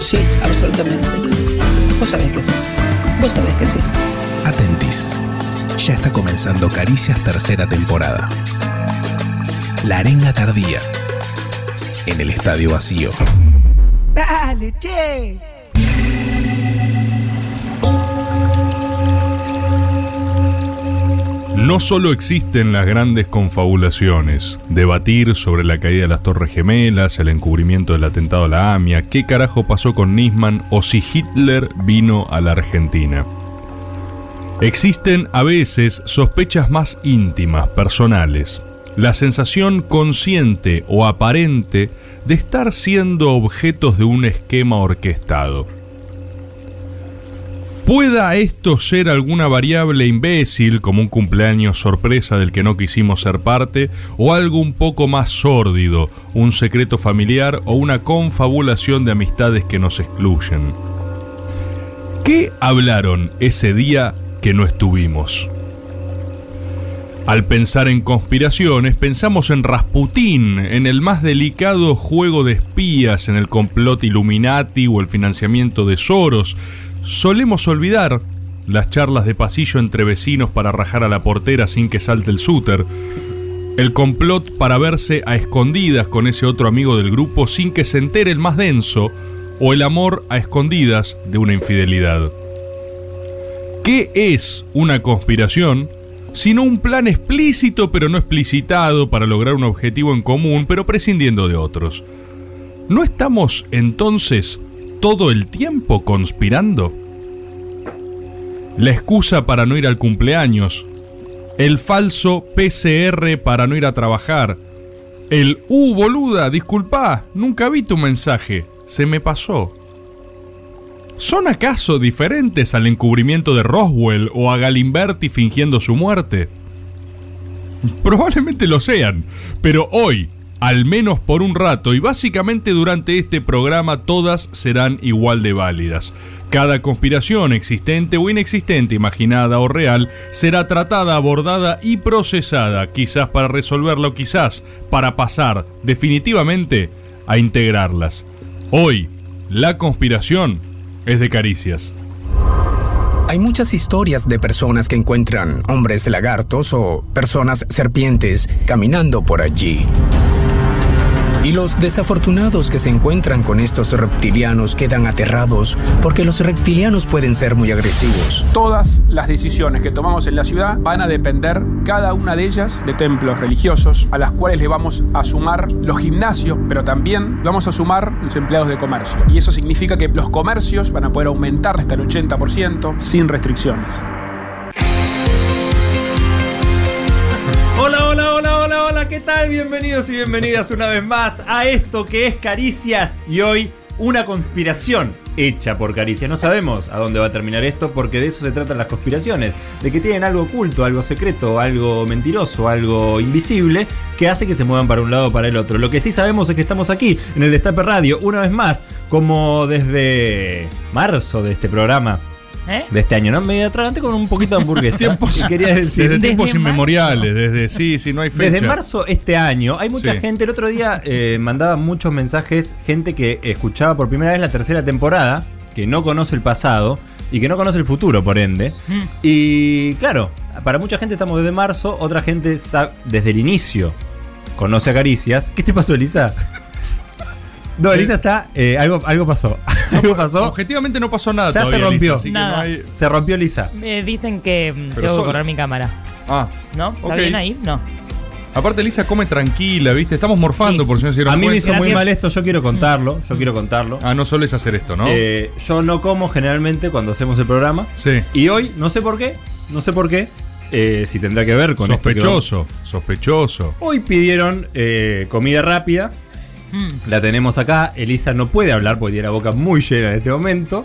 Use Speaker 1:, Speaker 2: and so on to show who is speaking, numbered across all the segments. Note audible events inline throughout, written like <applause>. Speaker 1: Sí, absolutamente. Vos sabés que sí. Vos sabés que sí.
Speaker 2: Atentis. Ya está comenzando Caricias tercera temporada. La arenga tardía. En el estadio vacío.
Speaker 3: Dale, che.
Speaker 4: No solo existen las grandes confabulaciones, debatir sobre la caída de las Torres Gemelas, el encubrimiento del atentado a la AMIA, qué carajo pasó con Nisman o si Hitler vino a la Argentina. Existen a veces sospechas más íntimas, personales, la sensación consciente o aparente de estar siendo objetos de un esquema orquestado. Pueda esto ser alguna variable imbécil, como un cumpleaños sorpresa del que no quisimos ser parte, o algo un poco más sórdido, un secreto familiar o una confabulación de amistades que nos excluyen. ¿Qué hablaron ese día que no estuvimos? Al pensar en conspiraciones, pensamos en Rasputín, en el más delicado juego de espías, en el complot Illuminati o el financiamiento de Soros. Solemos olvidar las charlas de pasillo entre vecinos para rajar a la portera sin que salte el súter. El complot para verse a escondidas con ese otro amigo del grupo sin que se entere el más denso. O el amor a escondidas de una infidelidad. ¿Qué es una conspiración? Sino un plan explícito pero no explicitado para lograr un objetivo en común pero prescindiendo de otros. ¿No estamos entonces todo el tiempo conspirando? La excusa para no ir al cumpleaños, el falso PCR para no ir a trabajar, el Uh, boluda, disculpa, nunca vi tu mensaje, se me pasó. ¿Son acaso diferentes al encubrimiento de Roswell o a Galimberti fingiendo su muerte? Probablemente lo sean, pero hoy, al menos por un rato y básicamente durante este programa, todas serán igual de válidas. Cada conspiración existente o inexistente, imaginada o real, será tratada, abordada y procesada, quizás para resolverlo, quizás para pasar definitivamente a integrarlas. Hoy, la conspiración es de caricias.
Speaker 5: Hay muchas historias de personas que encuentran hombres lagartos o personas serpientes caminando por allí. Y los desafortunados que se encuentran con estos reptilianos quedan aterrados porque los reptilianos pueden ser muy agresivos.
Speaker 6: Todas las decisiones que tomamos en la ciudad van a depender, cada una de ellas, de templos religiosos, a las cuales le vamos a sumar los gimnasios, pero también vamos a sumar los empleados de comercio. Y eso significa que los comercios van a poder aumentar hasta el 80% sin restricciones.
Speaker 7: Hola, hola, hola, hola, hola, ¿qué tal? Bienvenidos y bienvenidas una vez más a esto que es Caricias y hoy una conspiración hecha por Caricias. No sabemos a dónde va a terminar esto porque de eso se tratan las conspiraciones, de que tienen algo oculto, algo secreto, algo mentiroso, algo invisible que hace que se muevan para un lado o para el otro. Lo que sí sabemos es que estamos aquí en el Destape Radio una vez más, como desde marzo de este programa.
Speaker 8: ¿Eh?
Speaker 7: De este año, ¿no? Me atraganté con un poquito de
Speaker 4: <laughs>
Speaker 7: hamburguesa. y quería decir.
Speaker 4: Desde tiempos
Speaker 8: marzo.
Speaker 4: inmemoriales, desde sí, sí, no hay fecha.
Speaker 7: Desde marzo este año hay mucha
Speaker 4: Sí.
Speaker 7: gente. El otro día eh, mandaba muchos mensajes gente que escuchaba por primera vez la tercera temporada, que no conoce el pasado y que no conoce el futuro, por ende. Y claro, para mucha gente estamos desde marzo, otra gente sa- desde el inicio conoce a Caricias. ¿Qué te pasó, Elisa? No,
Speaker 4: Sí.
Speaker 7: Elisa está. eh, algo, algo pasó. algo pasó.
Speaker 4: Objetivamente no pasó nada
Speaker 7: Ya
Speaker 4: todavía,
Speaker 7: se rompió.
Speaker 4: Lisa, así que no
Speaker 8: Nada.
Speaker 4: hay-
Speaker 7: Se rompió Elisa.
Speaker 8: Me dicen que mm,
Speaker 4: Pero
Speaker 8: tengo
Speaker 4: solo.
Speaker 8: que correr mi cámara.
Speaker 4: Ah,
Speaker 8: ¿No? ¿Está
Speaker 4: Ok.
Speaker 8: bien ahí? No.
Speaker 4: aparte Lisa come tranquila, ¿viste? Estamos morfando,
Speaker 8: Sí.
Speaker 4: por si no se dieron
Speaker 7: A mí me hizo
Speaker 4: cuenta.
Speaker 7: muy
Speaker 8: Gracias.
Speaker 7: mal esto, yo quiero contarlo. Yo quiero contarlo.
Speaker 4: Ah, no solés hacer esto, ¿no?
Speaker 7: Eh, yo no como generalmente cuando hacemos el programa.
Speaker 4: sí.
Speaker 7: Y hoy, no sé por qué, no sé por qué, eh, si tendrá que ver con esto que
Speaker 4: Sospechoso, sospechoso.
Speaker 7: vamos- Hoy pidieron eh, comida rápida.
Speaker 4: Hmm.
Speaker 8: Mm.
Speaker 7: La tenemos acá. Elisa no puede hablar porque tiene la boca muy llena en este momento.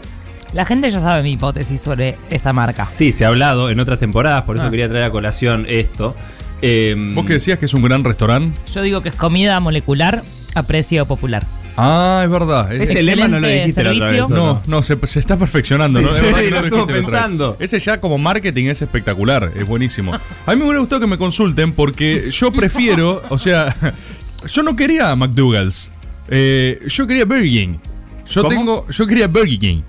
Speaker 8: La gente ya sabe mi hipótesis sobre esta marca.
Speaker 7: Sí, se ha hablado en otras temporadas, por eso
Speaker 4: Ah.
Speaker 7: quería traer a colación esto. Eh,
Speaker 4: ¿Vos que decías que es un gran restaurante?
Speaker 8: Yo digo que es comida molecular a precio popular.
Speaker 4: Ah, es verdad. es-
Speaker 7: Ese lema no lo
Speaker 8: Excelente
Speaker 7: dijiste la otra
Speaker 8: servicio.
Speaker 7: vez. ¿o
Speaker 4: no, no, se, se está perfeccionando,
Speaker 7: Sí,
Speaker 4: ¿no? Es verdad
Speaker 7: sí,
Speaker 4: que no
Speaker 7: lo
Speaker 4: lo
Speaker 7: estuvo
Speaker 4: dijiste la otra vez.
Speaker 7: pensando.
Speaker 4: Ese ya como marketing es espectacular, es buenísimo. A mí me hubiera gustado que me consulten porque yo
Speaker 9: <laughs>
Speaker 4: prefiero, o sea, yo no quería McDougall's, eh, yo quería Virgin. Yo
Speaker 9: ¿Cómo?
Speaker 4: tengo. Yo quería Burger King.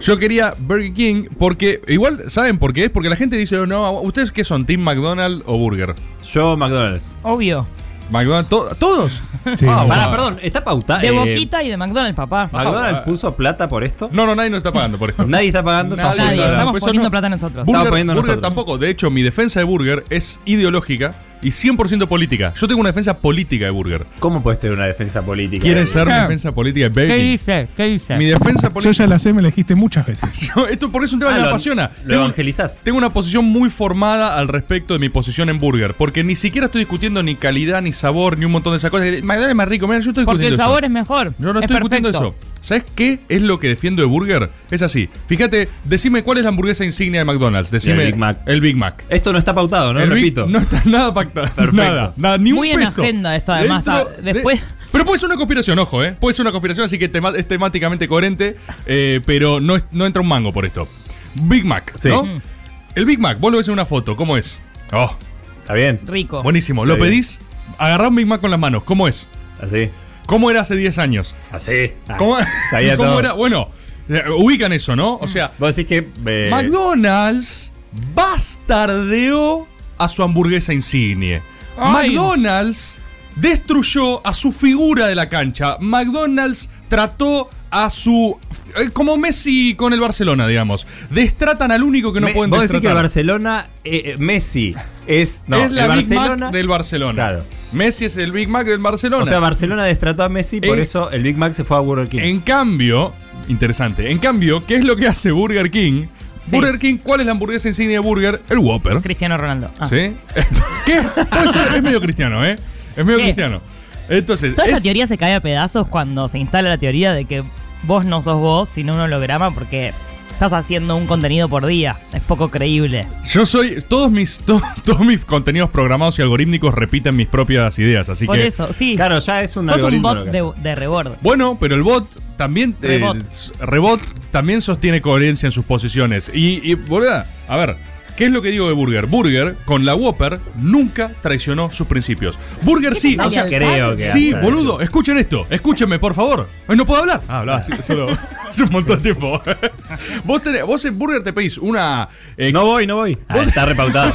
Speaker 4: Yo quería Burger King porque. Igual, ¿saben por qué? Es porque la gente dice, "Oh, no, ¿ustedes qué son? ¿Team McDonald's o Burger?
Speaker 9: Yo, McDonald's.
Speaker 8: Obvio.
Speaker 4: McDonald's, to-
Speaker 9: <laughs>
Speaker 4: ¿todos?
Speaker 10: Sí.
Speaker 4: Ah,
Speaker 9: Pará,
Speaker 4: bueno.
Speaker 9: perdón, está pautada.
Speaker 8: De
Speaker 7: eh,
Speaker 8: Boquita y de McDonald's, papá.
Speaker 9: eh, ¿McDonald's puso plata por esto?
Speaker 4: No, no, nadie nos está pagando por esto.
Speaker 9: Nadie está pagando.
Speaker 4: Nadie.
Speaker 9: tampoco.
Speaker 8: Nadie, estamos
Speaker 4: Pues eso
Speaker 8: poniendo
Speaker 4: no.
Speaker 8: plata
Speaker 9: Bu-
Speaker 8: nosotros.
Speaker 4: Burger,
Speaker 9: poniendo
Speaker 4: Burger
Speaker 9: nosotros.
Speaker 4: tampoco. De hecho, mi defensa de Burger es ideológica y 100% política. Yo tengo una defensa política de Burger.
Speaker 9: ¿Cómo puedes tener una defensa política?
Speaker 4: ¿Quieren ser mi
Speaker 8: Ah.
Speaker 4: defensa política de
Speaker 8: ¿Qué
Speaker 4: Burger King?
Speaker 8: dice? ¿Qué dice?
Speaker 4: Mi defensa
Speaker 10: Yo
Speaker 4: política.
Speaker 10: ya la sé, me la dijiste muchas veces.
Speaker 4: Esto por eso es un tema
Speaker 9: Ah,
Speaker 4: que me
Speaker 9: lo-
Speaker 4: apasiona.
Speaker 9: Lo
Speaker 4: Tengo-
Speaker 9: evangelizás.
Speaker 4: Tengo una posición muy formada al respecto de mi posición en burger, porque ni siquiera estoy discutiendo ni calidad, ni sabor, ni un montón de esas cosas. McDonald's es más rico, mira, yo estoy
Speaker 8: Porque
Speaker 4: discutiendo
Speaker 8: el
Speaker 4: eso.
Speaker 8: sabor es mejor.
Speaker 4: Yo no
Speaker 8: es
Speaker 4: estoy discutiendo
Speaker 8: perfecto.
Speaker 4: eso. ¿Sabes qué es lo que defiendo de burger? Es así. Fíjate, decime cuál es la hamburguesa insignia de McDonald's. Decime
Speaker 9: El Big Mac.
Speaker 4: El Big Mac.
Speaker 9: Esto no está pautado, ¿no?
Speaker 4: El Big-
Speaker 9: Repito.
Speaker 4: No está nada pactado.
Speaker 9: Perfecto.
Speaker 4: Nada, nada, ni un
Speaker 8: Muy en
Speaker 4: peso.
Speaker 8: agenda esto, además,
Speaker 4: Dentro
Speaker 8: ah,
Speaker 4: de-
Speaker 8: después-
Speaker 4: Pero puede ser una conspiración, ojo, ¿eh? Puede ser una conspiración, así que tema- es temáticamente coherente, eh, pero no, es- no entra un mango por esto. Big Mac,
Speaker 9: Sí.
Speaker 4: ¿no?
Speaker 9: Mm.
Speaker 4: El Big Mac, vos lo ves en una foto, ¿cómo es? Oh,
Speaker 9: Está bien.
Speaker 8: Rico.
Speaker 4: buenísimo.
Speaker 9: Sí.
Speaker 4: Lo pedís, agarrá un Big Mac con las manos, ¿cómo es?
Speaker 9: Así.
Speaker 4: ¿Cómo era hace 10 años?
Speaker 9: Así. Ah,
Speaker 4: ¿Cómo, <laughs>
Speaker 9: Sabía
Speaker 4: cómo
Speaker 9: todo.
Speaker 4: era? Bueno, eh, ubican eso, ¿no? O sea,
Speaker 9: Vos decís que. eh,
Speaker 4: McDonald's bastardeó a su hamburguesa insigne.
Speaker 8: Ay.
Speaker 4: McDonald's destruyó a su figura de la cancha. McDonald's trató a su. eh, como Messi con el Barcelona, digamos. Destratan al único que no
Speaker 9: Me-
Speaker 4: pueden
Speaker 9: Vos decís que el
Speaker 4: destratar.
Speaker 9: Barcelona. eh, eh, Messi es. No,
Speaker 4: es la
Speaker 9: el
Speaker 4: Big
Speaker 9: Barcelona.
Speaker 4: Mac del Barcelona.
Speaker 9: Claro.
Speaker 4: Messi es el Big Mac del Barcelona.
Speaker 9: O sea, Barcelona destrató a Messi, por
Speaker 4: En-
Speaker 9: eso el Big Mac se fue a Burger King.
Speaker 4: En cambio, interesante. En cambio, ¿qué es lo que hace Burger King?
Speaker 8: Sí.
Speaker 4: Burger King, ¿cuál es la hamburguesa insignia de Burger? El Whopper.
Speaker 8: Cristiano Ronaldo. Ah.
Speaker 4: ¿Sí? <laughs> ¿Qué es? Puede ser, es medio cristiano, ¿eh? Es medio
Speaker 8: Sí.
Speaker 4: cristiano. Entonces,
Speaker 8: Toda
Speaker 4: <laughs>
Speaker 8: esta
Speaker 4: es-
Speaker 8: teoría se cae a pedazos cuando se instala la teoría de que vos no sos vos, sino un holograma, porque estás haciendo un contenido por día. Es poco creíble.
Speaker 4: yo soy. Todos mis, <laughs> to- todos mis contenidos programados y algorítmicos repiten mis propias ideas, así
Speaker 8: por
Speaker 4: que.
Speaker 8: eso, sí.
Speaker 9: Claro, ya es un
Speaker 8: sos un
Speaker 9: algoritmo
Speaker 8: bot
Speaker 9: lo que
Speaker 8: de, de rebord.
Speaker 4: Bueno, pero el bot también. eh,
Speaker 8: Rebot.
Speaker 4: s- rebot también sostiene coherencia en sus posiciones. Y, y boluda, a ver. ¿Qué es lo que digo de Burger? Burger, con la Whopper, nunca traicionó sus principios. Burger sí,
Speaker 9: No
Speaker 4: o sea,
Speaker 9: creo que
Speaker 4: Sí,
Speaker 9: haga
Speaker 4: boludo, escuchen esto, escúchenme, por favor. Ay, no puedo hablar. Ah, hablaba sí, solo <laughs> hace un montón de tiempo. <laughs> vos, tenés- vos en Burger te pedís una.
Speaker 9: eso.
Speaker 4: ex-
Speaker 9: No voy, no voy. Ah, está repautado.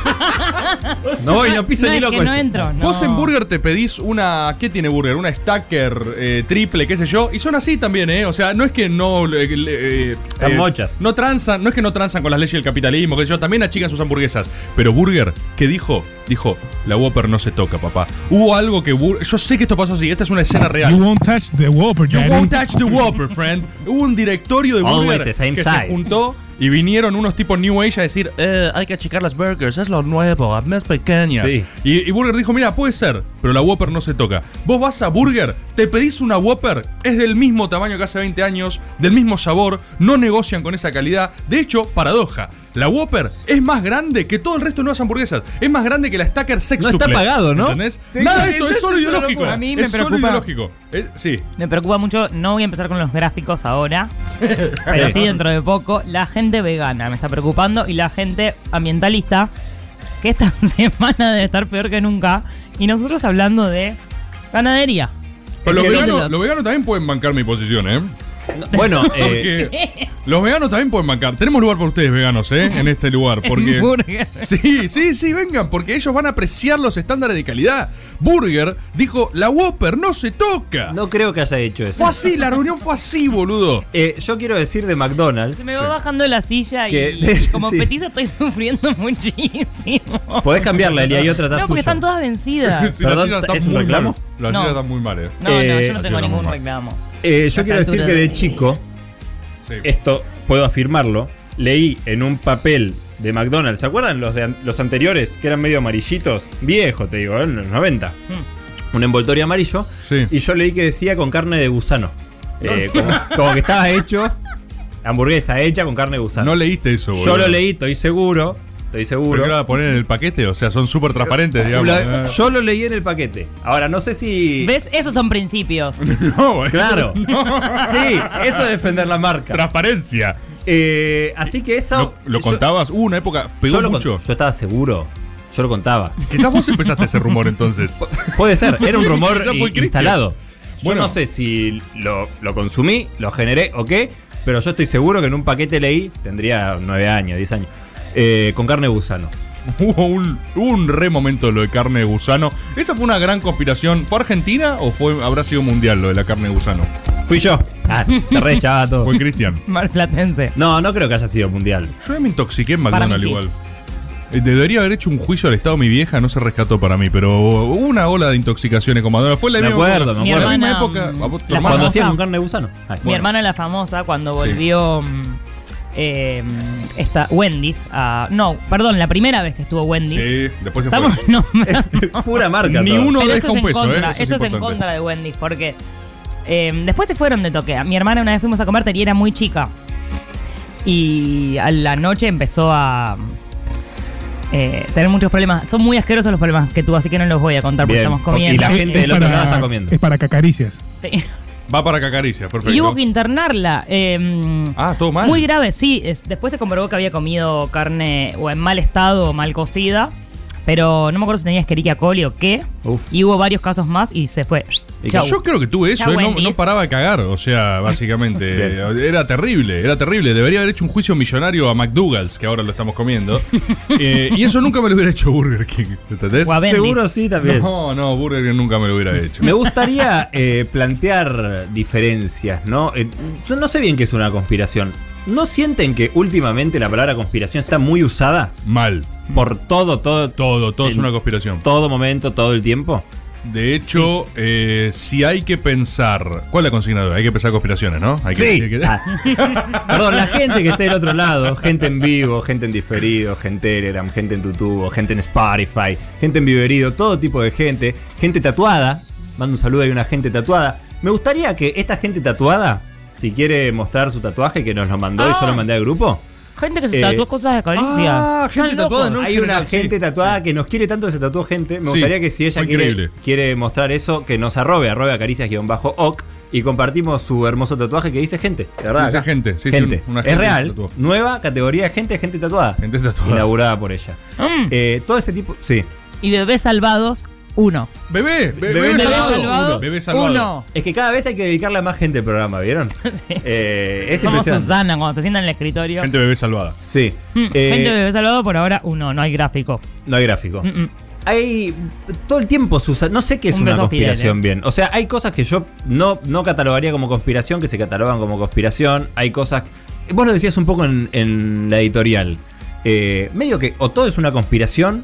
Speaker 9: no voy, no piso
Speaker 8: No,
Speaker 9: ni
Speaker 8: es
Speaker 9: loco
Speaker 8: que no
Speaker 9: eso.
Speaker 8: entro. no.
Speaker 4: Vos en Burger te pedís una. ¿Qué tiene Burger? Una stacker eh, triple, qué sé yo. Y son así también, ¿eh? O sea, no es que no. eh, le- eh,
Speaker 9: Están
Speaker 4: eh,
Speaker 9: mochas.
Speaker 4: No transan, no es que no transan con las leyes del capitalismo, qué sé yo. También achican sus hamburguesas. Pero Burger, ¿qué dijo? Dijo, la Whopper no se toca, papá. Hubo algo que. Bur- yo sé que esto pasó así. Esta es una escena real.
Speaker 10: You won't touch the Whopper,
Speaker 4: You
Speaker 10: Daddy.
Speaker 4: won't touch the Whopper, friend. Hubo un directorio de
Speaker 9: Always
Speaker 4: Burger
Speaker 9: the same
Speaker 4: que se
Speaker 9: size.
Speaker 4: juntó y vinieron unos tipos New Age a decir, eh, hay que achicar las burgers, es lo nuevo, más pequeñas.
Speaker 9: Sí.
Speaker 4: Y, y Burger dijo, mira, puede ser, pero la Whopper no se toca. Vos vas a Burger, te pedís una Whopper, es del mismo tamaño que hace 20 años, del mismo sabor, no negocian con esa calidad. De hecho, paradoja. La Whopper es más grande que todo el resto de nuevas hamburguesas. Es más grande que la Stacker
Speaker 9: No
Speaker 4: Sextuple.
Speaker 9: está pagado, ¿no?
Speaker 4: ¿Entendés? Nada de esto, es solo
Speaker 9: Es una
Speaker 4: ideológico.
Speaker 9: locura.
Speaker 8: A mí me
Speaker 4: es solo
Speaker 8: preocupa.
Speaker 4: ideológico. Eh, sí.
Speaker 8: Me preocupa mucho, no voy a empezar con los gráficos
Speaker 9: <laughs>
Speaker 8: ahora, pero sí dentro de poco. La gente vegana me está preocupando y la gente ambientalista, que esta <laughs> semana debe estar peor que nunca. Y nosotros hablando de ganadería.
Speaker 4: Pero Pues los
Speaker 8: Es que
Speaker 4: veganos,
Speaker 8: no-
Speaker 4: los veganos también pueden bancar mi posición, ¿eh?
Speaker 9: No,
Speaker 4: <laughs>
Speaker 9: Bueno, eh,
Speaker 4: Porque los veganos también pueden bancar. Tenemos lugar por ustedes, veganos, ¿eh? En este
Speaker 8: <laughs>
Speaker 4: lugar. Porque.
Speaker 8: Burger.
Speaker 4: Sí, sí, sí, vengan, porque ellos van a apreciar los estándares de calidad. Burger dijo: La Whopper no se toca.
Speaker 9: no creo que haya hecho eso.
Speaker 4: Fue así, la reunión fue así, boludo.
Speaker 9: Eh, yo quiero decir de McDonald's.
Speaker 8: <laughs> Se me va bajando la silla y,
Speaker 9: Que-
Speaker 8: y
Speaker 9: <laughs>
Speaker 8: como
Speaker 9: sí.
Speaker 8: petiza estoy <laughs> sufriendo muchísimo.
Speaker 9: Podés cambiarla, Elia, y otra
Speaker 8: No,
Speaker 9: atrás tuyo.
Speaker 8: porque están todas
Speaker 9: <laughs>
Speaker 8: vencidas.
Speaker 4: Sí, la
Speaker 9: Perdón,
Speaker 4: silla está
Speaker 9: ¿es un
Speaker 4: muy
Speaker 9: reclamo?
Speaker 4: mal. La
Speaker 8: No.
Speaker 4: silla está muy mal, ¿eh?
Speaker 8: No, no,
Speaker 9: Eh,
Speaker 8: yo no tengo
Speaker 4: así
Speaker 8: ningún
Speaker 4: nomás.
Speaker 8: reclamo.
Speaker 9: Eh, yo
Speaker 8: Hasta
Speaker 9: quiero decir
Speaker 8: altura
Speaker 9: que
Speaker 8: de-
Speaker 9: de chico,
Speaker 4: Sí.
Speaker 9: esto puedo afirmarlo, leí en un papel de McDonald's, ¿se acuerdan los, de, an- los anteriores que eran medio amarillitos? Viejo, te digo, ¿eh? en los 90. Un envoltorio amarillo.
Speaker 4: Sí.
Speaker 9: Y yo leí que decía con carne de gusano. Eh, como, como que estaba hecho, hamburguesa hecha con carne de gusano.
Speaker 4: No leíste eso, boludo.
Speaker 9: yo lo leí, estoy seguro, estoy seguro.
Speaker 4: ¿Por qué lo van a poner en el paquete? O sea, son súper transparentes, digamos.
Speaker 9: Lo- yo lo leí en el paquete. Ahora, no sé si...
Speaker 8: ¿Ves? Esos son principios.
Speaker 4: <laughs> No, eso-
Speaker 8: <laughs>
Speaker 9: Claro. Sí, eso es defender la marca.
Speaker 4: Transparencia.
Speaker 9: Eh, así que eso.
Speaker 4: ¿Lo, lo
Speaker 9: yo-
Speaker 4: contabas? Uh, una época pegó
Speaker 9: yo lo
Speaker 4: mucho.
Speaker 9: cont- yo estaba seguro. Yo
Speaker 4: <laughs>
Speaker 9: lo contaba.
Speaker 4: Quizás vos empezaste ese rumor entonces. <laughs>
Speaker 9: Puede ser, era un rumor
Speaker 4: Quizá fue
Speaker 9: i-
Speaker 4: Cristian.
Speaker 9: instalado.
Speaker 7: Yo no sé si lo, lo consumí, lo generé o qué, pero yo estoy seguro que en un paquete leí, tendría 9 años, 10 años, eh, con carne de gusano.
Speaker 4: Hubo un, un re momento de lo de carne de gusano. Esa fue una gran conspiración. ¿Fue Argentina o fue habrá sido mundial lo de la carne de gusano?
Speaker 7: Fui yo. Ah, se re echaba todo.
Speaker 4: Fue Cristian.
Speaker 8: Marplatense.
Speaker 7: No, no creo que haya sido mundial.
Speaker 4: Yo me intoxiqué en
Speaker 8: Para
Speaker 4: McDonald's
Speaker 8: mí sí.
Speaker 4: igual. Eh, Debería haber hecho un juicio al Estado mi vieja, no se rescató para mí, pero hubo una ola de intoxicaciones con Madonna. Fue la
Speaker 7: Me
Speaker 4: misma
Speaker 7: acuerdo,
Speaker 4: época.
Speaker 7: me
Speaker 4: La
Speaker 7: acuerdo.
Speaker 4: misma
Speaker 8: Mi
Speaker 4: época.
Speaker 8: hermana,
Speaker 4: a vos- tu
Speaker 8: la
Speaker 4: hermana-
Speaker 7: Cuando
Speaker 8: famosa-
Speaker 7: hacían con carne de gusano. Ay,
Speaker 8: Mi
Speaker 7: bueno.
Speaker 8: hermana la famosa cuando
Speaker 4: Sí.
Speaker 8: volvió mm, eh, mm, esta Wendy's a no, perdón, la primera vez que estuvo Wendy's.
Speaker 4: Sí, después se fue.
Speaker 8: Estamos
Speaker 4: <laughs>
Speaker 8: no,
Speaker 7: Pura marca.
Speaker 4: Ni
Speaker 7: todo.
Speaker 4: uno
Speaker 8: pero
Speaker 4: deja
Speaker 8: esto es
Speaker 4: un
Speaker 8: en
Speaker 4: peso,
Speaker 8: contra,
Speaker 4: ¿eh? Eso es
Speaker 8: esto es en
Speaker 4: importante.
Speaker 8: contra de Wendy's porque eh, después se fueron de toque. Mi hermana una vez fuimos a comer y era muy chica. Y a la noche empezó a eh, tener muchos problemas. Son muy asquerosos los problemas que tuvo, así que no los voy a contar porque
Speaker 7: Bien.
Speaker 8: estamos comiendo. Eh,
Speaker 7: Y la gente del otro lado está comiendo.
Speaker 2: Es para cacaricias.
Speaker 8: Sí.
Speaker 4: Va para Cacaricias,
Speaker 8: Y hubo
Speaker 4: perfecto.
Speaker 8: que internarla. eh,
Speaker 4: Ah, todo mal.
Speaker 8: Muy grave, sí. Es- después se comprobó que había comido carne o en mal estado o mal cocida. Pero no me acuerdo si tenía Escherichia coli o qué.
Speaker 7: Uf.
Speaker 8: Y hubo varios casos más y se fue.
Speaker 7: Y
Speaker 8: Chau.
Speaker 4: Yo creo que tuve eso,
Speaker 8: Chau,
Speaker 4: eh, no,
Speaker 8: Wendy's.
Speaker 4: no paraba de cagar, o
Speaker 8: <laughs>
Speaker 4: sea, básicamente. era terrible, era terrible. Debería haber hecho un juicio millonario a McDougall's, que ahora lo
Speaker 7: <laughs>
Speaker 4: estamos comiendo. Eh, y eso nunca me lo hubiera hecho Burger King, ¿entendés?
Speaker 8: O a Bendis.
Speaker 7: Seguro sí también.
Speaker 4: No, no, Burger King nunca me lo hubiera hecho.
Speaker 7: Me gustaría eh, plantear diferencias, ¿no? Eh, yo no sé bien qué es una conspiración. ¿No sienten que últimamente la palabra conspiración está muy usada
Speaker 4: Mal.
Speaker 7: por todo, todo, todo,
Speaker 4: Todo, todo es
Speaker 7: En-
Speaker 4: una conspiración.
Speaker 7: <laughs> todo momento, todo el tiempo?
Speaker 4: De hecho, eh, si hay que pensar. ¿Cuál es la consigna de hoy? Hay que pensar conspiraciones, ¿no? Hay que, hay que-
Speaker 7: Ah.
Speaker 4: <laughs>
Speaker 7: Perdón, la gente que esté del otro lado, gente en vivo, gente en diferido, gente en Telegram, gente en Tutubo, gente en Spotify, gente en Viverido, todo tipo de gente, gente tatuada. Mando un saludo a una gente tatuada. Me gustaría que esta gente tatuada, si quiere mostrar su tatuaje que nos lo mandó y yo
Speaker 8: Ah.
Speaker 7: lo mandé al grupo.
Speaker 8: Gente que se
Speaker 7: Eh,
Speaker 8: tatuó cosas de caricia.
Speaker 4: ah, gente
Speaker 8: Están locos.
Speaker 4: tatuada, ¿no?
Speaker 7: Hay
Speaker 4: general,
Speaker 7: una gente
Speaker 4: sí.
Speaker 7: tatuada que nos quiere tanto que se tatuó gente. Me
Speaker 4: Sí,
Speaker 7: gustaría que si ella
Speaker 4: fue
Speaker 7: quiere,
Speaker 4: increíble.
Speaker 7: quiere mostrar eso, que nos arrobe, arrobe a caricias-oc y compartimos su hermoso tatuaje que dice gente. De verdad,
Speaker 4: Dice
Speaker 7: acá.
Speaker 4: gente, sí, sí,
Speaker 7: gente.
Speaker 4: una
Speaker 7: es
Speaker 4: gente que se
Speaker 7: real.
Speaker 4: tatuó.
Speaker 7: Nueva categoría de gente, gente tatuada.
Speaker 4: Gente tatuada.
Speaker 7: Inaugurada por ella.
Speaker 8: Mm.
Speaker 7: Eh, todo ese tipo. Sí.
Speaker 8: Y bebés salvados, uno.
Speaker 4: Bebé, bebé,
Speaker 7: Bebé
Speaker 4: salvado.
Speaker 8: salvado,
Speaker 4: Bebé salvado.
Speaker 8: uno.
Speaker 7: Es que cada vez hay que dedicarle a más gente al programa,
Speaker 8: <laughs>
Speaker 7: ¿vieron? Eh, es
Speaker 8: Somos
Speaker 7: impresionante.
Speaker 8: Susana cuando se sientan en el escritorio.
Speaker 4: Gente bebé salvada.
Speaker 7: Sí.
Speaker 8: Mm,
Speaker 7: Eh,
Speaker 8: gente de bebés salvados por ahora, uno. No hay gráfico.
Speaker 7: no hay gráfico.
Speaker 8: Mm, mm.
Speaker 7: Hay todo el tiempo se usa- no sé qué es
Speaker 8: Un
Speaker 7: una
Speaker 8: beso ¿eh?
Speaker 7: conspiración
Speaker 8: Fidel,
Speaker 7: bien. O sea, hay cosas que yo no, no catalogaría como conspiración, que se catalogan como conspiración. Hay cosas. Vos lo decías un poco en, en la editorial. Eh, medio que o todo es una conspiración,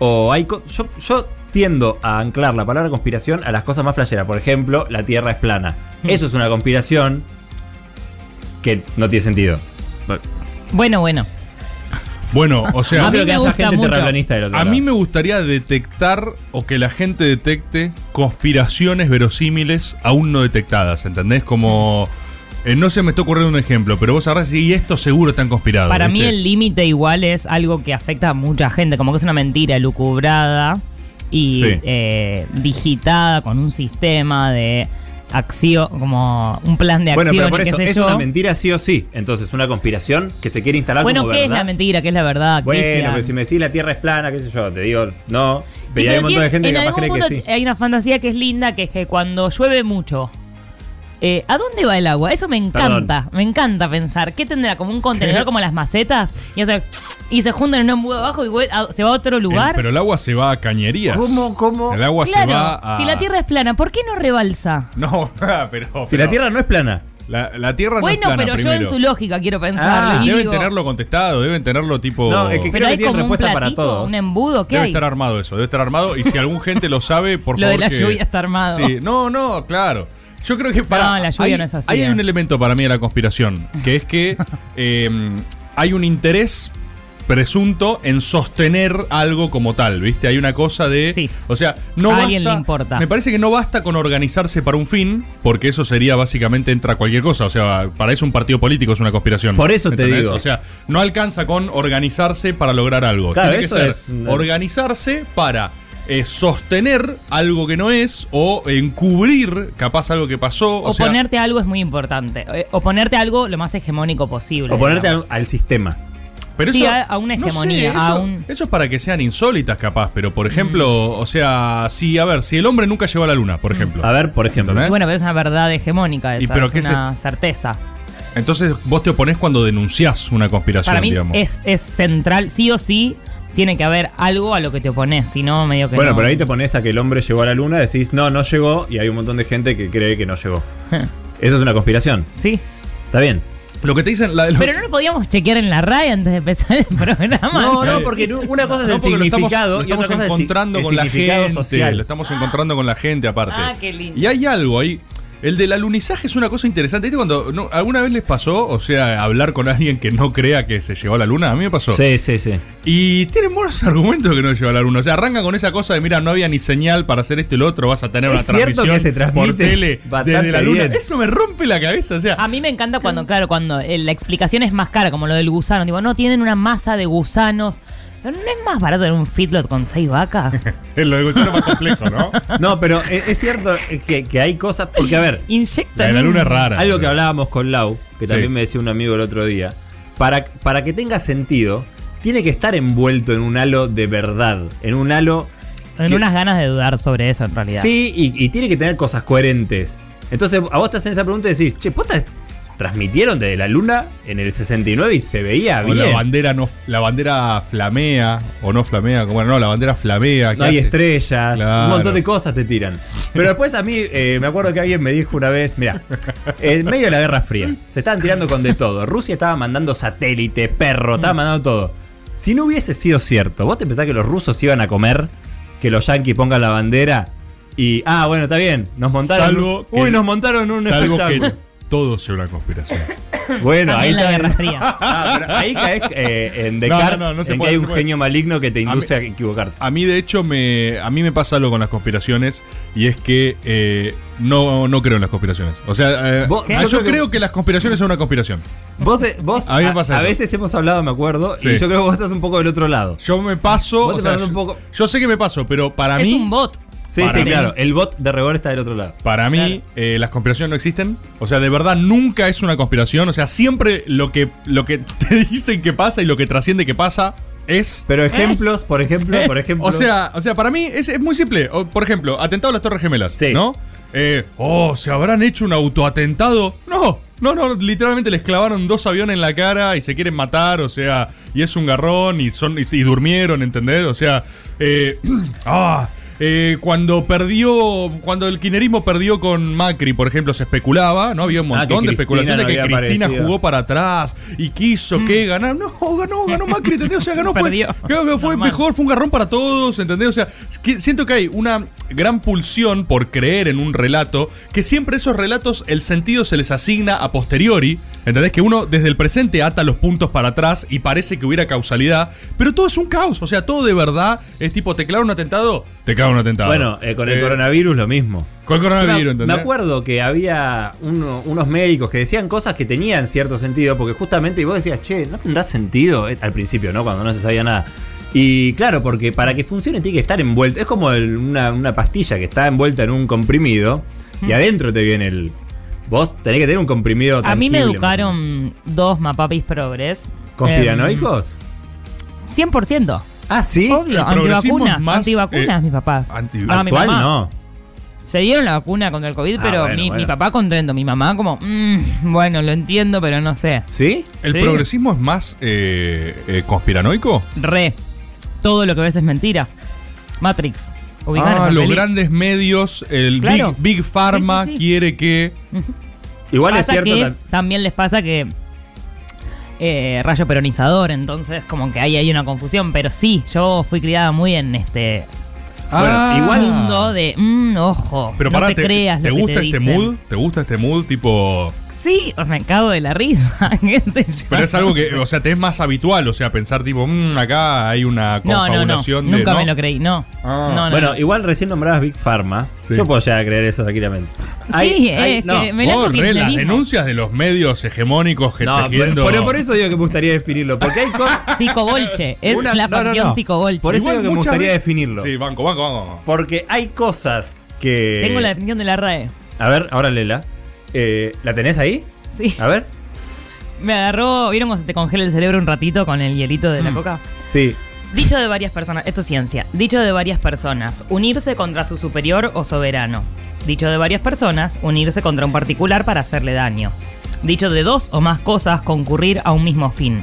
Speaker 7: o hay. co- Yo, yo tiendo a anclar la palabra conspiración a las cosas más flasheras. Por ejemplo, la Tierra es plana.
Speaker 8: Mm.
Speaker 7: Eso es una conspiración que no tiene sentido.
Speaker 8: Bueno, bueno.
Speaker 4: Bueno, o sea,
Speaker 7: No
Speaker 8: <laughs> A mí
Speaker 7: creo que
Speaker 8: me
Speaker 7: haya
Speaker 8: gusta
Speaker 7: gente
Speaker 8: mucho.
Speaker 7: terraplanista del otro
Speaker 4: A
Speaker 7: lado.
Speaker 4: mí me gustaría detectar o que la gente detecte conspiraciones verosímiles aún no detectadas, ¿entendés? Como... eh, no se me está ocurriendo un ejemplo, pero vos sabrás si esto seguro está conspirado.
Speaker 8: Para mí
Speaker 4: ¿viste?
Speaker 8: el límite igual es algo que afecta a mucha gente, como que es una mentira lucubrada y
Speaker 4: Sí.
Speaker 8: eh, digitada con un sistema de acción, como un plan de
Speaker 7: Bueno,
Speaker 8: acción,
Speaker 7: pero por eso,
Speaker 8: qué sé
Speaker 7: es
Speaker 8: yo.
Speaker 7: una mentira sí o sí. Entonces, una conspiración que se quiere instalar
Speaker 8: Bueno,
Speaker 7: como
Speaker 8: ¿qué es
Speaker 7: verdad.
Speaker 8: la mentira? ¿Qué es la verdad?
Speaker 7: Bueno,
Speaker 8: Cristian?
Speaker 7: pero si me decís la Tierra es plana, qué sé yo, te digo, no.
Speaker 8: Y
Speaker 7: Pero hay un montón
Speaker 8: tiene-
Speaker 7: de gente
Speaker 8: en
Speaker 7: que capaz
Speaker 8: algún
Speaker 7: cree que
Speaker 8: punto eh,
Speaker 7: sí.
Speaker 8: Hay una fantasía que es linda, que es que cuando llueve mucho, eh, ¿a dónde va el agua? Eso me encanta, me encanta pensar. ¿Qué tendrá? ¿Como un
Speaker 7: <laughs>
Speaker 8: contenedor como las macetas? Y, hace- y se juntan en un embudo abajo y hue- a- se va a otro
Speaker 4: El-
Speaker 8: lugar.
Speaker 4: Eh, pero el agua se va a cañerías.
Speaker 7: ¿Cómo, cómo?
Speaker 4: El agua
Speaker 8: Claro,
Speaker 4: se va a...
Speaker 8: si la Tierra es plana, ¿por qué no rebalsa?
Speaker 4: <laughs> No, Ah, pero...
Speaker 7: Si
Speaker 4: pero-
Speaker 7: la Tierra no es plana.
Speaker 4: La, la Tierra no es
Speaker 8: Bueno,
Speaker 4: plana,
Speaker 8: pero yo en
Speaker 4: primero.
Speaker 8: su lógica quiero pensar.
Speaker 7: Ah,
Speaker 8: y
Speaker 4: Deben
Speaker 8: digo,
Speaker 4: tenerlo contestado, deben tenerlo tipo...
Speaker 7: No, es que
Speaker 8: pero
Speaker 7: creo
Speaker 8: hay
Speaker 7: tiene
Speaker 8: como un
Speaker 7: respuesta para
Speaker 8: platito,
Speaker 7: todo.
Speaker 8: un embudo, ¿qué
Speaker 4: Debe
Speaker 8: hay?
Speaker 4: estar armado eso, debe estar armado. Y si algún gente lo sabe, por
Speaker 8: <laughs> Lo de
Speaker 4: favor.
Speaker 8: la
Speaker 4: que-
Speaker 8: lluvia está armado.
Speaker 4: Sí, no, no, claro. Yo creo que para.
Speaker 8: No, la lluvia
Speaker 4: hay,
Speaker 8: no es así,
Speaker 4: Hay
Speaker 8: eh.
Speaker 4: un elemento para mí de la conspiración, que es
Speaker 8: <laughs>
Speaker 4: que eh, hay un interés presunto en sostener algo como tal, ¿viste? Hay una cosa de...
Speaker 8: Sí.
Speaker 4: O sea, no
Speaker 8: A alguien
Speaker 4: basta-
Speaker 8: le importa.
Speaker 4: Me parece que no basta con organizarse para un fin, porque eso sería básicamente entra cualquier cosa. O sea, para eso un partido político es una conspiración.
Speaker 7: Por eso te
Speaker 4: ¿entendés?
Speaker 7: digo.
Speaker 4: O sea, no alcanza con organizarse para lograr algo.
Speaker 7: Claro,
Speaker 4: Tiene que
Speaker 7: eso
Speaker 4: ser
Speaker 7: es-
Speaker 4: organizarse para eh, sostener algo que no es o encubrir capaz algo que pasó. O, sea,
Speaker 8: Oponerte a algo es muy importante. Eh, Oponerte a algo lo más hegemónico posible.
Speaker 7: O ponerte
Speaker 8: digamos.
Speaker 7: al, al sistema.
Speaker 4: Pero
Speaker 8: Sí,
Speaker 4: eso,
Speaker 8: a- a una
Speaker 4: no sé,
Speaker 8: hegemonía,
Speaker 4: eso,
Speaker 8: a un- Mm.
Speaker 4: eso es para que sean insólitas, capaz. Pero, por ejemplo, o sea, si, a ver, si el hombre nunca llegó a la luna, por ejemplo.
Speaker 7: A ver, por ejemplo.
Speaker 4: ¿Entendés?
Speaker 8: Y bueno, pero es una verdad hegemónica esa,
Speaker 4: ¿Eh? Y pero
Speaker 8: es
Speaker 4: ¿qué es
Speaker 8: una certeza.
Speaker 4: Entonces vos te oponés cuando denunciás una conspiración,
Speaker 8: Para mí
Speaker 4: digamos.
Speaker 8: es, es central, sí o sí, tiene que haber algo a lo que te opones, si no, medio que
Speaker 7: Bueno,
Speaker 8: no.
Speaker 7: pero ahí te pones a que el hombre llegó a la luna, decís, no, no llegó, y hay un montón de gente que cree que no
Speaker 8: <laughs>
Speaker 7: llegó. Eso es una conspiración.
Speaker 8: Sí.
Speaker 7: Está bien.
Speaker 4: Lo que te dicen... La, lo-
Speaker 8: Pero no lo podíamos chequear en la RAE antes de empezar el <laughs> programa.
Speaker 7: No, no, porque nu- una cosa es
Speaker 4: No,
Speaker 7: el
Speaker 4: porque lo estamos,
Speaker 7: significado
Speaker 4: lo
Speaker 7: y otra
Speaker 4: estamos
Speaker 7: cosa es el si-
Speaker 4: encontrando
Speaker 7: el
Speaker 4: con la
Speaker 7: significado
Speaker 4: gente.
Speaker 7: social.
Speaker 4: Lo estamos encontrando con la gente aparte.
Speaker 8: Ah, qué lindo.
Speaker 4: Y hay algo ahí. El del alunizaje es una cosa interesante. ¿Viste cuando no, alguna vez les pasó, o sea, hablar con alguien que no crea que se llegó a la luna? A mí me pasó.
Speaker 7: Sí, sí, sí.
Speaker 4: Y tienen buenos argumentos que no llegó a la luna. O sea, arrancan con esa cosa de, mira, no había ni señal para hacer esto y lo otro, vas a tener
Speaker 7: Es
Speaker 4: una
Speaker 7: cierto
Speaker 4: transmisión
Speaker 7: que se transmite
Speaker 4: por tele desde
Speaker 7: bastante
Speaker 4: la luna.
Speaker 7: bien.
Speaker 4: Eso me rompe la cabeza, o sea.
Speaker 8: A mí me encanta cuando, claro, cuando eh, la explicación es más cara, como lo del gusano. Digo, no, tienen una masa de gusanos. Pero no es más barato tener un feedlot con seis vacas.
Speaker 4: Lo de gusano más complejo, ¿no?
Speaker 7: <laughs> No, pero e-, es, es cierto eh, que, que hay cosas. Porque, a ver,
Speaker 8: Inyecta.
Speaker 4: La de la luna es rara.
Speaker 7: algo que hablábamos con Lau, que
Speaker 4: Sí.
Speaker 7: también me decía un amigo el otro día, para, para que tenga sentido, tiene que estar envuelto en un halo de verdad, en un halo
Speaker 8: En
Speaker 7: que-
Speaker 8: unas ganas de dudar sobre eso, en realidad.
Speaker 7: Sí, y, y tiene que tener cosas coherentes. Entonces, a vos te hacen esa pregunta y decís, che, ¿posta transmitieron desde la luna en el 69 y se veía
Speaker 4: O la
Speaker 7: bien?
Speaker 4: bandera no la bandera flamea o no flamea, como no, la bandera flamea. ¿qué
Speaker 7: No hay
Speaker 4: hace?
Speaker 7: estrellas,
Speaker 4: Claro.
Speaker 7: un montón de cosas te tiran. Pero después a mí, eh, me acuerdo que alguien me dijo una vez, mira, en medio de la Guerra Fría, se estaban tirando con de todo. Rusia estaba mandando satélite, perro, estaba mandando todo. Si no hubiese sido cierto, ¿vos te pensás que los rusos iban a comer? Que los yanquis pongan la bandera y, ah, bueno, está bien, nos montaron...
Speaker 4: Salvo
Speaker 7: uy,
Speaker 4: que-
Speaker 7: nos montaron un
Speaker 4: Salvo
Speaker 7: espectáculo.
Speaker 4: que todo sea una conspiración. <laughs>
Speaker 7: Bueno,
Speaker 8: También
Speaker 7: ahí
Speaker 8: la
Speaker 7: está-
Speaker 8: Guerra Fría.
Speaker 7: <laughs> Ah, pero ahí caes eh,
Speaker 4: <laughs>
Speaker 7: en
Speaker 4: No, no,
Speaker 7: Descartes,
Speaker 4: no, no se
Speaker 7: en
Speaker 4: puede,
Speaker 7: que hay un
Speaker 4: no se puede.
Speaker 7: genio maligno que te
Speaker 4: mí-
Speaker 7: induce a, equivocarte.
Speaker 4: A mí, de hecho, me, a mí me pasa algo con las conspiraciones y es que eh, no, no creo en las conspiraciones. O sea, eh,
Speaker 7: Vos-
Speaker 4: yo,
Speaker 7: yo creo que-
Speaker 4: creo que... las conspiraciones son una conspiración.
Speaker 7: Vos, eh, vos a,
Speaker 4: A mí me pasa
Speaker 7: a
Speaker 4: eso.
Speaker 7: veces hemos hablado, me acuerdo,
Speaker 4: Sí.
Speaker 7: y yo creo que vos estás un poco del otro lado.
Speaker 4: Yo me paso.
Speaker 7: Vos
Speaker 4: o
Speaker 7: te
Speaker 4: sea,
Speaker 7: pasás
Speaker 4: yo,
Speaker 7: un poco-
Speaker 4: yo sé que me paso, pero para
Speaker 8: es
Speaker 4: mí.
Speaker 8: un bot.
Speaker 7: Sí,
Speaker 4: Para
Speaker 7: sí,
Speaker 4: mí-
Speaker 7: claro. El bot de rigor está del otro lado.
Speaker 4: Para mí, eh, las conspiraciones no existen. O sea, de verdad nunca es una conspiración. O sea, siempre lo que, lo que <laughs> te dicen que pasa y lo que trasciende que pasa es.
Speaker 7: Pero ejemplos, por ejemplo, por ejemplo.
Speaker 4: <laughs> O sea, o sea, para mí es, es muy simple. O, por ejemplo, atentado a las Torres Gemelas,
Speaker 7: Sí.
Speaker 4: ¿no? Eh, oh, ¿se habrán hecho un autoatentado? No, no, no, literalmente les clavaron dos aviones en la cara y se quieren matar, o sea, y es un garrón y son y, y durmieron, ¿entendés? O sea, eh, <clears throat> ah, eh, cuando perdió, cuando el kirchnerismo perdió con Macri, por ejemplo, se especulaba, ¿no? Había un
Speaker 7: Ah,
Speaker 4: montón
Speaker 7: que
Speaker 4: de especulación de que
Speaker 7: Cristina no había
Speaker 4: Cristina
Speaker 7: aparecido.
Speaker 4: jugó para atrás y quiso que ganara. No, ganó, ganó Macri, ¿entendés? O sea,
Speaker 8: <laughs>
Speaker 4: ganó, fue,
Speaker 8: Mm. Perdió.
Speaker 4: creo que fue
Speaker 8: Normal.
Speaker 4: mejor fue un garrón para todos, ¿entendés? O sea, es que siento que hay una gran pulsión por creer en un relato, que siempre esos relatos el sentido se les asigna a posteriori, ¿entendés? Que uno desde el presente ata los puntos para atrás y parece que hubiera causalidad, pero todo es un caos, o sea, todo de verdad es tipo, ¿te clava un atentado? Te clava un atentado.
Speaker 7: bueno, eh, con el
Speaker 4: Eh,
Speaker 7: coronavirus lo mismo.
Speaker 4: Con el
Speaker 7: Yo
Speaker 4: coronavirus,
Speaker 7: me-
Speaker 4: ¿entendés?
Speaker 7: Me acuerdo que había uno- unos médicos que decían cosas que tenían cierto sentido, porque justamente vos decías, che, no tendrá sentido Eh, al principio, ¿no? Cuando no se sabía nada. Y claro, porque para que funcione tiene que estar envuelto. Es como el- una, una pastilla que está envuelta en un comprimido
Speaker 8: Mm.
Speaker 7: y adentro te viene el. Vos tenés que tener un comprimido
Speaker 8: A mí
Speaker 7: tangible,
Speaker 8: me
Speaker 7: más
Speaker 8: educaron dos mapapis progres.
Speaker 7: o menos. ¿Conspiranoicos?
Speaker 8: Em, 100%.
Speaker 7: ah, sí.
Speaker 8: Obvio,
Speaker 4: El progresismo es
Speaker 8: antivacunas,
Speaker 4: más,
Speaker 8: antivacunas
Speaker 4: eh,
Speaker 8: mis papás.
Speaker 4: anti-
Speaker 8: Ah, mi
Speaker 7: Actual
Speaker 8: mamá.
Speaker 7: no.
Speaker 8: Se dieron la vacuna contra el COVID,
Speaker 7: Ah,
Speaker 8: pero
Speaker 7: bueno,
Speaker 8: mi,
Speaker 7: bueno.
Speaker 8: mi papá contento, mi mamá como, "Mm, bueno, lo entiendo, pero no sé.
Speaker 7: ¿Sí?
Speaker 4: ¿El
Speaker 8: Sí.
Speaker 4: progresismo es más eh, eh, conspiranoico?
Speaker 8: Re, todo lo que ves es mentira. Matrix. ubican
Speaker 4: Ah,
Speaker 8: esa
Speaker 4: los
Speaker 8: peli?
Speaker 4: grandes medios, el
Speaker 8: Claro.
Speaker 4: Big, Big Pharma
Speaker 8: Sí, sí, sí.
Speaker 4: quiere que...
Speaker 7: <laughs> Igual es
Speaker 8: Pasa
Speaker 7: cierto.
Speaker 8: que
Speaker 7: tam-
Speaker 8: también les pasa que eh, rayo peronizador, entonces como que ahí hay una confusión, pero sí, yo fui criada muy en este
Speaker 4: Ah.
Speaker 8: mundo de, mm, ojo,
Speaker 4: Pero
Speaker 8: no
Speaker 4: pará,
Speaker 8: te,
Speaker 4: te,
Speaker 8: creas
Speaker 4: te
Speaker 8: lo que
Speaker 4: gusta
Speaker 8: te
Speaker 4: este
Speaker 8: dicen.
Speaker 4: mood? ¿Te gusta este mood? Tipo.
Speaker 8: Sí, me cago de la risa, <laughs> qué sé yo.
Speaker 4: Pero es algo que, eh, o sea, te es más habitual, o sea, pensar tipo, "Mm, acá hay una
Speaker 8: No, no, no,
Speaker 4: confabulación de.
Speaker 8: nunca
Speaker 4: ¿no?
Speaker 8: me lo creí, no.
Speaker 4: Ah.
Speaker 8: No, no,
Speaker 7: bueno,
Speaker 8: no.
Speaker 7: igual recién nombrabas Big Pharma.
Speaker 4: Sí.
Speaker 7: Yo puedo llegar a creer eso tranquilamente.
Speaker 8: Sí,
Speaker 7: Hay-
Speaker 8: es
Speaker 7: hay-
Speaker 8: que
Speaker 7: no.
Speaker 8: me lanzo
Speaker 4: Vos, re, las
Speaker 8: kirchnerismo.
Speaker 4: denuncias de los medios hegemónicos que
Speaker 7: No,
Speaker 4: está
Speaker 7: pero,
Speaker 4: haciendo-
Speaker 7: pero por eso digo que me gustaría definirlo.
Speaker 8: <laughs>
Speaker 7: Porque hay cosas.
Speaker 8: Psicobolche, es
Speaker 7: Una-
Speaker 8: la
Speaker 7: no, no,
Speaker 8: facción
Speaker 7: no.
Speaker 8: psicobolche.
Speaker 7: Por eso
Speaker 4: Igual
Speaker 7: digo que me
Speaker 4: muchas
Speaker 7: gustaría
Speaker 4: veces-
Speaker 7: definirlo.
Speaker 4: Sí, banco, banco, banco.
Speaker 7: Porque hay cosas que.
Speaker 8: Tengo la definición de la RAE.
Speaker 7: A ver, ahora Lela. Eh, ¿La tenés ahí?
Speaker 8: Sí.
Speaker 7: A ver.
Speaker 8: Me agarró, ¿vieron cuando se te congela el cerebro un ratito con el hielito
Speaker 4: Mm.
Speaker 8: de la coca?
Speaker 7: Sí.
Speaker 8: Dicho de varias personas, esto es ciencia, dicho de varias personas, unirse contra su superior o soberano. Dicho de varias personas, unirse contra un particular para hacerle daño. Dicho de dos o más cosas, concurrir a un mismo fin.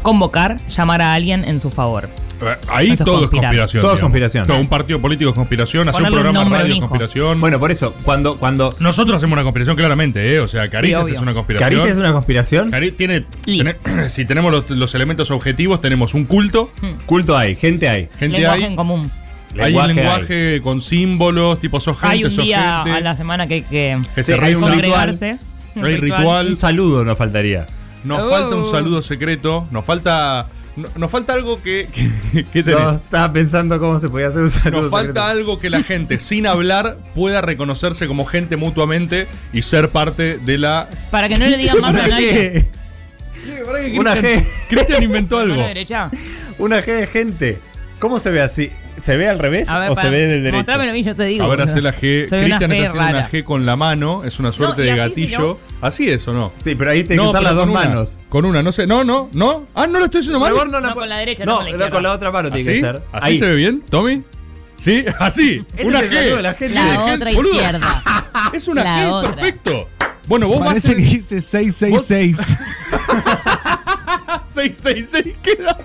Speaker 8: Convocar, llamar a alguien en su favor.
Speaker 4: Eh, Ahí
Speaker 8: Eso es
Speaker 4: todo es
Speaker 8: conspirar.
Speaker 4: conspiración.
Speaker 7: Todo es
Speaker 4: digamos.
Speaker 7: conspiración.
Speaker 4: Todo un partido político es conspiración, hacer un
Speaker 8: Ponerle un
Speaker 4: programa de
Speaker 8: nombre a un
Speaker 4: radio es
Speaker 8: hijo.
Speaker 4: conspiración.
Speaker 7: Bueno, por eso, cuando, cuando
Speaker 4: nosotros hacemos una conspiración claramente, ¿eh? O sea, Caricias
Speaker 8: obvio.
Speaker 4: es una conspiración.
Speaker 7: Caricia es una conspiración,
Speaker 4: Cari- tiene,
Speaker 8: Y-
Speaker 4: tené- <clears throat> si tenemos los, los elementos objetivos, tenemos un culto,
Speaker 7: culto hay, gente hay.
Speaker 4: gente
Speaker 8: Hmm. Lenguaje en
Speaker 4: hay,
Speaker 8: común.
Speaker 4: hay
Speaker 7: Lenguaje
Speaker 4: un lenguaje con símbolos, tipo sos gente,
Speaker 8: Hay un
Speaker 4: sos
Speaker 8: día
Speaker 4: gente,
Speaker 8: a la semana que hay que
Speaker 4: que
Speaker 7: Sí,
Speaker 4: se
Speaker 7: hay un
Speaker 4: reúnen.
Speaker 8: congregarse. Un
Speaker 4: Hay
Speaker 7: Un
Speaker 4: ritual.
Speaker 7: saludo nos faltaría.
Speaker 4: Nos
Speaker 8: Oh.
Speaker 4: falta un saludo secreto, nos falta no- nos falta algo que, que, <laughs> que tenés.
Speaker 7: No, estaba pensando cómo se podía hacer un saludo.
Speaker 4: Nos
Speaker 7: secreto.
Speaker 4: falta algo que la gente, sin hablar, pueda reconocerse como gente mutuamente y ser parte de la.
Speaker 8: Para que no le digan más a
Speaker 7: ¿Para
Speaker 8: nadie.
Speaker 7: qué? Una G.
Speaker 4: <laughs> Cristian
Speaker 8: <laughs>
Speaker 4: inventó algo.
Speaker 7: <laughs>
Speaker 8: Mano derecha.
Speaker 7: Una G de gente. ¿cómo se ve así? ¿Se ve al revés
Speaker 8: A ver,
Speaker 7: o
Speaker 8: para-
Speaker 7: se ve en el derecho?
Speaker 8: Mostrame lo que yo te digo.
Speaker 4: A ver,
Speaker 8: boludo.
Speaker 4: hace la G.
Speaker 8: Se ve una
Speaker 4: Eh, Cristian
Speaker 8: G
Speaker 4: está haciendo una
Speaker 8: rara.
Speaker 4: G con la mano, es una suerte
Speaker 8: No, y
Speaker 4: de
Speaker 8: así,
Speaker 4: gatillo. Así es o no.
Speaker 7: Sí, pero ahí te que
Speaker 4: No,
Speaker 7: usar
Speaker 4: pero
Speaker 7: las dos
Speaker 4: con una,
Speaker 7: manos.
Speaker 4: Con una, no sé. No, no, no. Ah, no lo estoy haciendo mal.
Speaker 7: Mejor no
Speaker 8: No, con la derecha, no
Speaker 7: No,
Speaker 8: con la
Speaker 7: no,
Speaker 8: izquierda.
Speaker 7: con la otra mano tiene que
Speaker 4: ¿Así?
Speaker 7: ser.
Speaker 4: ¿Así se ve bien, Tommy? Sí, <laughs> así.
Speaker 7: Este
Speaker 4: una
Speaker 7: es el saludo de la
Speaker 4: G.
Speaker 7: gente.
Speaker 4: Una
Speaker 9: La
Speaker 4: G,
Speaker 9: otra
Speaker 4: boludo.
Speaker 9: izquierda.
Speaker 4: <laughs> Es una
Speaker 9: La
Speaker 4: G,
Speaker 9: otra.
Speaker 4: perfecto. Bueno, vos vas a
Speaker 2: Parece
Speaker 4: ser
Speaker 2: que
Speaker 4: <laughs>
Speaker 2: dice 666.
Speaker 4: 666 queda.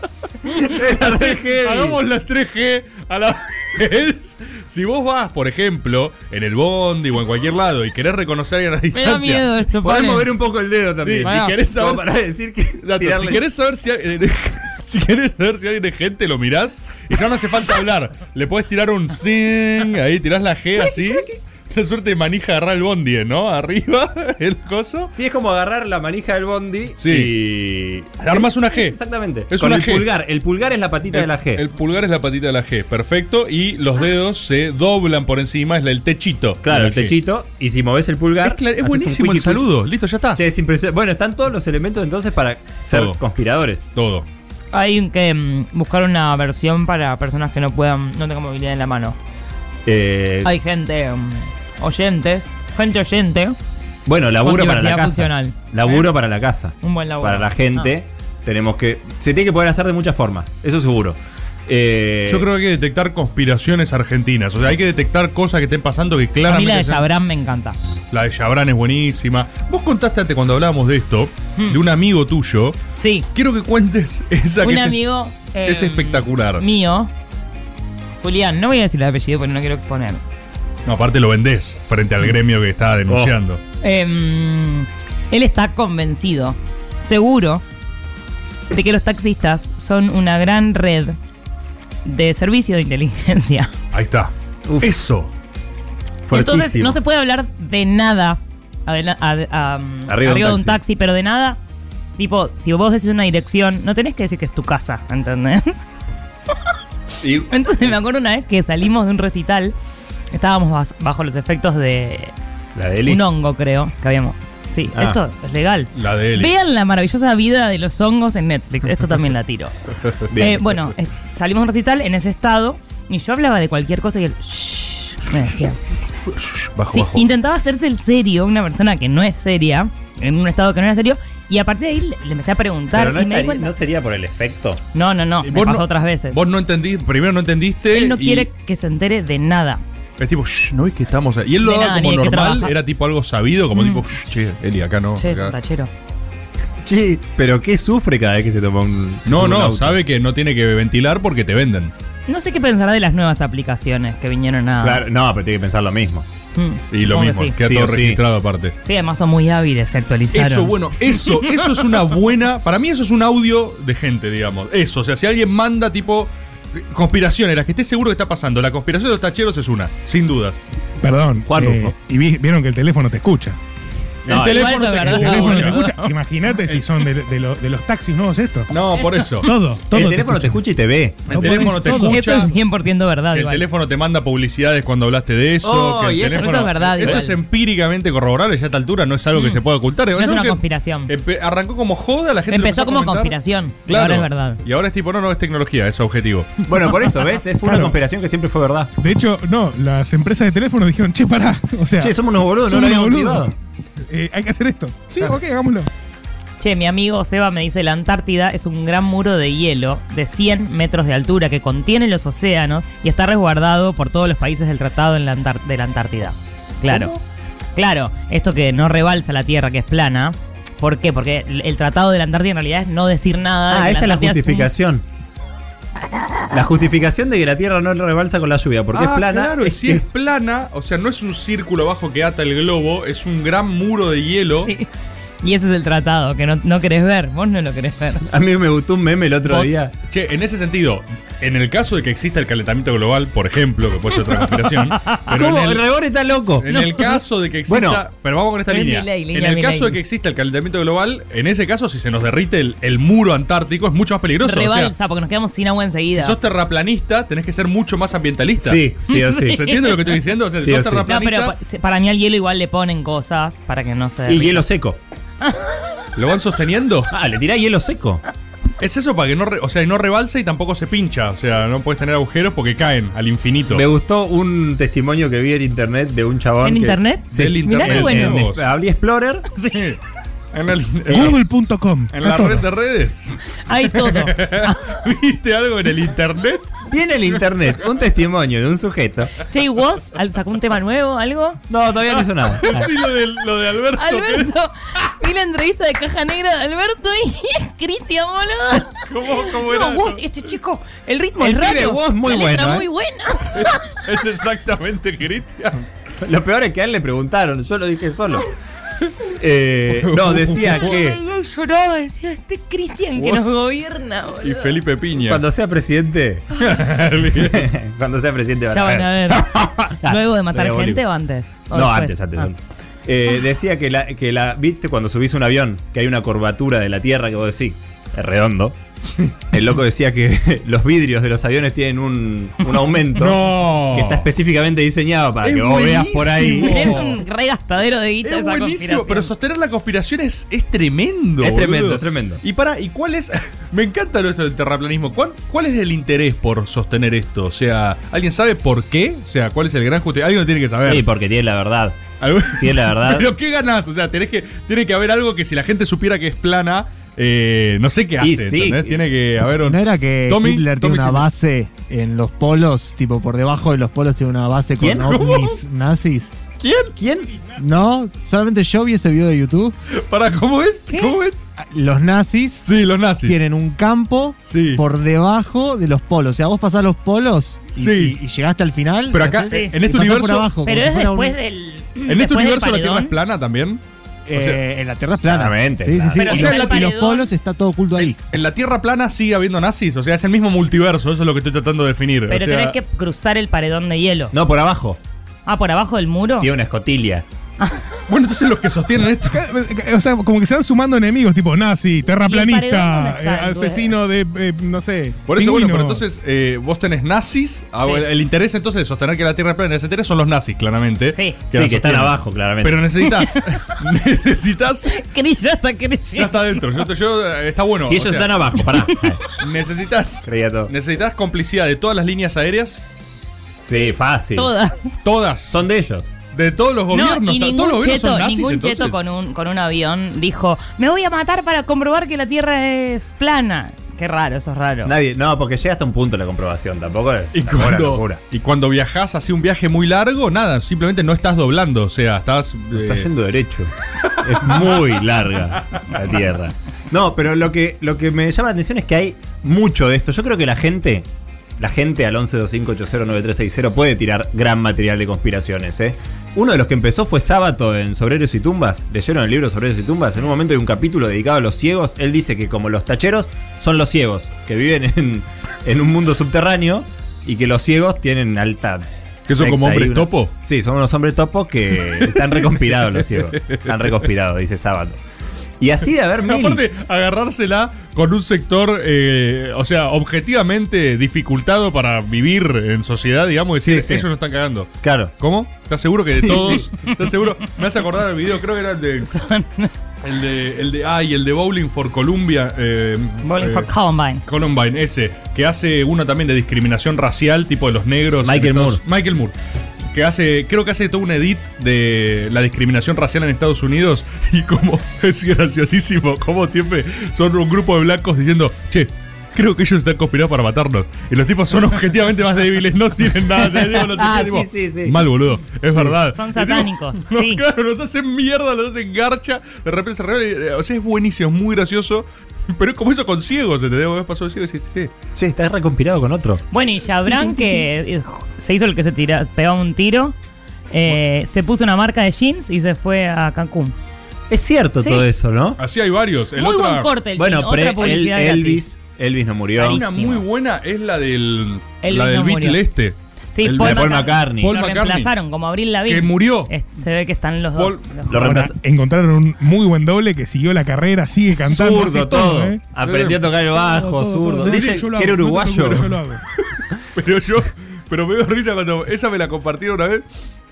Speaker 4: Hagamos las 3G a la <laughs> vez. Si vos vas, por ejemplo, en el bondi o en cualquier lado y querés reconocer a alguien a la
Speaker 8: Me da
Speaker 4: distancia.
Speaker 8: miedo esto.
Speaker 7: Podés
Speaker 8: pone.
Speaker 7: mover un poco el dedo
Speaker 4: Sí,
Speaker 7: también.
Speaker 4: y
Speaker 8: Pará.
Speaker 4: querés
Speaker 7: Como
Speaker 4: saber
Speaker 7: para
Speaker 4: si-
Speaker 7: decir que.
Speaker 4: Dato, si
Speaker 7: tirarle-
Speaker 4: querés saber si, eh, <laughs> si querés saber si alguien es gente, lo mirás y ya no hace falta hablar. Le podés tirar un zing, ahí tirás la G así. La suerte de manija agarrar el bondi, ¿no? Arriba, <laughs> el coso.
Speaker 7: Sí, es como agarrar la manija del bondi
Speaker 4: Sí.
Speaker 7: y.
Speaker 4: Armas una G.
Speaker 7: Exactamente.
Speaker 4: Es
Speaker 7: Con
Speaker 4: una
Speaker 7: el
Speaker 4: G.
Speaker 7: pulgar. El pulgar es la patita de la G.
Speaker 4: El pulgar es la patita de la G, perfecto. Y los dedos se doblan por encima, es la- el techito.
Speaker 7: claro,
Speaker 4: de
Speaker 7: el
Speaker 4: la G.
Speaker 7: techito. Y si moves el
Speaker 4: Es,
Speaker 7: pulgar.
Speaker 4: clar- es
Speaker 7: haces un
Speaker 4: buenísimo el
Speaker 7: wiki-wiki.
Speaker 4: saludo, listo, ya está.
Speaker 7: Che, es impresionante. Bueno, están todos los elementos entonces para ser
Speaker 4: Todo.
Speaker 7: conspiradores.
Speaker 4: Todo.
Speaker 8: Hay que mm, buscar una versión para personas que no puedan, no tengan movilidad en la mano.
Speaker 7: Eh,
Speaker 8: Hay gente mm, oyente, gente oyente,
Speaker 7: bueno, laburo para la
Speaker 8: diversidad
Speaker 7: casa.
Speaker 8: funcional.
Speaker 7: Laburo para la casa.
Speaker 8: un buen laburo. Ah.
Speaker 7: Para la gente. Tenemos que. Se tiene que poder hacer de muchas formas. Eso seguro. Eh,
Speaker 4: Yo creo que hay que detectar conspiraciones argentinas. O sea, hay que detectar cosas que estén pasando que
Speaker 8: Ah. A mí
Speaker 4: claramente.
Speaker 8: la de
Speaker 4: sean-
Speaker 8: Chabran me encanta.
Speaker 4: La de Chabran es buenísima. Vos contaste antes cuando hablábamos de esto,
Speaker 8: Hmm.
Speaker 4: de un amigo tuyo.
Speaker 8: Sí,
Speaker 4: Quiero que cuentes <laughs> esa que
Speaker 8: un
Speaker 4: es-
Speaker 8: amigo
Speaker 4: es
Speaker 8: em,
Speaker 4: espectacular.
Speaker 8: mío, Julián, no voy a decir el apellido porque no quiero exponer.
Speaker 4: No, aparte lo vendés frente al gremio que está denunciando.
Speaker 8: Em, él está convencido, seguro, de que los taxistas son una gran red de servicio de inteligencia.
Speaker 4: Ahí está.
Speaker 7: Oh. Uf.
Speaker 4: Eso.
Speaker 7: fuertísimo.
Speaker 8: Entonces no se puede hablar de nada adela- ad- am-
Speaker 7: Arriba de
Speaker 8: arriba,
Speaker 7: un
Speaker 8: de
Speaker 7: taxi.
Speaker 8: un taxi, pero de nada. Tipo, si vos decís una dirección, no tenés que decir que es tu casa, ¿entendés?
Speaker 4: Y
Speaker 8: <laughs> Entonces me acuerdo una vez que salimos de un recital, estábamos bas- bajo los efectos de
Speaker 7: La de Eli.
Speaker 8: un hongo, creo, que habíamos. Sí,
Speaker 7: Ah.
Speaker 8: esto es legal.
Speaker 4: la de él. <laughs>
Speaker 8: Vean la maravillosa vida de los hongos en Netflix. Esto también la tiro.
Speaker 7: Bien.
Speaker 8: Eh, bueno, eh, salimos a un recital en ese estado y yo hablaba de cualquier cosa y él. "Shh", me decía.
Speaker 4: Bajo,
Speaker 8: Sí,
Speaker 4: bajo.
Speaker 8: intentaba hacerse el serio, una persona que no es seria, en un estado que no era serio, y a partir de ahí le, le empecé a preguntar
Speaker 7: Pero no,
Speaker 8: y me di
Speaker 7: estaría-
Speaker 8: cuenta.
Speaker 7: no sería por el efecto.
Speaker 8: No, no, no,
Speaker 4: Y
Speaker 8: me
Speaker 4: vos
Speaker 8: pasó
Speaker 4: no-
Speaker 8: otras veces.
Speaker 4: Vos no entendiste, primero no entendiste.
Speaker 8: Él no
Speaker 4: y
Speaker 8: quiere que se entere de nada.
Speaker 4: Es tipo, "Shh, no ves que estamos. ahí?" Y él lo
Speaker 8: De
Speaker 4: daba
Speaker 8: nada,
Speaker 4: como
Speaker 8: ni de qué
Speaker 4: normal,
Speaker 8: trabaja. Mm.
Speaker 4: era tipo algo sabido, como tipo, "Shh, che, Eli, acá no.
Speaker 8: Che, es
Speaker 4: acá".
Speaker 8: un tachero.
Speaker 7: Che, pero qué sufre cada vez que se toma un. se
Speaker 4: No,
Speaker 7: sube un
Speaker 4: no,
Speaker 7: auto?
Speaker 4: sabe que no tiene que ventilar porque te venden.
Speaker 8: No sé qué pensará de las nuevas aplicaciones que vinieron a.
Speaker 7: Claro, no, pero tiene que pensar lo mismo.
Speaker 8: Mm,
Speaker 4: Y lo
Speaker 8: supongo que
Speaker 4: mismo,
Speaker 8: Sí.
Speaker 4: queda
Speaker 7: Sí
Speaker 4: todo
Speaker 7: o sí.
Speaker 4: registrado aparte.
Speaker 8: Sí, además son muy hábiles, se actualizaron.
Speaker 4: Eso, bueno, eso, eso es una buena. Para mí, eso es un audio de gente, digamos. Eso, o sea, si alguien manda tipo. Conspiraciones, las que estés seguro que está pasando. La conspiración de los tacheros es una, sin dudas.
Speaker 2: Perdón.
Speaker 7: Juan Rufo.
Speaker 2: y vi- vieron que el teléfono te escucha.
Speaker 7: No,
Speaker 4: el
Speaker 8: igual
Speaker 4: teléfono
Speaker 8: eso es
Speaker 4: te
Speaker 2: El
Speaker 8: verdad.
Speaker 2: teléfono
Speaker 4: escucha.
Speaker 2: te escucha. Imagínate si son de, de lo- de los taxis nuevos esto.
Speaker 4: No, por eso.
Speaker 2: Todo, todo.
Speaker 7: el teléfono te escucha
Speaker 2: escucha.
Speaker 7: y te ve.
Speaker 4: El teléfono te escucha.
Speaker 8: Eso <laughs> es 100% verdad.
Speaker 4: Que el
Speaker 8: igual.
Speaker 4: teléfono te manda publicidades cuando hablaste de eso.
Speaker 7: Oh,
Speaker 4: que el
Speaker 7: y eso-
Speaker 4: teléfono-
Speaker 8: eso es verdad,
Speaker 4: Eso
Speaker 8: igual.
Speaker 4: es empíricamente corroborable. Ya a esta altura no es algo que se pueda ocultar.
Speaker 8: No es
Speaker 4: algo
Speaker 8: una
Speaker 4: que
Speaker 8: conspiración.
Speaker 4: empe- Arrancó como joda, la gente. lo
Speaker 8: Empezó
Speaker 4: a
Speaker 8: como
Speaker 4: comentar.
Speaker 8: conspiración, y
Speaker 4: Claro.
Speaker 8: ahora es verdad.
Speaker 4: Y ahora es tipo, no, no, es tecnología, es objetivo.
Speaker 7: Bueno, por eso, ¿ves? Es- Fue una
Speaker 2: Claro.
Speaker 7: conspiración que siempre fue verdad.
Speaker 2: De hecho, no, las empresas de teléfono dijeron, che, pará. <laughs> O sea,
Speaker 7: Che, somos unos boludos, no lo
Speaker 2: somos
Speaker 7: habíamos
Speaker 2: unos boludos.
Speaker 7: olvidado.
Speaker 2: Eh, hay que hacer esto. Sí, ok, hagámoslo.
Speaker 8: Che, mi amigo Seba me dice la Antártida es un gran muro de hielo de 100 metros de altura que contiene los océanos y está resguardado por todos los países del Tratado en la Antar- de la Antártida. Claro. Claro, esto que no rebalsa la Tierra, que es plana. ¿Por qué? Porque el, el Tratado de la Antártida en realidad es no decir nada.
Speaker 7: Ah,
Speaker 8: de que
Speaker 7: esa es la
Speaker 8: Antártida un-
Speaker 7: justificación. La justificación de que la Tierra no rebalsa con la lluvia, porque es
Speaker 4: Ah,
Speaker 7: plana.
Speaker 4: Claro, y si es plana, o sea, no es un círculo bajo que ata el globo, es un gran muro de hielo.
Speaker 8: Sí. Y ese es el tratado, que no, no querés ver. Vos no lo querés ver.
Speaker 7: A mí me gustó un meme el otro
Speaker 4: Bot-
Speaker 7: día.
Speaker 4: Che, en ese sentido, en el caso de que exista el calentamiento global, por ejemplo, que puede ser
Speaker 7: <laughs>
Speaker 4: otra conspiración. pero
Speaker 7: ¿Cómo?
Speaker 4: en
Speaker 7: El
Speaker 4: el-
Speaker 7: rebor está loco.
Speaker 4: En el caso de que exista.
Speaker 7: Bueno.
Speaker 4: pero vamos con esta
Speaker 8: Es
Speaker 4: línea.
Speaker 8: Milei,
Speaker 4: en
Speaker 8: línea
Speaker 4: el
Speaker 8: Milei.
Speaker 4: caso de que exista el calentamiento global, en ese caso, si se nos derrite el, el muro antártico, es mucho más peligroso. O
Speaker 8: Rebalsa,
Speaker 4: sea,
Speaker 8: porque nos quedamos sin agua
Speaker 4: si
Speaker 8: enseguida.
Speaker 4: sos terraplanista, tenés que ser mucho más ambientalista.
Speaker 7: Sí, sí o sí.
Speaker 4: ¿Se entiende lo que estoy diciendo? O sea,
Speaker 7: Sí
Speaker 4: si
Speaker 7: o
Speaker 4: sos
Speaker 7: sí.
Speaker 8: no, pero
Speaker 4: terraplanista,
Speaker 8: pa- se- para mí al hielo igual le ponen cosas para que no se
Speaker 7: Y
Speaker 8: derrita.
Speaker 7: hielo seco.
Speaker 4: ¿lo van sosteniendo?
Speaker 7: Ah, le tirá hielo seco.
Speaker 4: Es eso para que no, re- o sea, y no rebalsa y tampoco se pincha. O sea, no puedes tener agujeros porque caen al infinito.
Speaker 7: Me gustó un testimonio que vi en internet de un chabón.
Speaker 8: ¿En
Speaker 7: que-
Speaker 8: internet?
Speaker 7: Sí,
Speaker 4: Del
Speaker 8: Mirá
Speaker 4: internet.
Speaker 8: qué bueno.
Speaker 7: en- en- abrí
Speaker 8: <laughs>
Speaker 7: Explorer.
Speaker 4: Sí. En, el- en la-
Speaker 2: Google.com.
Speaker 4: Eh, en la
Speaker 2: Está
Speaker 4: red
Speaker 2: todo.
Speaker 4: de redes.
Speaker 8: Hay todo.
Speaker 4: <laughs> ¿Viste algo en el internet?
Speaker 7: Ah, Viene el internet, un testimonio de un sujeto.
Speaker 8: Jay Woz al- sacó un tema nuevo, algo.
Speaker 7: No, todavía no hizo nada.
Speaker 4: <laughs> Sí, lo de, lo de Alberto.
Speaker 8: Alberto, vi la entrevista de Caja Negra de Alberto y <laughs> es Cristian, boludo.
Speaker 4: ¿Cómo, cómo era?
Speaker 8: No, Woz, este chico, el ritmo
Speaker 7: El
Speaker 8: es
Speaker 7: pibe
Speaker 8: raro.
Speaker 7: Woz muy
Speaker 8: la letra
Speaker 7: bueno, ¿eh?
Speaker 8: muy buena.
Speaker 4: Es exactamente Cristian.
Speaker 7: Lo peor es que a él le preguntaron, yo lo dije solo. Eh, <laughs> no, decía que
Speaker 8: Ay, yo lloraba, decía, este Cristian que
Speaker 4: Woz
Speaker 8: nos gobierna, boludo.
Speaker 4: Y Felipe Piña.
Speaker 7: cuando sea
Speaker 4: <laughs>
Speaker 7: presidente, <laughs> cuando sea presidente
Speaker 8: Ya van a
Speaker 7: Eh. <laughs>
Speaker 8: ver. ¿Luego de matar
Speaker 7: Diabólico.
Speaker 8: gente o antes? ¿O
Speaker 7: No,
Speaker 8: después?
Speaker 7: antes, antes,
Speaker 8: Ah.
Speaker 7: antes. Eh, decía que la, que la. ¿Viste cuando subís un avión? Que hay una curvatura de la tierra que vos decís. Es redondo. El loco decía que <laughs> los vidrios de los aviones tienen un, un aumento.
Speaker 4: <laughs> No.
Speaker 7: Que está específicamente diseñado para
Speaker 4: Es
Speaker 7: que vos veas por ahí.
Speaker 4: buenísimo.
Speaker 8: Es un regastadero de guita
Speaker 4: Es
Speaker 8: esa
Speaker 4: buenísimo,
Speaker 8: conspiración.
Speaker 4: pero sostener la conspiración es, es tremendo.
Speaker 7: Es tremendo,
Speaker 4: boludo.
Speaker 7: es tremendo.
Speaker 4: Y para, ¿y cuál es? <laughs> Me encanta lo esto del terraplanismo. ¿Cuál, ¿Cuál es el interés por sostener esto? O sea, ¿alguien sabe por qué? O sea, ¿cuál es el gran justificante? Alguien lo tiene que saber.
Speaker 7: Sí, porque tiene la verdad.
Speaker 4: Algo-
Speaker 7: Sí, la verdad.
Speaker 4: Pero qué ganás, o sea, tenés que, tiene que haber algo que si la gente supiera que es plana, eh, no sé qué hace,
Speaker 7: Y sí.
Speaker 4: ¿entendés? Tiene que haber un...
Speaker 1: ¿No era que
Speaker 4: Tommy-
Speaker 1: Hitler
Speaker 4: Tommy
Speaker 1: tiene una
Speaker 4: Silva.
Speaker 1: base en los polos? Tipo, por debajo de los polos tiene una base con
Speaker 7: ¿Quién?
Speaker 1: ovnis nazis.
Speaker 4: ¿Quién?
Speaker 7: ¿Quién?
Speaker 1: No, solamente yo vi ese video de YouTube.
Speaker 4: ¿Para cómo es?
Speaker 8: ¿Qué?
Speaker 4: ¿Cómo es?
Speaker 1: Los nazis
Speaker 4: Sí, los nazis.
Speaker 1: tienen un campo
Speaker 4: Sí.
Speaker 1: por debajo de los polos. O sea, vos pasás los polos y,
Speaker 4: Sí.
Speaker 1: y- y llegaste al final.
Speaker 4: Pero
Speaker 1: y
Speaker 4: acá,
Speaker 1: haces-
Speaker 8: Sí.
Speaker 4: en
Speaker 1: y
Speaker 4: este
Speaker 1: pasás por
Speaker 4: universo... <laughs>
Speaker 1: abajo, como
Speaker 8: Pero
Speaker 1: si
Speaker 8: es
Speaker 1: fuera un-
Speaker 8: después
Speaker 4: <clears throat>
Speaker 8: del.
Speaker 1: Mm,
Speaker 4: En este universo la Tierra es plana también.
Speaker 1: eh,
Speaker 4: o sea-
Speaker 1: en la Tierra es plana.
Speaker 7: Claramente,
Speaker 1: Sí, sí, sí.
Speaker 8: Pero
Speaker 1: Y
Speaker 4: si
Speaker 1: los-
Speaker 4: el
Speaker 1: y los
Speaker 8: paredón-
Speaker 1: polos está todo oculto ahí.
Speaker 4: En la Tierra plana sigue habiendo nazis, o sea, es el mismo multiverso, eso es lo que estoy tratando de definir. o
Speaker 8: Pero
Speaker 4: sea,
Speaker 8: tenés que cruzar el paredón de hielo.
Speaker 7: No, por abajo.
Speaker 8: Ah, por abajo del muro.
Speaker 7: Tiene una escotilla.
Speaker 4: Bueno, entonces los que sostienen esto...
Speaker 2: eh, O sea, como que se van sumando enemigos, tipo nazi,
Speaker 8: ¿Y el paredón dónde
Speaker 2: terraplanista,
Speaker 8: está,
Speaker 2: eh,
Speaker 8: el
Speaker 2: asesino de, eh, no sé.
Speaker 4: Por eso, bueno,
Speaker 2: pingüino.
Speaker 4: pero entonces eh, vos tenés nazis, ah,
Speaker 8: Sí.
Speaker 4: bueno, el interés entonces de sostener que la Tierra es plana, ese interés son los nazis, claramente.
Speaker 7: Sí,
Speaker 4: la
Speaker 8: Sí.
Speaker 7: que están
Speaker 4: sostienen.
Speaker 7: abajo, claramente. <laughs>
Speaker 4: Pero necesitas, <laughs> necesitas,
Speaker 8: Cris ya está
Speaker 4: ya
Speaker 8: creyendo.
Speaker 4: está adentro, yo, te- yo- está bueno.
Speaker 7: si
Speaker 4: o
Speaker 7: ellos
Speaker 4: sea,
Speaker 7: están abajo, pará.
Speaker 4: <laughs> necesitas,
Speaker 7: Creía todo.
Speaker 4: necesitas complicidad de todas las líneas aéreas,
Speaker 7: Sí, fácil.
Speaker 8: Todas.
Speaker 4: todas,
Speaker 7: Son de ellos.
Speaker 4: de todos los gobiernos,
Speaker 8: No, y
Speaker 4: ta- todos los
Speaker 8: ningún
Speaker 4: gobiernos
Speaker 8: cheto,
Speaker 4: son nazis,
Speaker 8: ningún
Speaker 4: entonces.
Speaker 8: cheto con un, con un avión dijo: Me voy a matar para comprobar que la Tierra es plana. Qué raro, eso es raro.
Speaker 7: Nadie. No, porque llega hasta un punto la comprobación, tampoco es.
Speaker 4: Y
Speaker 7: tampoco era
Speaker 4: cuando,
Speaker 7: locura.
Speaker 4: y cuando viajás así un viaje muy largo, nada, simplemente no estás doblando, o sea, estás...
Speaker 7: Está
Speaker 4: eh,
Speaker 7: yendo derecho. Es muy
Speaker 4: <laughs>
Speaker 7: larga la Tierra. No, pero lo que, lo que me llama la atención es que hay mucho de esto. Yo creo que la gente, la gente al 1125809360 puede tirar gran material de conspiraciones. ¿eh? Uno de los que empezó fue Sábato en Sobreros y Tumbas. Leyeron el libro Sobreros y Tumbas. En un momento hay un capítulo dedicado a los ciegos. Él dice que como los tacheros son los ciegos, que viven en, en un mundo subterráneo y que los ciegos tienen alta...
Speaker 4: ¿Que son como
Speaker 7: secta y
Speaker 4: hombres
Speaker 7: una-
Speaker 4: topo?
Speaker 7: Sí, son unos hombres topos que están reconspirados los ciegos. Están reconspirados, dice Sábado. Y así de
Speaker 4: <laughs>
Speaker 7: haber mil.
Speaker 4: Aparte, agarrársela con un sector, eh, o sea, objetivamente dificultado para vivir en sociedad, digamos, y decir,
Speaker 7: Sí, sí.
Speaker 4: ellos no están cagando.
Speaker 7: Claro.
Speaker 4: ¿Cómo? ¿Estás seguro que de todos? ¿Estás seguro? Me hace acordar el video, creo que era el de.
Speaker 8: <laughs>
Speaker 4: El de. El de ay, el de Bowling for Columbia. eh,
Speaker 8: Bowling
Speaker 4: eh,
Speaker 8: for Columbine.
Speaker 4: Columbine, ese, que hace uno también de discriminación racial, tipo de los negros.
Speaker 7: Michael
Speaker 4: en Estados-
Speaker 7: Moore.
Speaker 4: Michael Moore. que hace, creo que hace todo un edit de la discriminación racial en Estados Unidos <laughs> y como es graciosísimo, como siempre son un grupo de blancos diciendo, che, creo que ellos están conspirados para matarnos. Y los tipos son objetivamente más débiles, no tienen nada. te
Speaker 7: <laughs>
Speaker 4: digo, los
Speaker 8: <laughs> Ah,
Speaker 4: tipos,
Speaker 8: sí,
Speaker 4: tipo,
Speaker 8: sí, sí.
Speaker 4: Mal, boludo, es verdad.
Speaker 8: Son
Speaker 4: Y tipo, <laughs>
Speaker 8: satánicos,
Speaker 4: nos-
Speaker 8: sí.
Speaker 4: Claro, nos hacen mierda, nos hacen garcha, de repente se revelan, eh, O sea, es buenísimo, es muy gracioso. Pero es como eso con ciegos, ¿entendés? Vos pasó de ciego y decís, che,
Speaker 7: Sí, estás reconspirado con otro.
Speaker 8: Bueno, y
Speaker 7: <laughs>
Speaker 8: Jabran, que eh, se hizo el que se tira, pegaba un tiro, eh, se puso una marca de jeans y se fue a Cancún.
Speaker 7: Es cierto
Speaker 8: Sí.
Speaker 7: todo eso, ¿no?
Speaker 4: Así hay varios. El
Speaker 8: Muy
Speaker 4: otra-
Speaker 8: buen corte el
Speaker 7: bueno,
Speaker 8: jean,
Speaker 7: pre-
Speaker 8: otra publicidad
Speaker 7: el-
Speaker 8: gratis.
Speaker 7: Elvis. Elvis no murió.
Speaker 4: Una muy buena es la del,
Speaker 8: Elvis
Speaker 4: la del
Speaker 8: no murió.
Speaker 4: Beatle este.
Speaker 8: Sí,
Speaker 4: el
Speaker 8: Paul
Speaker 4: de
Speaker 7: Paul McCartney.
Speaker 4: Paul
Speaker 8: lo
Speaker 4: McCartney.
Speaker 8: reemplazaron como Abril Lavigne.
Speaker 4: Que murió.
Speaker 8: Es- se ve que están los
Speaker 4: Paul-
Speaker 8: dos. los-
Speaker 7: Lo
Speaker 2: Ahora,
Speaker 7: reemplazó.
Speaker 2: encontraron un muy buen doble que siguió la carrera, sigue cantando. hace
Speaker 7: Zurdo todo.
Speaker 2: ¿eh?
Speaker 7: Aprendió a tocar el bajo,
Speaker 2: Todo, todo,
Speaker 7: zurdo.
Speaker 2: todo.
Speaker 7: Dice
Speaker 2: Yo lo
Speaker 7: que era
Speaker 2: hago, no
Speaker 7: uruguayo.
Speaker 2: te preocupes, yo lo hago.
Speaker 4: <laughs> Pero yo, pero me dio risa cuando esa me la compartieron una vez.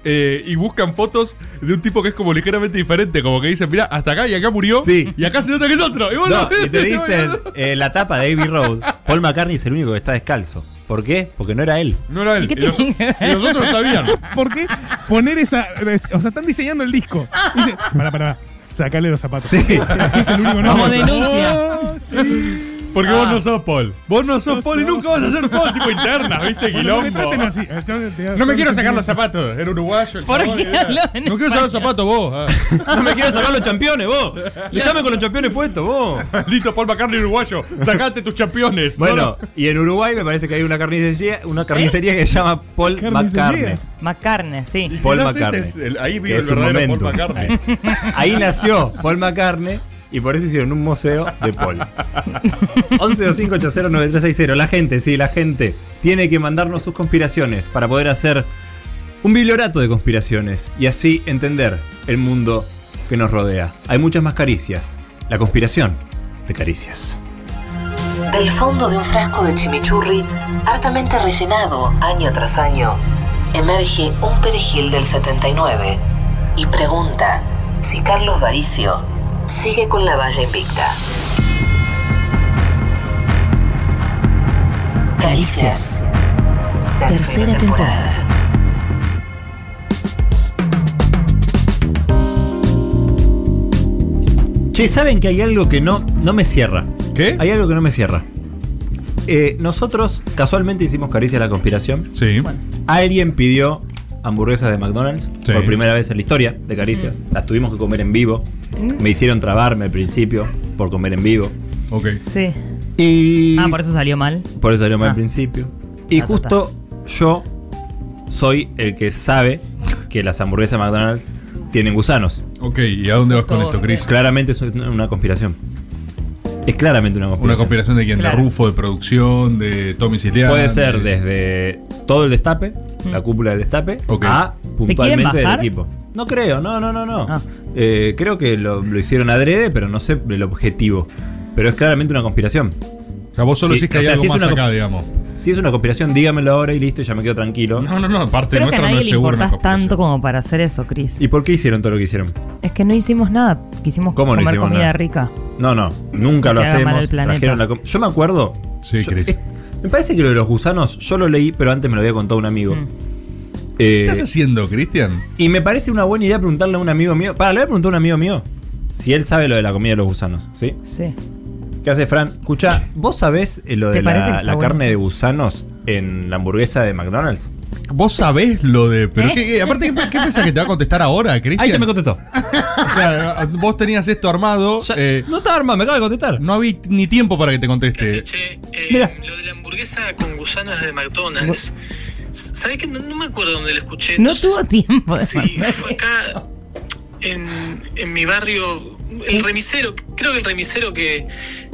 Speaker 4: eh, y buscan fotos de un tipo que es como ligeramente diferente, como que dicen, mira, hasta acá y acá murió,
Speaker 7: Sí.
Speaker 4: y acá se nota que es otro. Y vos
Speaker 7: No,
Speaker 4: lo ves,
Speaker 7: y te
Speaker 4: digo,
Speaker 7: dicen
Speaker 4: "Mira,
Speaker 7: eh, la tapa de Abbey Road. Paul McCartney es el único que está descalzo. ¿Por qué? Porque no era él.
Speaker 4: No era él.
Speaker 8: qué
Speaker 4: Y, los,
Speaker 8: tiene que ver?
Speaker 4: y los otros sabían.
Speaker 2: <laughs> ¿Por qué poner esa. O sea, están diseñando el disco.
Speaker 1: <laughs>
Speaker 2: Dice, <laughs> pará, pará. Sacale los zapatos.
Speaker 7: Sí.
Speaker 2: Es el único nombre. Oh,
Speaker 8: Vamos, denuncia.
Speaker 4: Porque vos no sos Paul. Vos no sos Paul y nunca vas a ser Paul, tipo
Speaker 2: <laughs>
Speaker 4: interna, ¿viste?
Speaker 2: Bueno, no me traten
Speaker 4: Quilombo.
Speaker 2: así. Eh, yo te- te-
Speaker 4: No me quiero
Speaker 2: te-
Speaker 4: <laughs> sacar los zapatos, era uruguayo. el
Speaker 8: ¿Por
Speaker 4: chabón,
Speaker 8: qué
Speaker 4: y era-
Speaker 8: habló en
Speaker 4: No quiero sacar los
Speaker 8: español?
Speaker 4: zapatos vos.
Speaker 7: <laughs>
Speaker 4: ah.
Speaker 7: No me quiero sacar los championes, vos. Déjame con los championes puestos,
Speaker 4: <laughs>
Speaker 7: vos.
Speaker 4: Maldito Paul McCartney uruguayo, sacate tus campeones.
Speaker 7: Bueno, y en Uruguay me parece que hay una carnicería, una carnicería que se llama Paul
Speaker 2: ¿Carnicería?
Speaker 7: McCartney.
Speaker 8: McCartney, sí.
Speaker 7: Paul
Speaker 4: Quizás ese
Speaker 7: McCartney.
Speaker 4: es el- ahí
Speaker 7: que
Speaker 4: vive el
Speaker 7: es un
Speaker 4: verdadero Paul
Speaker 7: momentum.
Speaker 4: McCartney.
Speaker 7: <laughs> Ahí nació Paul McCartney y por eso hicieron un museo de Paul. 1125809360. La gente, sí, la gente tiene que mandarnos sus conspiraciones para poder hacer un bibliorato de conspiraciones y así entender el mundo que nos rodea. Hay muchas más caricias. La conspiración de caricias.
Speaker 11: Del fondo de un frasco de chimichurri, hartamente rellenado año tras año, emerge un perejil del 79 y pregunta si Carlos Varicio sigue con la valla invicta. Caricias. Tercera temporada.
Speaker 7: Che, ¿saben que hay algo que no, no me cierra?
Speaker 4: ¿Qué?
Speaker 7: Hay algo que no me cierra. Eh, nosotros casualmente hicimos Caricia a la Conspiración.
Speaker 4: Sí.
Speaker 7: Alguien pidió hamburguesas de McDonald's
Speaker 4: Sí.
Speaker 7: por primera vez en la historia de Caricias. Las tuvimos que comer en vivo. Me hicieron trabarme al principio por comer en vivo.
Speaker 4: Ok.
Speaker 8: Sí.
Speaker 7: Y
Speaker 8: Ah, por eso salió mal.
Speaker 7: por eso salió mal
Speaker 8: Ah.
Speaker 7: al principio. Y
Speaker 8: Ah,
Speaker 7: justo yo soy el que sabe que las hamburguesas de McDonald's tienen gusanos.
Speaker 4: Ok, ¿y a dónde vas con
Speaker 8: Todo,
Speaker 4: esto, Chris?
Speaker 7: Claramente es una conspiración. Es claramente una conspiración.
Speaker 4: ¿Una conspiración de quién?
Speaker 8: Claro.
Speaker 4: ¿De Rufo, de producción, de Tommy Siciliano?
Speaker 7: Puede ser desde todo el destape, la cúpula del destape,
Speaker 4: Ok.
Speaker 7: a
Speaker 8: quieren
Speaker 7: puntualmente del
Speaker 8: Mm. bajar?
Speaker 7: equipo. No creo, no, no, no, no.
Speaker 8: Ah.
Speaker 7: Eh, creo que lo, lo hicieron adrede, pero no sé el objetivo. Pero es claramente una conspiración.
Speaker 4: O sea, vos solo
Speaker 7: Sí,
Speaker 4: decís que
Speaker 7: o
Speaker 4: hay
Speaker 7: sea,
Speaker 4: algo
Speaker 7: sí es
Speaker 4: más
Speaker 7: una
Speaker 4: acá,
Speaker 7: co-
Speaker 4: digamos.
Speaker 7: Si es una conspiración, dígamelo ahora y listo, y ya me quedo tranquilo.
Speaker 4: No, no, no, aparte
Speaker 8: Creo que
Speaker 4: nuestra
Speaker 8: a
Speaker 4: no
Speaker 8: nadie
Speaker 4: es
Speaker 8: le
Speaker 4: seguro. una
Speaker 8: importás tanto
Speaker 4: conspiración.
Speaker 8: como para hacer eso, Chris.
Speaker 7: ¿Y por qué hicieron todo lo que hicieron?
Speaker 8: Es que no hicimos nada. Quisimos
Speaker 7: ¿Cómo no
Speaker 8: comer
Speaker 7: hicimos
Speaker 8: comida
Speaker 7: nada?
Speaker 8: rica.
Speaker 7: No, no, nunca
Speaker 8: Que
Speaker 7: lo
Speaker 8: haga mal
Speaker 7: hacemos.
Speaker 8: el planeta.
Speaker 7: Trajeron la com- yo me acuerdo.
Speaker 4: Sí,
Speaker 7: yo-
Speaker 4: Chris.
Speaker 7: es- me parece que lo de los gusanos, yo lo leí, pero antes me lo había contado un amigo.
Speaker 8: Mm.
Speaker 7: Eh,
Speaker 4: ¿Qué estás haciendo, Cristian?
Speaker 7: Y me parece una buena idea preguntarle a un amigo mío. Para, le voy a preguntar a un amigo mío si él sabe lo de la comida de los gusanos, ¿sí?
Speaker 8: Sí.
Speaker 7: ¿Qué hace Fran? Escucha, ¿vos sabés eh, lo
Speaker 8: ¿Te
Speaker 7: de
Speaker 8: parece que
Speaker 7: la,
Speaker 8: está
Speaker 7: la
Speaker 8: bueno?
Speaker 7: carne de gusanos en la hamburguesa de McDonald's?
Speaker 4: Vos sabés lo de. Pero
Speaker 8: ¿Eh?
Speaker 4: qué, qué- aparte, ¿qué, qué pensás que te va a contestar ahora, Cristian?
Speaker 7: Ahí ya me contestó.
Speaker 4: <laughs> O sea, vos tenías esto armado.
Speaker 7: O sea,
Speaker 4: eh,
Speaker 7: no está arma, me acaba de contestar.
Speaker 4: no había ni tiempo para que te conteste.
Speaker 1: Che, eh,
Speaker 7: Mira.
Speaker 1: lo de la hamburguesa con gusanos de McDonald's. ¿Sabés que no, no me acuerdo dónde la escuché?
Speaker 8: No
Speaker 1: sé
Speaker 8: tuvo tiempo de
Speaker 1: Sí,
Speaker 8: volver.
Speaker 1: fue acá en, en mi barrio.
Speaker 8: ¿Eh?
Speaker 1: El remisero, creo que el remisero que,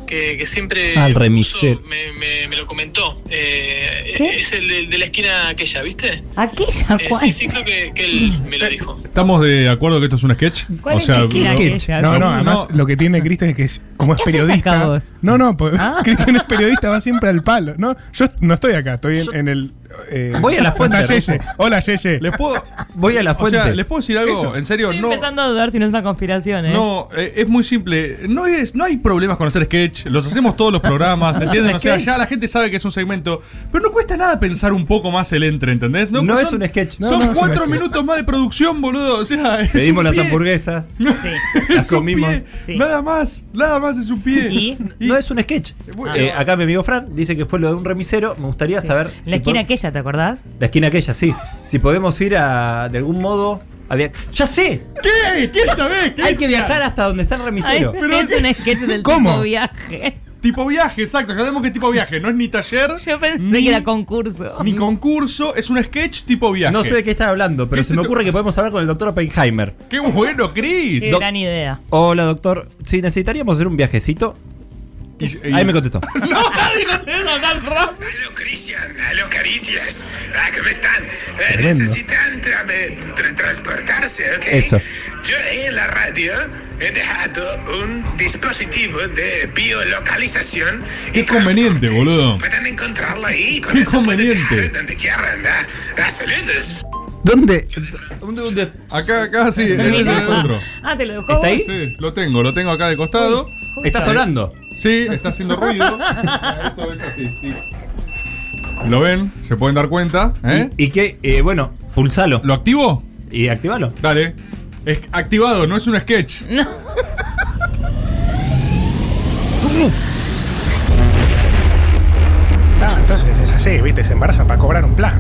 Speaker 1: que, que siempre
Speaker 7: Ah, el
Speaker 1: puso,
Speaker 7: remisero.
Speaker 1: Eh, me, me- me lo comentó. Eh,
Speaker 8: ¿Qué?
Speaker 1: es el de, de la esquina aquella, ¿viste?
Speaker 8: Aquella
Speaker 1: Eh,
Speaker 8: cual.
Speaker 1: sí, sí, creo que, que él me lo dijo.
Speaker 4: ¿Estamos de acuerdo que esto es un sketch?
Speaker 8: ¿Cuál
Speaker 4: o
Speaker 8: es
Speaker 4: sea,
Speaker 8: que quiera
Speaker 4: no-
Speaker 8: que ella-
Speaker 2: No, no,
Speaker 4: No.
Speaker 2: además lo que tiene Cristian es que es, como es
Speaker 8: ¿Qué haces acá
Speaker 2: periodista.
Speaker 8: vos?
Speaker 2: <laughs> No, no, pues,
Speaker 8: Ah.
Speaker 2: Cristian es periodista, va siempre al palo. No, yo no estoy acá, estoy en, en el eh,
Speaker 7: Voy a la fuente,
Speaker 2: está Yeye.
Speaker 7: Rufo.
Speaker 2: Hola, Yeye.
Speaker 4: Les puedo.
Speaker 7: Voy a la
Speaker 4: O sea,
Speaker 7: fuente.
Speaker 4: ¿les puedo decir algo?
Speaker 7: Eso.
Speaker 4: En serio,
Speaker 8: Estoy
Speaker 4: no.
Speaker 8: empezando a dudar si no es una conspiración, ¿eh?
Speaker 4: No, eh, es muy simple. No es, no hay problemas con hacer sketch. Los hacemos todos los
Speaker 8: <laughs>
Speaker 4: programas, ¿entienden? O sea,
Speaker 7: sketch.
Speaker 4: ya la gente sabe que es un segmento. Pero no cuesta nada pensar un poco más el entre, ¿entendés?
Speaker 7: No
Speaker 4: pues
Speaker 7: es un sketch. No,
Speaker 4: Son
Speaker 7: no es un
Speaker 4: cuatro
Speaker 7: sketch.
Speaker 4: minutos más de producción, boludo. O sea, es
Speaker 7: Pedimos <laughs>
Speaker 4: un
Speaker 7: las
Speaker 4: pie. <laughs>
Speaker 7: hamburguesas,
Speaker 4: Es
Speaker 7: las
Speaker 4: un
Speaker 7: comimos.
Speaker 4: pie. Nada más, nada más es un pie.
Speaker 8: ¿Y?
Speaker 7: No es un sketch.
Speaker 8: Ah.
Speaker 7: Eh, acá mi amigo Fran dice que fue lo de un remisero. Me gustaría saber.
Speaker 8: La esquina aquella, ¿te acordás?
Speaker 7: La esquina aquella, sí. Si podemos ir a. De algún modo. A via- ¡Ya sé!
Speaker 4: ¿Qué? ¿Qué sabés?
Speaker 7: Hay que viajar hasta donde está el remisero.
Speaker 8: Ay, es un sketch del
Speaker 7: ¿Cómo?
Speaker 8: tipo viaje.
Speaker 4: Tipo viaje, exacto. Ya sabemos que es tipo viaje. No es ni taller.
Speaker 8: Yo pensé
Speaker 4: Ni-
Speaker 8: que era concurso.
Speaker 4: Ni concurso, es un sketch tipo viaje.
Speaker 7: No sé de qué están hablando, pero
Speaker 4: ¿Qué
Speaker 7: se
Speaker 4: se
Speaker 7: me
Speaker 4: te-
Speaker 7: ocurre que podemos hablar con el doctor Oppenheimer.
Speaker 4: Qué bueno, Chris.
Speaker 8: Qué gran idea.
Speaker 7: Hola, doctor. Si necesitaríamos hacer un viajecito. Ahí me contestó.
Speaker 8: No, nadie no te hablar rápido.
Speaker 9: Aló, caricias. Ah, ¿cómo están? Eh,
Speaker 7: Tremendo.
Speaker 9: necesitan tra- eh, tra- transportarse, ¿ok?
Speaker 7: Eso.
Speaker 9: Yo en la radio he dejado un dispositivo de biolocalización
Speaker 4: Qué conveniente, boludo.
Speaker 9: Pueden encontrarlo ahí con
Speaker 4: Qué
Speaker 9: eso
Speaker 4: conveniente.
Speaker 9: donde quieran. ¿ah? Ah, saludos.
Speaker 7: ¿Dónde?
Speaker 4: Acá, acá sí, en ese encuentro.
Speaker 8: Ah, te lo dejó.
Speaker 4: ¿Está
Speaker 8: vos?
Speaker 4: ahí? Sí, lo tengo, lo tengo acá de costado.
Speaker 7: ¿Está sonando?
Speaker 4: Sí,
Speaker 7: <laughs>
Speaker 4: está haciendo
Speaker 8: Ah,
Speaker 4: ruido. Esto es así. sí. Lo ven, se pueden dar cuenta. ¿eh?
Speaker 7: ¿Y, que, bueno, pulsalo.
Speaker 4: ¿Lo activo?
Speaker 7: Y activalo.
Speaker 4: Dale. Es activado, no es un sketch. <laughs>
Speaker 8: No.
Speaker 2: Ah, entonces es así, viste, se embaraza para cobrar un plan.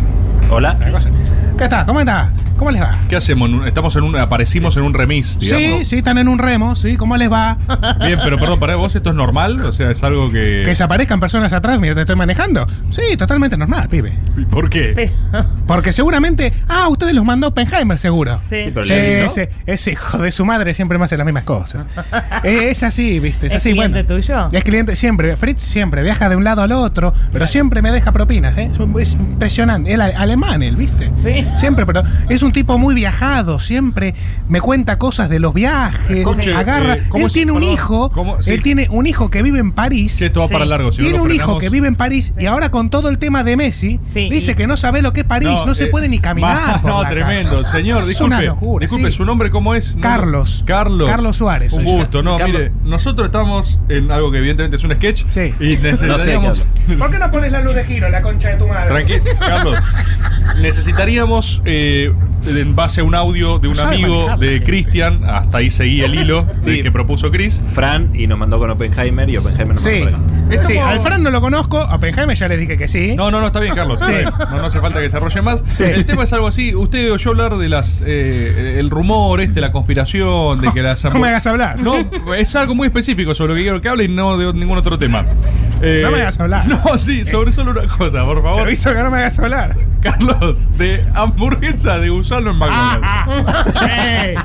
Speaker 7: Hola.
Speaker 2: Una cosa. ¿Qué está? ¿Cómo está? ¿Cómo les va?
Speaker 4: ¿Qué hacemos? En un- Estamos en un. aparecimos en un remis,
Speaker 2: Sí,
Speaker 4: digamos.
Speaker 2: sí, están en un remo, sí, ¿cómo les va?
Speaker 4: Bien, pero perdón, para vos esto es normal, o sea, es algo que.
Speaker 2: Que desaparezcan personas atrás mientras te estoy manejando. Sí, totalmente normal, pibe.
Speaker 4: ¿Por qué?
Speaker 8: Pero-
Speaker 2: Porque seguramente. Ah, ustedes los mandó Oppenheimer, seguro.
Speaker 8: Sí. Sí, pero
Speaker 2: Sí,
Speaker 8: le avisó.
Speaker 2: ese, ese hijo de su madre siempre me hace las mismas
Speaker 8: <laughs>
Speaker 2: cosas. Eh, es así, viste, es,
Speaker 8: ¿Es
Speaker 2: así.
Speaker 8: cliente
Speaker 2: bueno.
Speaker 8: tuyo?
Speaker 2: Es cliente siempre, Fritz siempre, viaja de un lado al otro, pero siempre me deja propinas, ¿eh? Es- Es impresionante. Él ale- alemán, él, ¿viste?
Speaker 8: Sí.
Speaker 2: Siempre, pero es un tipo muy viajado, siempre me cuenta cosas de los viajes,
Speaker 4: Conche,
Speaker 2: agarra.
Speaker 4: eh, ¿cómo
Speaker 2: él
Speaker 4: es-
Speaker 2: tiene un
Speaker 4: perdón,
Speaker 2: hijo,
Speaker 4: ¿cómo- sí?
Speaker 2: él tiene un hijo que vive en París.
Speaker 4: Che, esto va para largo, si no
Speaker 2: Tiene
Speaker 4: lo
Speaker 2: un hijo
Speaker 4: frenamos.
Speaker 2: que vive en París y ahora con todo el tema de Messi,
Speaker 8: Sí,
Speaker 2: dice
Speaker 8: y-
Speaker 2: que no sabe lo que es París, no, se
Speaker 4: eh,
Speaker 2: puede ni caminar.
Speaker 4: <laughs> ma-
Speaker 2: por
Speaker 4: no,
Speaker 2: la
Speaker 4: tremendo.
Speaker 2: calle.
Speaker 4: Señor,
Speaker 2: Es una
Speaker 4: disculpe.
Speaker 2: locura.
Speaker 4: disculpe,
Speaker 2: sí.
Speaker 4: ¿su nombre cómo es? No,
Speaker 2: Carlos.
Speaker 4: Carlos.
Speaker 2: Carlos Suárez
Speaker 4: Un
Speaker 2: soy yo.
Speaker 4: gusto, no,
Speaker 2: Carlos.
Speaker 4: mire, nosotros estamos en algo que evidentemente es un sketch.
Speaker 2: Sí.
Speaker 4: Y necesitaríamos.
Speaker 2: ¿Por qué no pones la luz de giro, la concha de tu madre?
Speaker 4: Tranqui, Carlos. Necesitaríamos, eh, en base a un audio de un
Speaker 2: sabe
Speaker 4: amigo
Speaker 2: manejar la
Speaker 4: de
Speaker 2: gente.
Speaker 4: Cristian, hasta ahí seguía el hilo
Speaker 7: <laughs>
Speaker 4: del
Speaker 7: Sí.
Speaker 4: que propuso Chris.
Speaker 7: Fran y nos mandó con Oppenheimer y Oppenheimer nos
Speaker 2: Sí.
Speaker 7: mandó con él.
Speaker 2: Sí,
Speaker 4: Estamos-
Speaker 2: al Fran no lo conozco, a Oppenheimer ya les dije que sí.
Speaker 4: No, no, no, está bien, Carlos. está
Speaker 2: Sí.
Speaker 4: bien. No, no hace falta que desarrolle más.
Speaker 2: Sí.
Speaker 4: El tema es algo así. Usted oyó hablar de las. eh, el rumor, este, la conspiración, de que las.
Speaker 2: <laughs> No me hagas hablar.
Speaker 4: No, es algo muy específico sobre lo que quiero que hable y no de ningún otro tema. Eh,
Speaker 2: No me hagas hablar.
Speaker 4: No, <laughs> sí, sobre solo una cosa, por
Speaker 2: Te
Speaker 4: favor.
Speaker 2: aviso que no me hagas hablar.
Speaker 4: Carlos, de hamburguesa de gusano en
Speaker 7: Ah,
Speaker 4: McDonald's. <laughs>
Speaker 2: Ey,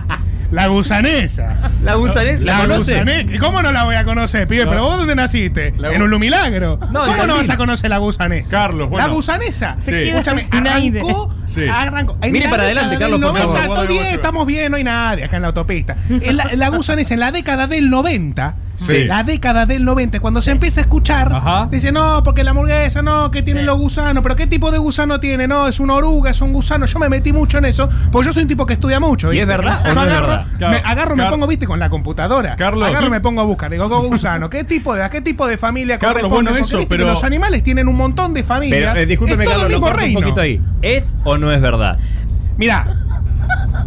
Speaker 2: La gusanesa.
Speaker 7: La gusanés, ¿la, conoce?
Speaker 2: gusanesa. ¿Cómo no la voy a conocer, pibe?
Speaker 4: No.
Speaker 2: ¿Pero vos dónde naciste?
Speaker 4: La
Speaker 2: en
Speaker 4: gu-
Speaker 2: un lumilagro. ¿Cómo
Speaker 7: en
Speaker 2: no vas
Speaker 7: Berlín.
Speaker 2: a conocer la gusanesa?
Speaker 4: Carlos, bueno.
Speaker 2: La gusanesa.
Speaker 4: Se queda
Speaker 2: Escúchame, Ah,
Speaker 8: sin aire.
Speaker 2: arrancó,
Speaker 4: Sí.
Speaker 2: arrancó. En
Speaker 7: Mire
Speaker 2: la
Speaker 7: para
Speaker 2: década
Speaker 7: adelante,
Speaker 2: del
Speaker 7: Carlos, por
Speaker 2: 90,
Speaker 4: favor.
Speaker 2: todo bien, estamos bien, no hay nadie acá en la autopista. En la, la gusanesa, en la década del 90.
Speaker 4: Sí.
Speaker 2: La década del 90, cuando se empieza a escuchar,
Speaker 4: Ajá.
Speaker 2: dice, no, porque la hamburguesa, no, que tienen los gusanos, pero ¿qué tipo de gusano tiene? No, es una oruga, es un gusano. Yo me metí mucho en eso, porque yo soy un tipo que estudia mucho.
Speaker 7: ¿Y es
Speaker 2: ¿viste?
Speaker 7: verdad o
Speaker 2: Yo
Speaker 7: no es
Speaker 2: agarro,
Speaker 7: verdad?
Speaker 2: Me
Speaker 4: Claro.
Speaker 2: agarro, me
Speaker 4: Car-
Speaker 2: pongo, viste, con la computadora.
Speaker 4: Carlos.
Speaker 2: Agarro, me pongo a buscar. Digo, go gusano, ¿qué tipo de, a qué tipo de familia
Speaker 4: Carlos,
Speaker 2: corresponde?
Speaker 4: bueno,
Speaker 2: Porque,
Speaker 4: eso,
Speaker 2: viste que
Speaker 4: pero-
Speaker 2: Los animales tienen un montón de familias.
Speaker 7: Pero eh, discúlpeme,
Speaker 2: Es todo
Speaker 7: Carlos,
Speaker 2: el
Speaker 7: lo
Speaker 2: mismo
Speaker 7: corto un
Speaker 2: reino.
Speaker 7: poquito ahí. ¿Es o no es verdad?
Speaker 2: Mirá,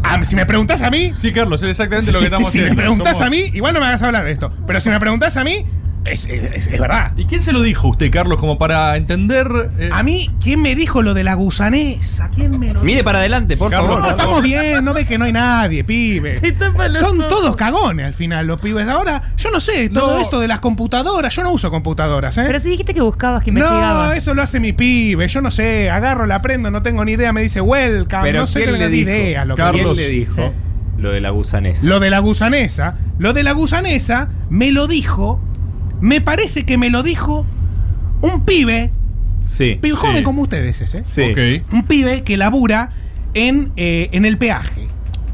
Speaker 4: Ah,
Speaker 2: a- si me preguntás a mí,
Speaker 4: Sí, Carlos, es exactamente <laughs>
Speaker 2: <laughs>
Speaker 4: lo que estamos
Speaker 2: si
Speaker 4: haciendo.
Speaker 2: me preguntás
Speaker 4: Somos-
Speaker 2: a mí, igual no me hagas hablar de esto, pero si me preguntás a mí, es, es- es verdad.
Speaker 4: ¿Y quién se lo dijo a usted, Carlos, como para entender. eh,
Speaker 2: A mí, ¿quién me dijo lo de la gusanesa? ¿Quién me lo
Speaker 7: Mire para adelante, por
Speaker 4: Carlos,
Speaker 2: No,
Speaker 7: favor.
Speaker 2: estamos bien, no ves que no hay nadie, pibe.
Speaker 8: Se tapa los
Speaker 2: Son
Speaker 8: ojos.
Speaker 2: todos cagones al final los pibes. Ahora, yo no sé, todo
Speaker 4: No.
Speaker 2: esto de las computadoras, yo no uso computadoras, ¿eh?
Speaker 8: <laughs> Pero si dijiste que buscabas, que investigabas.
Speaker 2: no, eso lo hace mi pibe, yo no sé, agarro, la prendo, no tengo ni idea, me dice welcome,
Speaker 7: Pero
Speaker 2: no sé,
Speaker 7: ¿quién
Speaker 2: no
Speaker 7: le
Speaker 2: tengo ni
Speaker 7: dijo?
Speaker 2: idea lo que
Speaker 4: Carlos.
Speaker 7: ¿Quién le dijo lo de la gusanés?
Speaker 2: Lo de la gusanesa. Lo de la gusanesa me lo dijo. Me parece que me lo dijo un pibe.
Speaker 7: Sí.
Speaker 2: pibe joven
Speaker 4: Sí.
Speaker 2: como ustedes ese.
Speaker 7: Sí.
Speaker 4: Ok,
Speaker 2: Un pibe que labura en, eh, en el peaje.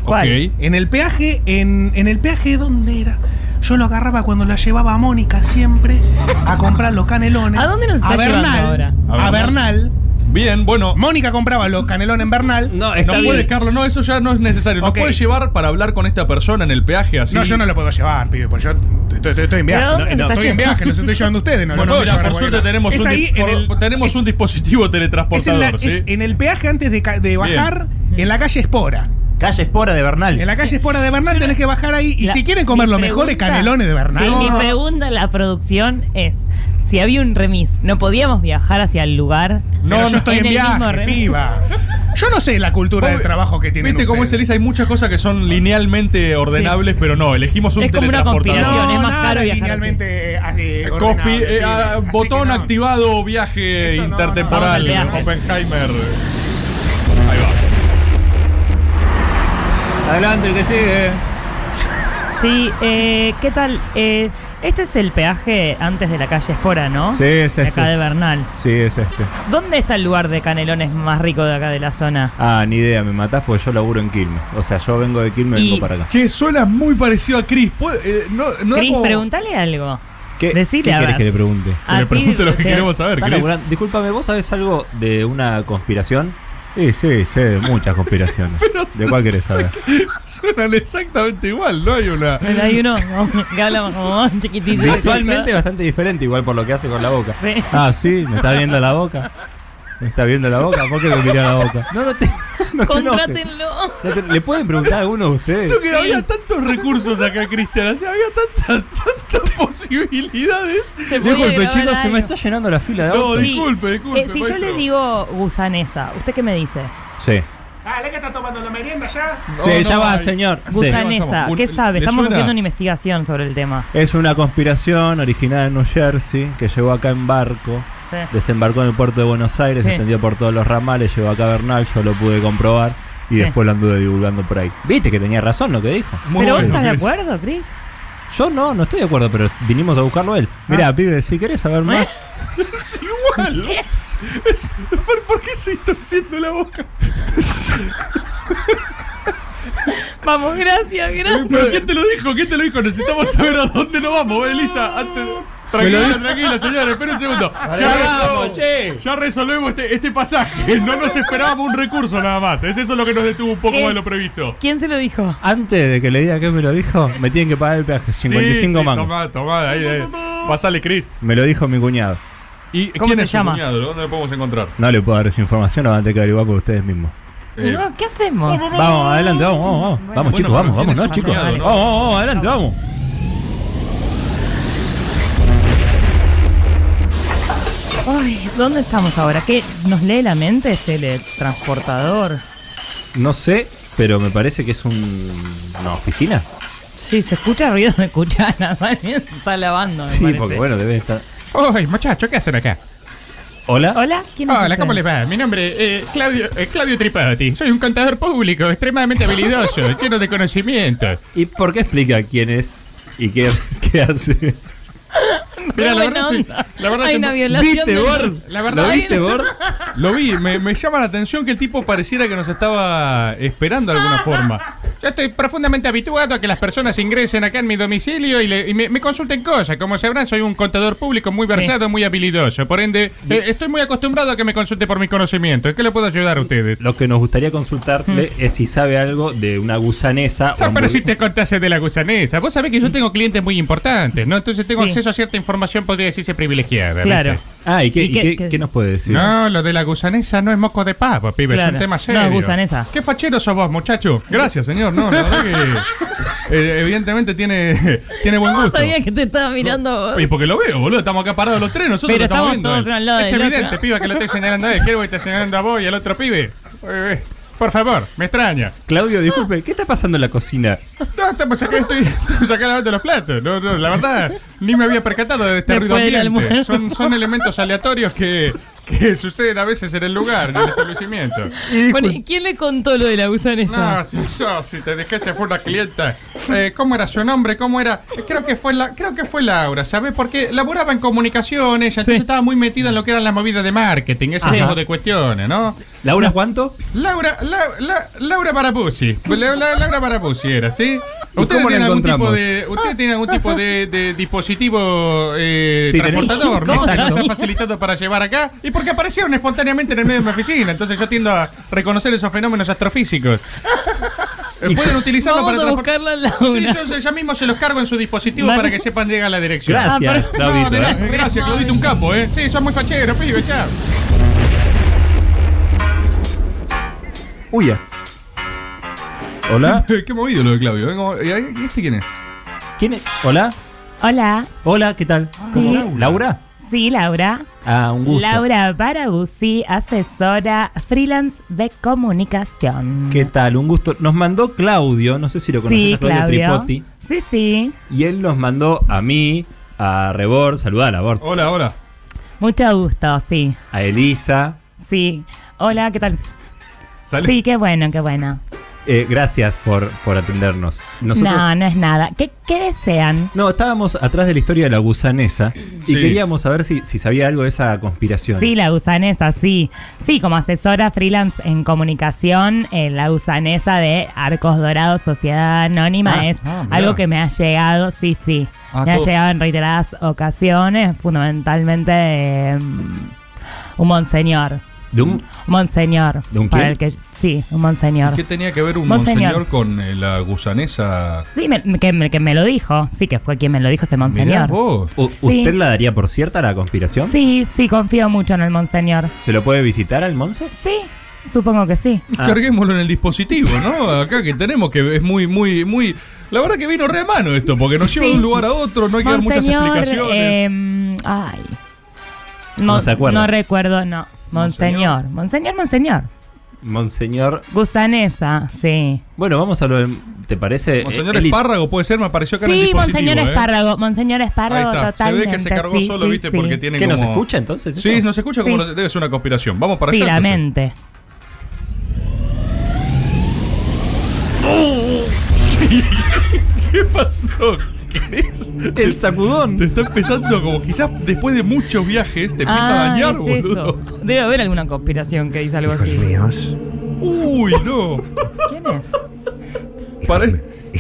Speaker 8: ¿Cuál?
Speaker 4: ok.
Speaker 2: En el peaje, en, en el peaje, ¿dónde era? Yo lo agarraba cuando la llevaba a Mónica siempre a comprar los canelones.
Speaker 8: ¿A dónde nos está
Speaker 2: a Bernal,
Speaker 8: llevando ahora?
Speaker 2: A Bernal.
Speaker 4: Bien, bueno.
Speaker 2: Mónica compraba los canelones en Bernal.
Speaker 4: No, puede, Carlos, no, eso ya no es necesario. ¿Nos
Speaker 2: Ok.
Speaker 4: puede llevar para hablar con esta persona en el peaje así?
Speaker 2: No, yo no lo puedo llevar, Ah, pibe, porque yo estoy, estoy- estoy en viaje.
Speaker 4: ¿Pero dónde se está
Speaker 2: estoy en
Speaker 4: yendo?
Speaker 2: viaje, los estoy llevando a ustedes. No lo
Speaker 4: bueno,
Speaker 2: puedo
Speaker 4: mira,
Speaker 2: llevar a
Speaker 4: por suerte
Speaker 2: cualquiera.
Speaker 4: tenemos,
Speaker 2: Es
Speaker 4: un,
Speaker 2: ahí
Speaker 4: di-
Speaker 2: en
Speaker 4: por-
Speaker 2: el-
Speaker 4: tenemos un dispositivo
Speaker 2: Es en,
Speaker 4: teletransportador.
Speaker 2: la-
Speaker 4: ¿sí?
Speaker 2: es en el peaje antes de, ca- de bajar, en la calle Espora.
Speaker 7: Calle Espora de Bernal.
Speaker 2: En la calle Espora de Bernal tenés que bajar ahí. Y
Speaker 8: La-
Speaker 2: si quieren comer
Speaker 8: mi
Speaker 2: los mejores
Speaker 8: pregunta-
Speaker 2: canelones de Bernal.
Speaker 8: Sí, mi
Speaker 2: No.
Speaker 8: pregunta a la producción es: si había un remis, ¿no podíamos viajar hacia el lugar?
Speaker 2: No,
Speaker 8: Pero
Speaker 2: yo estoy en
Speaker 8: el
Speaker 2: viaje,
Speaker 8: mismo remis.
Speaker 2: piba. Yo no sé la cultura del trabajo que tienen
Speaker 4: Viste cómo es Elisa, hay muchas cosas que son linealmente ordenables, pero no, elegimos un teletransportador.
Speaker 2: No, nada linealmente, eh, ordenado,
Speaker 4: Cospi, eh,
Speaker 2: pibe.
Speaker 4: ah, botón activado, viaje intertemporal,
Speaker 2: Vamos al viaje.
Speaker 4: Oppenheimer.
Speaker 7: Adelante, el que sigue.
Speaker 8: Sí, eh, ¿qué tal? Eh, este es el peaje antes de la calle Espora, ¿no?
Speaker 7: Sí, es
Speaker 8: De
Speaker 7: este.
Speaker 8: Acá de Bernal.
Speaker 7: Sí, es este.
Speaker 8: ¿Dónde está el lugar de canelones más rico de acá de la zona? <laughs>
Speaker 7: Ah, ni idea, me matás porque yo laburo en Quilmes. O sea, yo vengo de Quilmes,
Speaker 8: Y-
Speaker 7: vengo para acá.
Speaker 4: Che, suena muy parecido a Chris. ¿Puede- eh, no, no da
Speaker 8: Cris,
Speaker 4: como-
Speaker 8: pregúntale algo.
Speaker 7: ¿Qué,
Speaker 8: Decile
Speaker 7: ¿qué
Speaker 8: a
Speaker 7: querés
Speaker 8: ver.
Speaker 7: que le pregunte?
Speaker 8: Que le Así, pregunte lo que Ah, o sea, queremos saber,
Speaker 7: Está
Speaker 8: Cris.
Speaker 7: laburando- Discúlpame, ¿vos sabés algo de una conspiración? Sí, sí, sé de muchas
Speaker 8: <laughs>
Speaker 7: conspiraciones.
Speaker 4: Pero-
Speaker 7: ¿De cuál querés saber?
Speaker 4: <laughs> Suenan exactamente igual, no hay una.
Speaker 8: Bueno, Hay uno que habla como chiquitito.
Speaker 7: Visualmente bastante diferente, igual por lo que hace con la boca.
Speaker 8: Sí.
Speaker 7: Ah, sí, me está viendo la boca. Me está viendo la boca, ¿por qué me miró la boca? No, no te. <laughs> No te enojes.
Speaker 8: Contrátenlo.
Speaker 7: No te- ¿Le pueden preguntar a alguno de ustedes?
Speaker 4: Siento que había tantos recursos acá, Cristian. O sea, había tantas, <laughs> tantas posibilidades.
Speaker 7: Disculpe, chicos, se me está llenando la fila de
Speaker 4: No,
Speaker 7: autos.
Speaker 4: disculpe, disculpe.
Speaker 8: Eh, si yo le digo gusanesa, ¿usted qué me dice?
Speaker 7: Sí.
Speaker 2: Dale que está tomando la merienda ya.
Speaker 7: Sí, ya va, señor. Sí.
Speaker 8: Gusanesa, ¿qué sabe?
Speaker 7: ¿Le
Speaker 8: Estamos
Speaker 7: suena?
Speaker 8: haciendo una investigación sobre el tema.
Speaker 7: Es una conspiración originada en New Jersey que llegó acá en barco.
Speaker 8: Sí.
Speaker 7: Desembarcó en el puerto de Buenos Aires,
Speaker 8: Sí.
Speaker 7: se extendió por todos los ramales, llegó acá a Bernal, yo lo pude comprobar y
Speaker 8: Sí.
Speaker 7: después lo anduve divulgando por ahí. Viste que tenía razón lo que dijo.
Speaker 8: ¿Pero vos estás de acuerdo, Chris?
Speaker 7: Yo no, no estoy de acuerdo, pero vinimos a buscarlo él. Mirá,
Speaker 4: Ah.
Speaker 7: pibe, si querés saber más,
Speaker 4: <laughs> Es igual. Es- ¿por- ¿Por qué se está haciendo la boca?
Speaker 8: Vamos, gracias,
Speaker 4: ¿Pero quién te lo dijo? ¿Quién te lo dijo? Necesitamos saber a dónde nos vamos, eh, Elisa. Antes-
Speaker 7: Me
Speaker 4: Tranquila,
Speaker 7: lo-
Speaker 4: tranquila, señores, espera un segundo.
Speaker 7: Vale, vamos,
Speaker 4: resolvemos- ya resolvemos este, este pasaje. No nos esperábamos un recurso nada más. Es eso lo que nos detuvo un poco
Speaker 8: ¿Qué?
Speaker 4: más de lo previsto.
Speaker 8: ¿Quién se lo dijo?
Speaker 7: antes de que le diga que me lo dijo, me tienen que pagar el peaje, 55
Speaker 4: Ah. sí,
Speaker 7: mangos.
Speaker 4: Tomá, tomá, ahí, ahí. Pasale, Cris.
Speaker 7: Me lo dijo mi cuñado.
Speaker 4: ¿Y
Speaker 8: ¿Cómo
Speaker 4: quién
Speaker 8: se
Speaker 4: es su
Speaker 8: llama?
Speaker 4: cuñado? ¿Dónde lo podemos encontrar?
Speaker 7: No le puedo dar esa información, la van a tener que averiguar por ustedes mismos.
Speaker 8: Y no, Ah, ¿Qué hacemos?
Speaker 7: Vamos, adelante, vamos, vamos, vamos. vamos,
Speaker 4: Bueno,
Speaker 7: chicos,
Speaker 4: pero
Speaker 7: vamos, vamos,
Speaker 4: tiene
Speaker 7: no,
Speaker 4: su
Speaker 7: chicos.
Speaker 4: cuñado,
Speaker 7: Vamos,
Speaker 4: ¿no?
Speaker 7: vamos, vamos, adelante, vamos.
Speaker 8: Ay, ¿dónde estamos ahora? ¿Qué nos lee la mente este teletransportador?
Speaker 7: No sé, pero me parece que es un, una oficina.
Speaker 2: Ah,
Speaker 8: Sí, se escucha <laughs> ruido de cuchara, ¿vale? está lavando. me
Speaker 7: Sí,
Speaker 8: parece.
Speaker 7: porque bueno, debe estar.
Speaker 2: Uy, muchacho, ¿qué hacen Oh, acá?
Speaker 7: Hola.
Speaker 8: Hola, ¿quién es
Speaker 2: Hola,
Speaker 8: usted?
Speaker 2: ¿cómo les va? Mi nombre es eh, Claudio, eh, Claudio Tripati. Soy un contador público extremadamente
Speaker 8: <laughs>
Speaker 2: habilidoso, lleno de conocimiento.
Speaker 7: ¿Y por qué explica quién es y <laughs> qué, qué hace?
Speaker 2: Mira, la
Speaker 8: buena
Speaker 2: verdad, es que-
Speaker 8: onda.
Speaker 2: la verdad
Speaker 8: Hay
Speaker 2: es que-
Speaker 8: una violación.
Speaker 7: ¿Viste,
Speaker 8: de-
Speaker 7: Bor?
Speaker 2: La verdad
Speaker 7: ¿Lo
Speaker 2: es-
Speaker 7: viste,
Speaker 8: <laughs>
Speaker 7: Bor?
Speaker 4: Lo vi, me, me llama la atención que el tipo pareciera que nos estaba esperando de
Speaker 8: <laughs>
Speaker 4: alguna forma.
Speaker 2: Yo estoy profundamente habituado a que las personas ingresen acá en mi domicilio y, le- y me, me consulten cosas. Como sabrán, soy un contador público muy versado, muy habilidoso. Por ende, eh, estoy muy acostumbrado a que me consulte por mi conocimiento. ¿En qué le puedo ayudar a ustedes?
Speaker 7: Lo que nos gustaría consultarle es si sabe algo de una gusanesa
Speaker 2: No,
Speaker 7: o
Speaker 2: <laughs> pero
Speaker 7: hamburguesa.
Speaker 2: si te contase de la gusanesa. Vos sabés que yo tengo clientes muy importantes, ¿no? Entonces tengo
Speaker 8: Sí.
Speaker 2: acceso a cierta información, podría decirse privilegiada. ¿viste?
Speaker 8: Claro.
Speaker 7: Ah, ¿y qué,
Speaker 8: ¿Y
Speaker 7: y
Speaker 8: qué-
Speaker 7: qué-
Speaker 8: qué-
Speaker 7: qué nos puede decir?
Speaker 2: No, lo de la gusanesa no es moco de pavo, pibe. Es
Speaker 8: Claro.
Speaker 2: un tema
Speaker 8: No,
Speaker 2: serio.
Speaker 8: gusanesa.
Speaker 2: ¿Qué fachero sos vos, muchacho?
Speaker 4: Gracias, señor. No, la verdad
Speaker 8: <laughs>
Speaker 4: que eh, evidentemente tiene, tiene buen
Speaker 8: No
Speaker 4: gusto.
Speaker 8: sabía que te estaba mirando vos.
Speaker 4: Y porque lo veo, boludo. Estamos acá parados los tres, nosotros
Speaker 8: Pero
Speaker 4: lo estamos,
Speaker 8: estamos
Speaker 4: viendo.
Speaker 8: todos
Speaker 4: eh.
Speaker 8: al lado
Speaker 4: es
Speaker 8: del
Speaker 4: evidente,
Speaker 8: otro.
Speaker 4: piba, que lo estoy señalando a él. ¿Qué voy a estar señalando a vos y al otro pibe? Eh, Por favor, me extraña. <laughs>
Speaker 2: Ah.
Speaker 7: Claudio, disculpe, ¿qué está pasando en la cocina?
Speaker 4: No, estamos acá, estoy, estamos acá lavando los platos. No, no, la verdad, ni me había percatado de este
Speaker 8: Después
Speaker 4: ruido
Speaker 8: del
Speaker 4: ambiente.
Speaker 8: almuerzo.
Speaker 4: Son, son elementos aleatorios que, que suceden a veces en el lugar, en el establecimiento.
Speaker 8: Bueno, ¿y ¿Quién le contó lo de la gusanesa?
Speaker 4: No, si, yo, si te dejé, se fue una clienta. Eh, ¿Cómo era su nombre? ¿Cómo era? Eh, Creo que fue la, creo que fue Laura, ¿sabes? Porque laboraba en comunicaciones, entonces estaba muy metida en lo que eran las movidas de marketing, ese
Speaker 8: Ajá.
Speaker 4: tipo de cuestiones, ¿no?
Speaker 7: ¿Laura cuánto?
Speaker 4: Laura, la, la- Laura Barabuzzi. La- la- Laura Barabuzzi era, ¿sí? ¿Usted
Speaker 7: cómo la
Speaker 4: tiene algún tipo
Speaker 7: encontramos?
Speaker 4: de, ¿Usted tiene algún tipo de, de dispositivo eh,
Speaker 7: Sí, tenemos.
Speaker 4: transportador, ¿no?
Speaker 7: Exacto.
Speaker 4: Que nos ha facilitado para llevar acá. Y porque aparecieron espontáneamente en el medio de mi oficina. Entonces yo tiendo a reconocer esos fenómenos astrofísicos. Eh, Pueden utilizarlo
Speaker 9: Vamos
Speaker 4: para
Speaker 9: a
Speaker 4: transportar.
Speaker 9: buscarla en la
Speaker 4: Sí,
Speaker 9: una.
Speaker 4: yo, yo ya mismo se los cargo en su dispositivo
Speaker 9: Dale.
Speaker 4: para que sepan llegar a la dirección.
Speaker 7: Gracias, Ah, pero- Claudito,
Speaker 4: No, de nada,
Speaker 7: eh.
Speaker 4: Gracias, Claudito, un capo, ¿eh? Sí, son muy facheros, pibe, chao.
Speaker 7: Uy, ya. Hola.
Speaker 4: Qué movido lo de Claudio. ¿eh? Como- ¿Y ahí- y este quién es?
Speaker 7: ¿Quién es? Hola.
Speaker 8: Hola,
Speaker 7: Hola, ¿qué tal?
Speaker 4: Ah,
Speaker 8: Sí.
Speaker 7: ¿Laura?
Speaker 8: sí, Laura.
Speaker 7: Ah, un gusto.
Speaker 8: Laura Barabuzzi, asesora freelance de comunicación.
Speaker 7: ¿Qué tal? Un gusto. Nos mandó Claudio, no sé si lo conoces,
Speaker 8: Sí,
Speaker 7: a Claudio
Speaker 8: Claudio.
Speaker 7: Tripotti.
Speaker 8: Sí, sí.
Speaker 7: Y él nos mandó a mí, a Rebor, saludar a Bor,
Speaker 4: Hola, hola.
Speaker 8: Mucho gusto, sí.
Speaker 7: a Elisa.
Speaker 8: Sí. Hola, ¿qué tal?
Speaker 7: Sale.
Speaker 8: Sí, qué bueno, qué bueno.
Speaker 7: Eh, gracias por, por atendernos. Nosotros,
Speaker 8: No, no es nada. ¿Qué, qué desean?
Speaker 7: No, estábamos atrás de la historia de la gusanesa y
Speaker 8: Sí.
Speaker 7: queríamos saber si, si sabía algo de esa conspiración.
Speaker 8: Sí, la gusanesa, sí. Sí, como asesora freelance en comunicación, eh, la gusanesa de Arcos Dorados, Sociedad Anónima,
Speaker 1: Ah,
Speaker 8: es
Speaker 1: ah, mirá.
Speaker 8: algo que me ha llegado, sí, sí.
Speaker 1: Ah,
Speaker 8: me ha
Speaker 1: todo-
Speaker 8: llegado en reiteradas ocasiones, fundamentalmente de mm, un monseñor.
Speaker 7: ¿De un?
Speaker 8: Monseñor.
Speaker 4: ¿De un
Speaker 8: para
Speaker 4: quién?
Speaker 8: el que, sí, un monseñor.
Speaker 4: ¿Qué tenía que ver un
Speaker 8: Monseñor.
Speaker 4: monseñor con eh, la gusanesa?
Speaker 7: Ah.
Speaker 8: Sí, me- que, me- que me lo dijo. Sí, que fue quien me lo dijo ese
Speaker 7: Mirá
Speaker 8: monseñor.
Speaker 7: vos. U-
Speaker 8: Sí.
Speaker 7: ¿Usted la daría por cierta la conspiración?
Speaker 8: Sí, sí, confío mucho en el monseñor.
Speaker 7: ¿Se lo puede visitar al Monse?
Speaker 8: Sí, supongo que sí.
Speaker 4: Carguémoslo en el dispositivo, ¿no? Acá que tenemos que es muy, muy, muy. La verdad que vino re a mano esto, porque nos lleva de un lugar a otro, no hay que dar muchas
Speaker 8: Monseñor,
Speaker 4: explicaciones.
Speaker 8: em, ay.
Speaker 7: No
Speaker 8: Mon-
Speaker 7: se acuerda.
Speaker 8: No recuerdo, no. Monseñor. Monseñor, monseñor.
Speaker 7: Monseñor.
Speaker 8: Gusanesa, sí.
Speaker 7: Bueno, vamos a lo del- ¿Te parece?
Speaker 4: Monseñor
Speaker 7: Eh, Eli-
Speaker 4: Espárrago puede ser, me apareció acá en el
Speaker 8: Sí,
Speaker 4: dispositivo.
Speaker 8: Monseñor
Speaker 4: ¿eh?
Speaker 8: Espárrago. Monseñor Espárrago,
Speaker 4: Ahí está. Se
Speaker 8: totalmente.
Speaker 4: ve que se cargó
Speaker 8: sí,
Speaker 4: solo,
Speaker 8: sí,
Speaker 4: ¿viste?
Speaker 8: sí.
Speaker 4: Porque tiene
Speaker 7: ¿Qué,
Speaker 4: como...
Speaker 7: nos escucha, entonces,
Speaker 4: Sí,
Speaker 7: eso?
Speaker 4: nos escucha como...
Speaker 7: Sí.
Speaker 4: nos- Debe ser una conspiración. Vamos para
Speaker 8: Sí,
Speaker 4: allá.
Speaker 8: la
Speaker 4: entonces.
Speaker 8: mente.
Speaker 4: <laughs> ¿Qué pasó? ¿Querés?
Speaker 7: El sacudón.
Speaker 4: Te está empezando como quizás después de muchos viajes te empieza a
Speaker 8: Ah,
Speaker 4: dañar,
Speaker 8: es
Speaker 4: boludo.
Speaker 8: eso. Debe haber alguna conspiración que dice algo así.
Speaker 12: míos.
Speaker 4: Uy, no.
Speaker 8: ¿Quién es?
Speaker 4: Para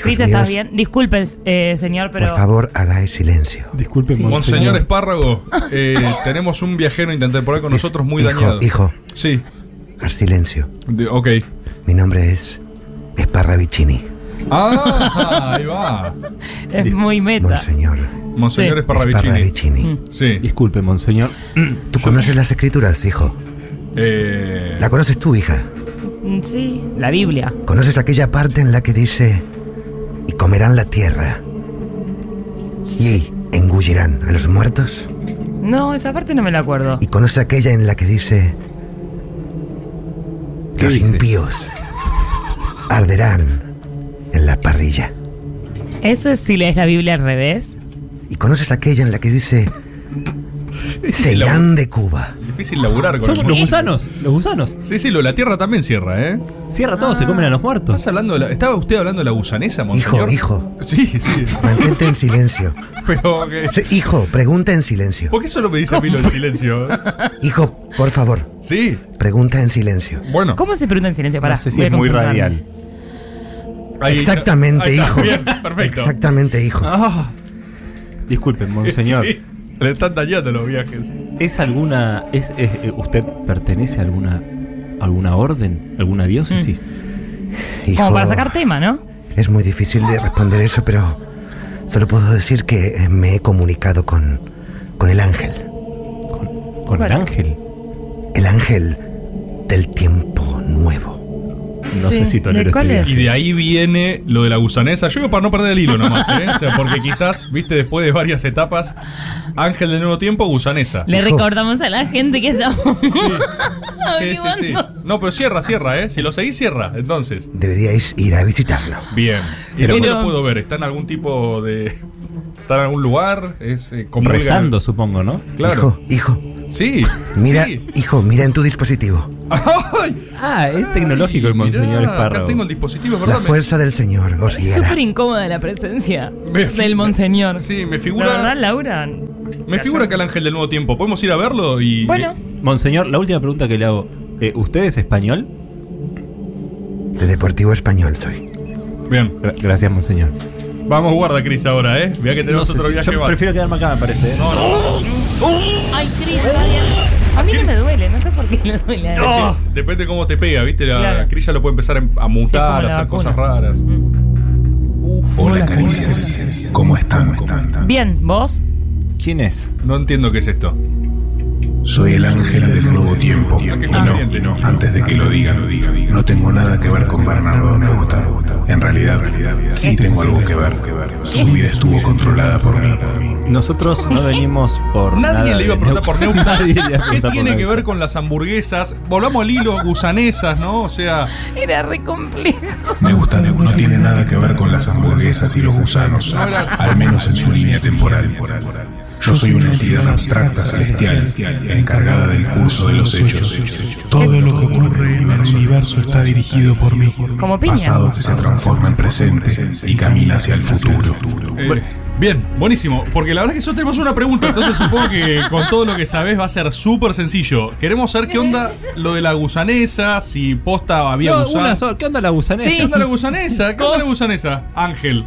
Speaker 8: Cris, ¿estás bien? Disculpe, eh, señor, pero.
Speaker 12: Por favor, haga el silencio. Disculpe,
Speaker 4: Monseñor Espárrago, eh, tenemos un viajero intertemporal con nosotros muy dañado.
Speaker 12: Hijo, hijo,
Speaker 4: Sí,
Speaker 12: al silencio.
Speaker 4: de- ok.
Speaker 12: Mi nombre es Esparravicini.
Speaker 4: Ah, ahí va.
Speaker 8: <laughs> Es muy meta.
Speaker 12: Monseñor.
Speaker 4: Monseñor Esparravicini. Sí.
Speaker 7: Disculpe, Monseñor.
Speaker 12: ¿Tú conoces las escrituras, hijo?
Speaker 4: Eh,
Speaker 12: ¿La conoces tú, hija?
Speaker 8: Mm, Sí, la Biblia.
Speaker 12: ¿Conoces aquella parte en la que dice, y comerán la tierra? Y engullirán a los muertos.
Speaker 8: No, esa parte no me la acuerdo.
Speaker 12: ¿Y conoces aquella en la que dice, los impíos arderán en la parrilla?
Speaker 8: ¿Eso es si lees la Biblia al revés?
Speaker 12: ¿Y conoces aquella en la que
Speaker 4: <laughs>
Speaker 12: dice, se irán de Cuba?
Speaker 4: difícil laburar con
Speaker 12: Somos
Speaker 4: el
Speaker 12: los
Speaker 7: gusanos, los gusanos.
Speaker 4: Sí, sí, lo, la tierra también cierra, ¿eh?
Speaker 7: Cierra todo, se comen a los muertos.
Speaker 4: ¿Estás hablando de la- ¿Estaba usted hablando de la gusanesa, monseñor?
Speaker 12: Hijo, hijo.
Speaker 4: Sí, sí. <laughs>
Speaker 12: Mantente en silencio.
Speaker 4: Pero que...
Speaker 12: Sí, hijo, pregunta en silencio.
Speaker 4: ¿Por qué solo me dice a mí lo del silencio?
Speaker 12: <laughs> Hijo, por favor.
Speaker 4: Sí.
Speaker 12: Pregunta en silencio.
Speaker 4: Bueno.
Speaker 8: ¿Cómo se pregunta en silencio? Pará, voy a concentrarme.
Speaker 4: Ahí está.
Speaker 12: Exactamente,
Speaker 4: Ahí está,
Speaker 12: hijo.
Speaker 4: bien, perfecto. Ah,
Speaker 12: Exactamente, hijo.
Speaker 7: Disculpe, Monseñor.
Speaker 4: <laughs> Le están dañando los viajes.
Speaker 7: ¿Es alguna. Es, es- eh, ¿Usted pertenece a alguna. alguna orden? ¿Alguna diócesis?
Speaker 4: Mm.
Speaker 12: Hijo,
Speaker 8: Como para sacar tema, ¿no?
Speaker 12: Es muy difícil de responder eso, pero solo puedo decir que eh, me he comunicado con, con el ángel.
Speaker 7: ¿Con el ángel?
Speaker 12: El ángel del tiempo nuevo.
Speaker 7: No sé Sí, si este
Speaker 4: tolero Y de ahí viene lo de la gusanesa. Yo digo para no perder el hilo nomás, ¿eh? O sea, porque quizás, viste, después de varias etapas, Ángel del Nuevo Tiempo, gusanesa.
Speaker 1: Le recordamos a la gente que estamos.
Speaker 8: <laughs>
Speaker 4: Sí, sí, sí.
Speaker 1: averiguando.
Speaker 4: No, pero cierra, cierra, ¿eh? Si lo seguís, cierra, entonces.
Speaker 12: Deberíais ir a visitarlo.
Speaker 4: Bien. ¿Y
Speaker 12: Pero-
Speaker 4: dónde lo
Speaker 12: Pero-
Speaker 4: puedo ver? ¿Está en algún tipo de. ¿Está en algún lugar? ¿Es eh, comulga-
Speaker 7: Rezando, supongo, ¿no?
Speaker 4: Claro.
Speaker 12: Hijo,
Speaker 4: Sí.
Speaker 12: mira,
Speaker 4: sí.
Speaker 12: hijo, mira en tu dispositivo.
Speaker 7: Ah, es tecnológico el Monseñor
Speaker 4: mirá, acá
Speaker 7: Espárrago.
Speaker 4: tengo el dispositivo,
Speaker 12: La
Speaker 4: ¿verdad? Me-
Speaker 12: fuerza del Señor os guiará.
Speaker 8: Súper incómoda la presencia
Speaker 4: Me-
Speaker 8: del monseñor.
Speaker 4: Sí, me figura-
Speaker 8: La verdad, Laura.
Speaker 4: Me figura que el Ángel del Nuevo Tiempo. ¿Podemos ir a verlo? Y,
Speaker 8: Bueno.
Speaker 7: Eh, Monseñor, la última pregunta que le hago. eh, ¿Usted es español?
Speaker 12: De Deportivo Español soy.
Speaker 4: Bien.
Speaker 7: gracias, monseñor.
Speaker 4: Vamos guarda, Cris, ahora, ¿eh? Vea que tenemos
Speaker 7: No sé
Speaker 4: otro
Speaker 7: si-
Speaker 4: viaje
Speaker 7: yo
Speaker 4: más.
Speaker 7: prefiero quedarme acá, me parece. ¿eh?
Speaker 4: ¡Oh!
Speaker 6: Ay, Cris, Fabián. A mí no me duele, no sé por qué no duele. a
Speaker 4: Dep-
Speaker 6: Cris.
Speaker 4: Depende de cómo te pega, ¿viste? La
Speaker 6: Claro.
Speaker 4: Cris ya lo puede empezar a a mutar,
Speaker 6: Sí,
Speaker 4: a
Speaker 6: es como la
Speaker 4: hacer cosas
Speaker 6: vacuna.
Speaker 4: raras.
Speaker 2: Hola, Caricias. ¿Cómo están?
Speaker 8: Bien, ¿vos?
Speaker 4: ¿Quién es? No entiendo qué es esto.
Speaker 2: Soy el ángel del nuevo tiempo. Y no, antes de que lo digan, no tengo nada que ver con Bernardo me gusta. En realidad, sí tengo algo que ver. Su vida estuvo controlada por mí.
Speaker 7: Nosotros no venimos por.
Speaker 4: Nadie
Speaker 7: nada
Speaker 4: le iba a
Speaker 7: de
Speaker 4: preguntar por
Speaker 7: Neuquén.
Speaker 4: Neuquén.
Speaker 7: <laughs> Nadie le iba a
Speaker 4: ¿Qué
Speaker 7: preguntar por
Speaker 4: tiene que
Speaker 7: Neuquén.
Speaker 4: ver con las hamburguesas? Volvamos al hilo, gusanesas, ¿no? O sea,
Speaker 6: Era re complejo.
Speaker 2: Me gusta no tiene nada que ver con las hamburguesas y los gusanos, al menos en su línea temporal. Yo soy una entidad abstracta celestial, encargada del curso de los hechos. Todo lo que ocurre en el universo está dirigido por mí.
Speaker 6: Como piña.
Speaker 2: Pasado que se transforma en presente y camina hacia el futuro.
Speaker 4: eh, bien, buenísimo. Porque la verdad es que solo tenemos una pregunta, entonces supongo que con todo lo que sabés va a ser súper sencillo. Queremos saber qué onda lo de la gusanesa, si posta había
Speaker 7: No,
Speaker 4: gusano.
Speaker 7: una sola. ¿Qué onda la gusanesa?
Speaker 4: ¿Qué onda la gusanesa? ¿Qué onda la gusanesa? Ángel.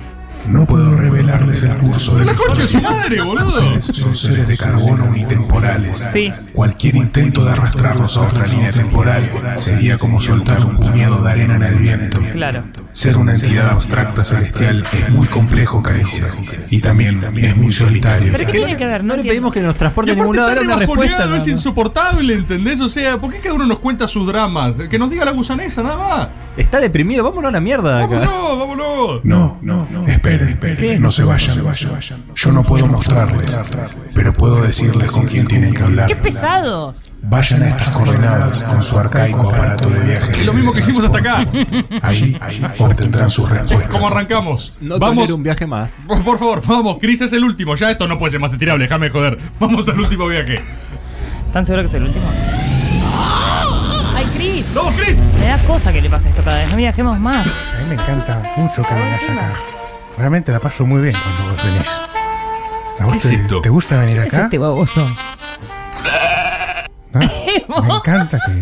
Speaker 2: No puedo revelarles el curso de
Speaker 4: ¡La concha de su madre, boludo!
Speaker 2: Ustedes son seres de carbono unitemporales.
Speaker 4: Sí.
Speaker 2: Cualquier intento de arrastrarlos a otra línea temporal sería como soltar un puñado de arena en el viento.
Speaker 8: Claro.
Speaker 2: Ser una entidad abstracta celestial es muy complejo, Caricias, y también es muy solitario.
Speaker 6: ¿Pero qué tiene que ver? No,
Speaker 7: le pedimos que nos transporte a
Speaker 4: Aparte
Speaker 7: ningún lado. Era
Speaker 4: está
Speaker 7: una
Speaker 4: re
Speaker 7: respuesta.
Speaker 4: bajoneado,
Speaker 7: nada
Speaker 4: es
Speaker 7: más.
Speaker 4: insoportable, ¿entendés? O sea, ¿por qué cada uno nos cuenta sus dramas? Que nos diga la gusanesa, nada más.
Speaker 7: Está deprimido. Vámonos a la mierda de acá.
Speaker 4: ¡Vámonos, vámonos!
Speaker 2: No, no, no. Esperen, no se vayan. Yo no puedo mostrarles, pero puedo decirles con quién tienen que hablar.
Speaker 6: ¡Qué pesados!
Speaker 2: Vayan a estas coordenadas con su arcaico aparato de viaje.
Speaker 4: Lo mismo que hicimos hasta acá.
Speaker 2: Ahí obtendrán sus respuestas.
Speaker 4: ¿Cómo arrancamos?
Speaker 7: No
Speaker 4: vamos.
Speaker 7: tener un viaje más.
Speaker 4: Por por favor, vamos, Chris es el último. Ya esto no puede ser más estirable, déjame de joder. Vamos al último viaje.
Speaker 8: ¿Están seguros que es el último? ¡Ay, Cris!
Speaker 4: ¡Vamos, Cris!
Speaker 8: Me da cosa que le pase esto cada vez. No viajemos más.
Speaker 13: A mí me encanta mucho caminar acá. Realmente la paso muy bien cuando vos venís. ¿A vos
Speaker 8: ¿Qué
Speaker 13: te,
Speaker 8: es esto?
Speaker 13: te gusta venir
Speaker 8: ¿Quién es
Speaker 13: acá?
Speaker 8: este baboso?
Speaker 13: ¿No? Ah, Me encanta que,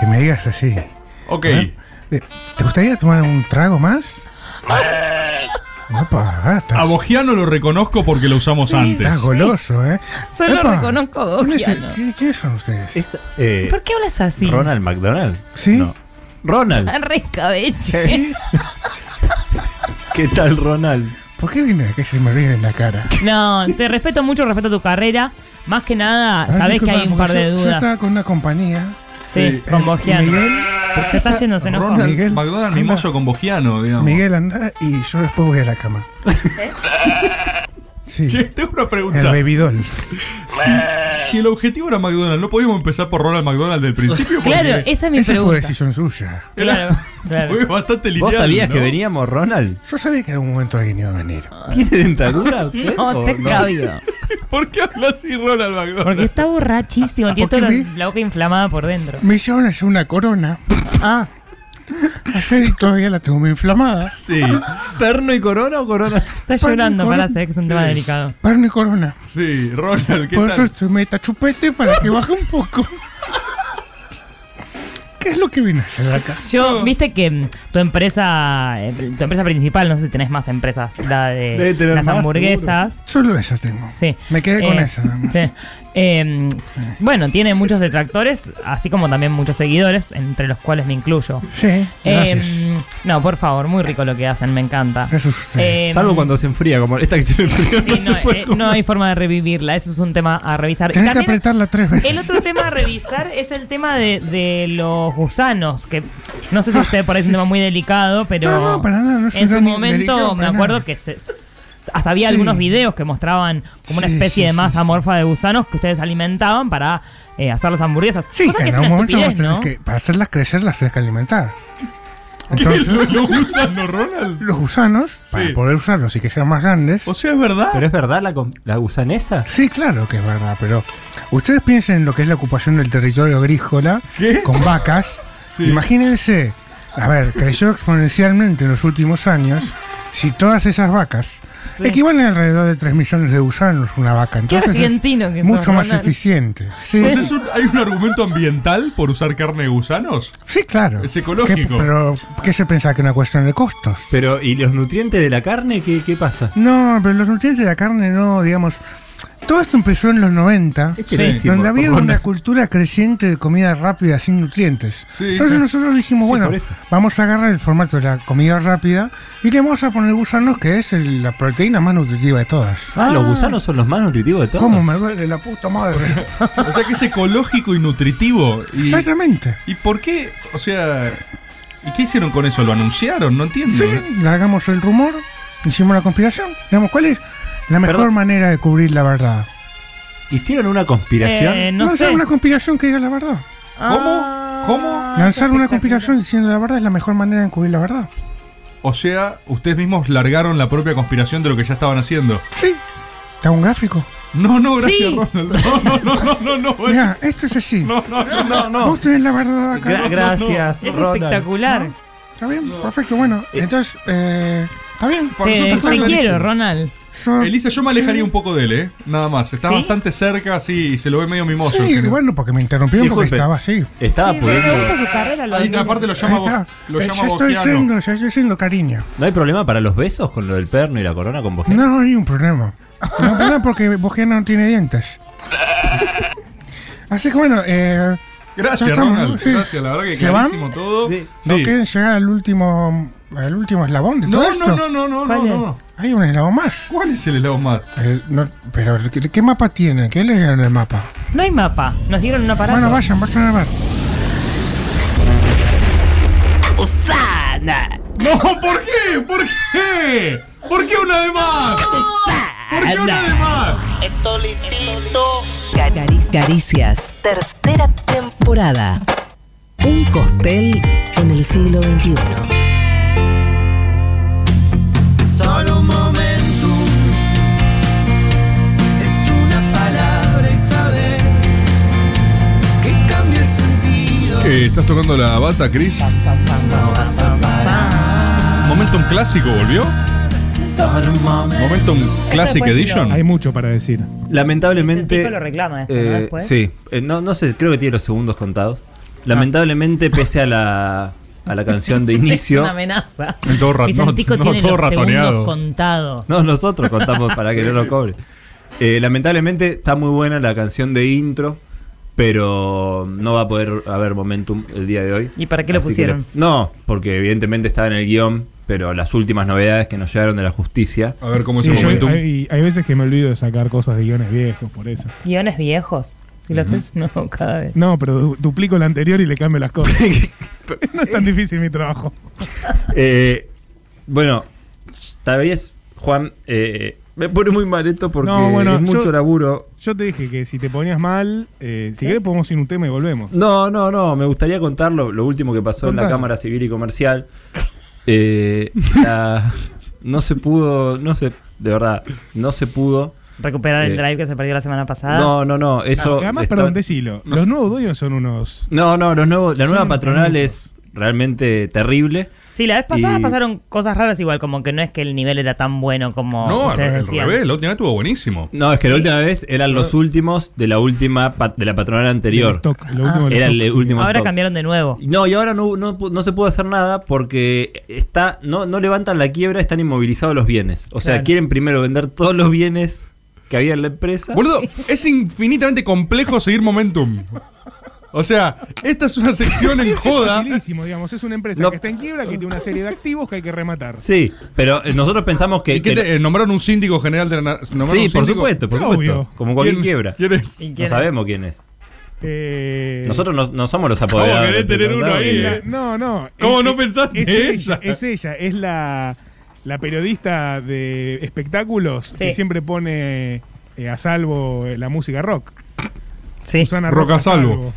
Speaker 13: que me digas así.
Speaker 4: Ok.
Speaker 13: Eh, ¿Te gustaría tomar un trago más?
Speaker 7: Eh.
Speaker 13: Opa, gata.
Speaker 4: A Bogiano lo reconozco porque lo usamos
Speaker 13: Estás
Speaker 4: antes.
Speaker 13: goloso, ¿eh?
Speaker 8: Yo lo
Speaker 13: Epa,
Speaker 8: reconozco a
Speaker 13: ¿quién es-
Speaker 8: Bogiano.
Speaker 13: ¿Quiénes quiénes son ustedes?
Speaker 7: Eh,
Speaker 8: ¿Por qué hablas así? Ah,
Speaker 7: Ronald McDonald.
Speaker 13: ¿Sí?
Speaker 7: Ronald.
Speaker 8: Tan <laughs> re escabeche.
Speaker 7: Sí. ¿Qué tal, Ronald?
Speaker 13: ¿Por qué vine a que se me ríen en la cara?
Speaker 8: No, te respeto mucho, respeto tu carrera. Más que nada,
Speaker 13: Ah,
Speaker 8: sabés que
Speaker 13: disculpa,
Speaker 8: hay un
Speaker 13: porque
Speaker 8: par de
Speaker 13: yo- Yo
Speaker 8: dudas.
Speaker 13: estaba con
Speaker 4: <laughs>
Speaker 13: una compañía.
Speaker 8: Sí,
Speaker 13: Eh,
Speaker 8: con Bogiano.
Speaker 13: Miguel, ¿por
Speaker 8: Se
Speaker 13: qué
Speaker 8: está yendo, se enojó.
Speaker 13: Ronald Miguel,
Speaker 4: McDonald mimoso con Bogiano, digamos.
Speaker 13: Miguel anda y yo después voy a la cama. Sí.
Speaker 4: Che, tengo una
Speaker 13: El
Speaker 4: pregunta.
Speaker 13: bebidol.
Speaker 4: Si el objetivo era McDonald's, ¿no podíamos empezar por Ronald McDonald del principio?
Speaker 8: Claro,
Speaker 4: Porque
Speaker 8: esa es mi
Speaker 13: Esa fue
Speaker 8: pregunta.
Speaker 13: decisión suya.
Speaker 7: <laughs>
Speaker 8: Claro, claro.
Speaker 4: Fue bastante lineal,
Speaker 7: ¿Vos sabías
Speaker 4: ¿no?
Speaker 7: que veníamos, Ronald?
Speaker 13: Yo sabía que en algún momento alguien iba a venir.
Speaker 7: ¿Tiene dentadura? usted?
Speaker 8: No,
Speaker 7: ¿O
Speaker 8: te cabio.
Speaker 4: ¿Eh? Oh, <laughs> ¿Por qué habla así Ronald McDonald?
Speaker 8: Porque está borrachísimo, tiene
Speaker 13: ¿Por
Speaker 8: toda
Speaker 13: qué
Speaker 8: la, la boca inflamada por dentro.
Speaker 13: Me hicieron hacer una corona.
Speaker 8: Ah,
Speaker 13: Ayer y todavía la tengo muy inflamada.
Speaker 4: Sí,
Speaker 7: ¿Perno y corona o corona?
Speaker 8: está
Speaker 13: Parni
Speaker 8: llorando,
Speaker 13: Corona.
Speaker 8: para sé que es un tema delicado.
Speaker 13: Parni corona.
Speaker 4: sí, Ronald, ¿qué
Speaker 13: Por eso
Speaker 4: tal?
Speaker 13: estoy meta chupete para que baje un poco. ¿Qué es lo que vine a hacer acá?
Speaker 8: Yo, viste que mm, tu empresa, eh, tu empresa principal, no sé si tenés más empresas, la
Speaker 7: Debe
Speaker 8: de
Speaker 7: tener
Speaker 8: Eh, las
Speaker 7: más,
Speaker 8: hamburguesas.
Speaker 13: Solo esas tengo.
Speaker 8: Sí.
Speaker 13: Me quedé con
Speaker 8: Eh,
Speaker 13: esa. nada más.
Speaker 8: sí. Eh, bueno, tiene muchos detractores, así como también muchos seguidores, entre los cuales me incluyo.
Speaker 13: Sí, gracias.
Speaker 8: Eh, no, por favor, muy rico lo que hacen, me encanta.
Speaker 13: Gracias a ustedes.
Speaker 8: Eh,
Speaker 7: Salvo cuando se enfría, como esta que se me enfría.
Speaker 8: sí,
Speaker 7: <laughs>
Speaker 8: no, eh, no hay forma de revivirla, eso es un tema a revisar.
Speaker 13: Tenés que
Speaker 8: También-
Speaker 13: apretarla tres veces.
Speaker 8: el otro tema a revisar es el tema de, de los gusanos, que no sé si usted por ahí es un tema muy delicado, pero
Speaker 13: No, no, para nada, no es un
Speaker 8: en su
Speaker 13: tema
Speaker 8: momento
Speaker 13: delicado,
Speaker 8: me
Speaker 13: para
Speaker 8: acuerdo
Speaker 13: nada.
Speaker 8: que se, s- hasta había
Speaker 13: Sí.
Speaker 8: algunos videos que mostraban como una
Speaker 13: Sí,
Speaker 8: especie
Speaker 13: sí,
Speaker 8: de
Speaker 13: sí,
Speaker 8: masa
Speaker 13: sí.
Speaker 8: morfa de gusanos que ustedes alimentaban para eh, hacer las hamburguesas.
Speaker 13: Sí,
Speaker 8: Cosa que
Speaker 13: en
Speaker 8: es
Speaker 13: algún
Speaker 8: una
Speaker 13: momento vos
Speaker 8: estupidez,
Speaker 13: tenés
Speaker 8: ¿no?
Speaker 13: que, para hacerlas crecer, las tenés que alimentar.
Speaker 4: ¿Qué <laughs>
Speaker 13: Entonces,
Speaker 4: lo usan, no, Ronald?
Speaker 13: los gusanos,
Speaker 4: Sí.
Speaker 13: para poder usarlos y que sean más grandes.
Speaker 4: O sea, es verdad.
Speaker 7: ¿Pero es verdad la, com- la gusanesa?
Speaker 13: Sí, claro que es verdad, pero ustedes piensen en lo que es la ocupación del territorio agrícola
Speaker 4: ¿Qué?
Speaker 13: con vacas.
Speaker 4: <laughs> Sí.
Speaker 13: Imagínense, a ver, creció exponencialmente en los últimos años. si todas esas vacas
Speaker 14: Sí.
Speaker 13: equivalen alrededor de 3 millones de gusanos una vaca, entonces es
Speaker 14: argentino que sos,
Speaker 13: mucho más
Speaker 14: Ronald.
Speaker 13: eficiente. Sí.
Speaker 4: Pues es un- ¿Hay un argumento ambiental por usar carne de gusanos?
Speaker 13: Sí, claro.
Speaker 4: Es ecológico.
Speaker 13: ¿Qué- pero ¿qué se pensaba que era una cuestión de costos?
Speaker 7: Pero, ¿y los nutrientes de la carne? ¿Qué, qué pasa?
Speaker 13: No, pero los nutrientes de la carne no, digamos. Todo esto empezó en los 90,
Speaker 7: Es que lo hicimos,
Speaker 13: donde había
Speaker 7: por favor.
Speaker 13: una cultura creciente de comida rápida sin nutrientes. Entonces nosotros dijimos,
Speaker 7: Sí,
Speaker 13: bueno,
Speaker 7: por eso.
Speaker 13: vamos a agarrar el formato de la comida rápida y le vamos a poner gusanos, que es el- la proteína más nutritiva de todas.
Speaker 7: Ah, los gusanos son los más nutritivos de todos.
Speaker 13: ¿Cómo me duele la puta madre?
Speaker 4: O sea que es ecológico y nutritivo. Y,
Speaker 13: Exactamente.
Speaker 4: ¿Y por qué? O sea, ¿y qué hicieron con eso? ¿Lo anunciaron? No entiendo.
Speaker 13: Sí, largamos el rumor, hicimos la conspiración. Digamos, ¿cuál es la mejor
Speaker 7: Perdón.
Speaker 13: manera de cubrir la verdad?
Speaker 7: ¿Hicieron una conspiración?
Speaker 13: Eh, Lanzar una conspiración que diga la verdad.
Speaker 14: Ah,
Speaker 4: ¿Cómo? ¿Cómo?
Speaker 13: Lanzar una conspiración diciendo la verdad es la mejor manera de cubrir la verdad.
Speaker 4: O sea, ustedes mismos largaron la propia conspiración de lo que ya estaban haciendo.
Speaker 13: Sí. ¿Está un gráfico?
Speaker 4: No, no, gracias,
Speaker 13: Sí.
Speaker 4: Ronald. No, no, no, no, no.
Speaker 13: <laughs>
Speaker 4: no.
Speaker 13: Mira, esto este es así.
Speaker 4: No, no, no, no, no.
Speaker 13: Vos tenés la verdad acá.
Speaker 4: Gra- No, no, gracias, no.
Speaker 14: Es Ronald. espectacular.
Speaker 13: ¿No? Está bien, perfecto. Bueno, entonces, eh, está bien.
Speaker 14: Te-
Speaker 13: nosotros está
Speaker 14: te
Speaker 13: clarísimo.
Speaker 14: quiero, Ronald.
Speaker 13: So-
Speaker 4: Elisa, yo me alejaría un poco de él, ¿eh? Nada más. Está
Speaker 14: ¿Sí?
Speaker 4: bastante cerca, sí, y se lo ve medio mimoso. en
Speaker 13: Sí,
Speaker 4: general.
Speaker 13: bueno, porque me interrumpieron porque
Speaker 4: Disculpe,
Speaker 13: estaba así.
Speaker 7: Estaba pudiendo.
Speaker 4: Ahí, aparte, lo llama,
Speaker 13: Ahí está.
Speaker 4: Bo- lo
Speaker 13: Eh,
Speaker 4: llama
Speaker 13: ya estoy
Speaker 4: Bogiano.
Speaker 13: siendo, ya estoy siendo cariño.
Speaker 7: ¿No hay problema para los besos con lo del perno y la corona con vos?
Speaker 13: No, no hay
Speaker 4: <laughs>
Speaker 13: un problema. No hay problema porque Bogiano no tiene dientes. Así que bueno, eh, ya
Speaker 4: Gracias,
Speaker 13: estamos,
Speaker 4: Ronald.
Speaker 13: ¿no? Sí.
Speaker 4: Gracias, la verdad que
Speaker 13: ¿Se van?
Speaker 4: clarísimo todo.
Speaker 13: No
Speaker 4: Sí.
Speaker 13: quieren llegar al último, al último eslabón de
Speaker 4: No,
Speaker 13: todo
Speaker 4: no,
Speaker 13: esto.
Speaker 4: no, no, no, no, no.
Speaker 13: Hay un eslabón más. Eh,
Speaker 4: ¿Cuál es el eslabón más?
Speaker 13: pero, ¿qué, qué mapa tiene? ¿Qué le dieron el mapa?
Speaker 14: No hay mapa. Nos dieron una parada.
Speaker 13: Bueno, vayan, vayan a ver.
Speaker 14: ¡Usana!
Speaker 4: No, ¿por qué? ¿Por
Speaker 8: <laughs>
Speaker 4: qué? ¿Por qué una de más? ¿Por qué una de más?
Speaker 15: Caricias, tercera temporada. Un cospel en el siglo XXI.
Speaker 1: Solo un momento es una palabra y saber que cambia el sentido.
Speaker 4: Eh, ¿Estás tocando la bata, Chris?
Speaker 1: No vas a parar.
Speaker 4: ¿Momentum clásico volvió?
Speaker 1: Solo un momento.
Speaker 4: ¿Momentum Classic Edition?
Speaker 2: Hay mucho para decir.
Speaker 7: Lamentablemente.
Speaker 14: Tipo lo reclama esto,
Speaker 7: eh,
Speaker 14: ¿no? Después.
Speaker 7: sí, Eh, no, no sé, creo que tiene los segundos contados. Lamentablemente, pese a la, a la canción de
Speaker 14: Ah. <laughs> Es
Speaker 7: inicio.
Speaker 14: una amenaza.
Speaker 7: Todo ra- no,
Speaker 14: Vicentico
Speaker 7: no,
Speaker 14: tiene
Speaker 7: todo
Speaker 14: los
Speaker 7: ratoneado.
Speaker 14: segundos contados.
Speaker 7: No, nosotros contamos para que no lo cobre. Eh, lamentablemente está muy buena la canción de intro, pero no va a poder haber momentum el día de hoy.
Speaker 14: ¿Y para qué lo
Speaker 7: Así que
Speaker 14: pusieron?
Speaker 7: no, porque evidentemente estaba en el guión, pero las últimas novedades que nos llegaron de la justicia. Eh,
Speaker 4: A ver cómo
Speaker 2: Sí, yo- hay, hay veces que me olvido de sacar cosas de guiones viejos, por eso.
Speaker 14: Guiones viejos. Si lo
Speaker 2: Ujú.
Speaker 14: haces, no, cada vez.
Speaker 2: No, pero du- duplico la anterior y le cambio
Speaker 4: <laughs>
Speaker 2: las cosas. <laughs> no es tan difícil mi trabajo.
Speaker 7: Eh, bueno, tal vez, Juan, eh, me pone muy mal esto porque
Speaker 2: No, bueno,
Speaker 7: es mucho
Speaker 2: yo-
Speaker 7: laburo.
Speaker 2: Yo te dije que si te ponías mal, eh, si querés podemos ir un tema y volvemos.
Speaker 7: No, no, no, me gustaría contar lo, lo último que pasó en la
Speaker 2: Contá.
Speaker 7: Cámara Civil y Comercial. Eh, la- no se pudo, no se, de verdad, no se pudo.
Speaker 14: Recuperar
Speaker 7: Eh,
Speaker 14: el drive que se perdió la semana pasada.
Speaker 7: No, no, no, eso...
Speaker 2: Además,
Speaker 7: está-
Speaker 2: perdón, decilo. los nuevos dueños son unos.
Speaker 7: No, no, los nuevos, la
Speaker 2: Son
Speaker 7: nueva
Speaker 2: unos
Speaker 7: patronal es realmente terrible.
Speaker 14: Sí, la vez pasada
Speaker 7: Y-
Speaker 14: pasaron cosas raras igual, como que no es que el nivel era tan bueno como
Speaker 7: No,
Speaker 14: ustedes
Speaker 7: al- al
Speaker 14: decían.
Speaker 7: revés,
Speaker 4: El último estuvo buenísimo.
Speaker 7: No, es que la última vez eran los
Speaker 2: Ah.
Speaker 7: últimos de la última pa- de la patronal anterior. Ah.
Speaker 2: lo último
Speaker 7: Era el último
Speaker 14: Ahora
Speaker 7: stock.
Speaker 14: cambiaron de nuevo.
Speaker 7: No, y ahora no, no, pu- no se puede hacer nada porque está no, no levantan la quiebra, están inmovilizados los bienes. O sea,
Speaker 4: Claro.
Speaker 7: quieren primero vender todos los bienes que había en la empresa.
Speaker 4: Boludo, es infinitamente complejo seguir Momentum. O sea, esta es una sección en joda.
Speaker 2: <laughs> Es facilísimo, digamos. Es una empresa
Speaker 4: No.
Speaker 2: que está en quiebra, que tiene una serie de activos que hay que rematar.
Speaker 7: Sí, pero eh, nosotros pensamos que...
Speaker 4: ¿Y
Speaker 7: que-
Speaker 4: qué te- eh, nombraron un síndico general de la na- nombraron
Speaker 7: sí,
Speaker 4: un
Speaker 7: por
Speaker 4: síndico?
Speaker 7: supuesto, por supuesto. Como cualquier quiebra.
Speaker 4: ¿Quién es?
Speaker 7: No sabemos quién es.
Speaker 2: Eh,
Speaker 7: Nosotros no, no somos los
Speaker 2: ¿Cómo
Speaker 7: apoderados.
Speaker 2: querés
Speaker 7: del
Speaker 2: tener
Speaker 7: Petrodólar
Speaker 2: uno ahí,
Speaker 7: y-
Speaker 2: eh? No, no.
Speaker 4: ¿Cómo no
Speaker 2: pensaste? Es
Speaker 4: en
Speaker 2: ella, es ella, es la, la periodista de espectáculos
Speaker 14: Sí.
Speaker 2: que siempre pone eh, a salvo eh, la música rock.
Speaker 14: Sí.
Speaker 2: Susana
Speaker 4: Rock a salvo.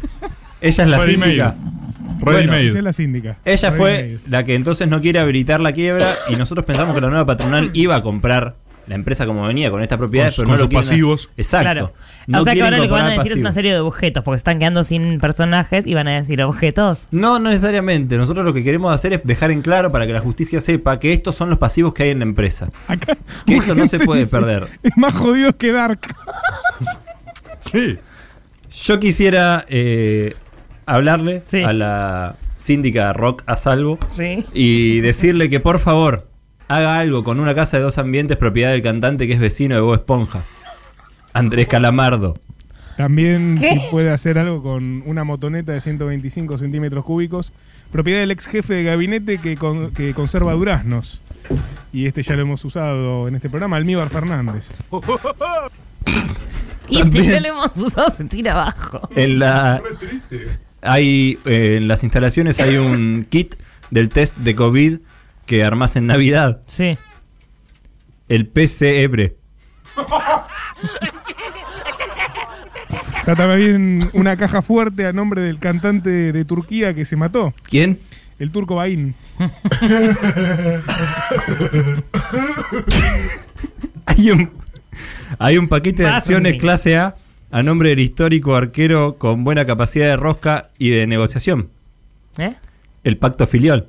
Speaker 7: Ella es la
Speaker 4: Ready
Speaker 7: síndica.
Speaker 4: made.
Speaker 7: Bueno,
Speaker 4: Ready made.
Speaker 2: Ella es la síndica.
Speaker 7: Ella
Speaker 2: Ready
Speaker 7: fue
Speaker 2: made.
Speaker 7: la que entonces no quiere habilitar la quiebra y nosotros pensamos que la nueva patronal iba a comprar la empresa como venía con estas propiedades,
Speaker 4: Con-
Speaker 7: pero no
Speaker 4: con
Speaker 7: lo
Speaker 4: sus
Speaker 7: quieren hacer.
Speaker 4: pasivos.
Speaker 7: Exacto.
Speaker 8: Claro.
Speaker 7: No
Speaker 8: o sea que
Speaker 7: quieren
Speaker 8: ahora lo que van a
Speaker 7: incorporar
Speaker 8: decir es una
Speaker 7: pasivos.
Speaker 8: serie de objetos, porque se están quedando sin personajes y van a decir objetos.
Speaker 7: No, no necesariamente. Nosotros lo que queremos hacer es dejar en claro para que la justicia sepa que estos son los pasivos que hay en la empresa. que esto no se puede
Speaker 2: dice-
Speaker 7: perder.
Speaker 2: Es más jodido que Dark.
Speaker 7: Sí. Yo quisiera eh, hablarle a la síndica Rock a salvo
Speaker 8: Sí.
Speaker 7: y decirle que por favor haga algo con una casa de dos ambientes propiedad del cantante que es vecino de Bob Esponja. Andrés Calamardo.
Speaker 2: También
Speaker 16: ¿Qué?
Speaker 2: se puede hacer algo con una motoneta de 125 centímetros cúbicos, propiedad del ex jefe de gabinete que, con- que conserva duraznos. Y este ya lo hemos usado en este programa, Almíbar Fernández.
Speaker 8: <laughs> Y
Speaker 7: También. Ah.
Speaker 8: si ya lo <laughs> hemos usado, se tira abajo.
Speaker 7: En la. Hay. eh, en las instalaciones hay un kit del test de COVID que armás en Navidad.
Speaker 8: Sí.
Speaker 7: El PCEBRE.
Speaker 2: Está también una caja fuerte a nombre del cantante de Turquía que se mató.
Speaker 7: ¿Quién?
Speaker 2: El turco Baín.
Speaker 7: Hay un, hay un paquete de
Speaker 2: Pásenme.
Speaker 7: acciones clase A a nombre del histórico arquero con buena capacidad de rosca y de negociación.
Speaker 8: ¿Eh?
Speaker 7: El pacto filial.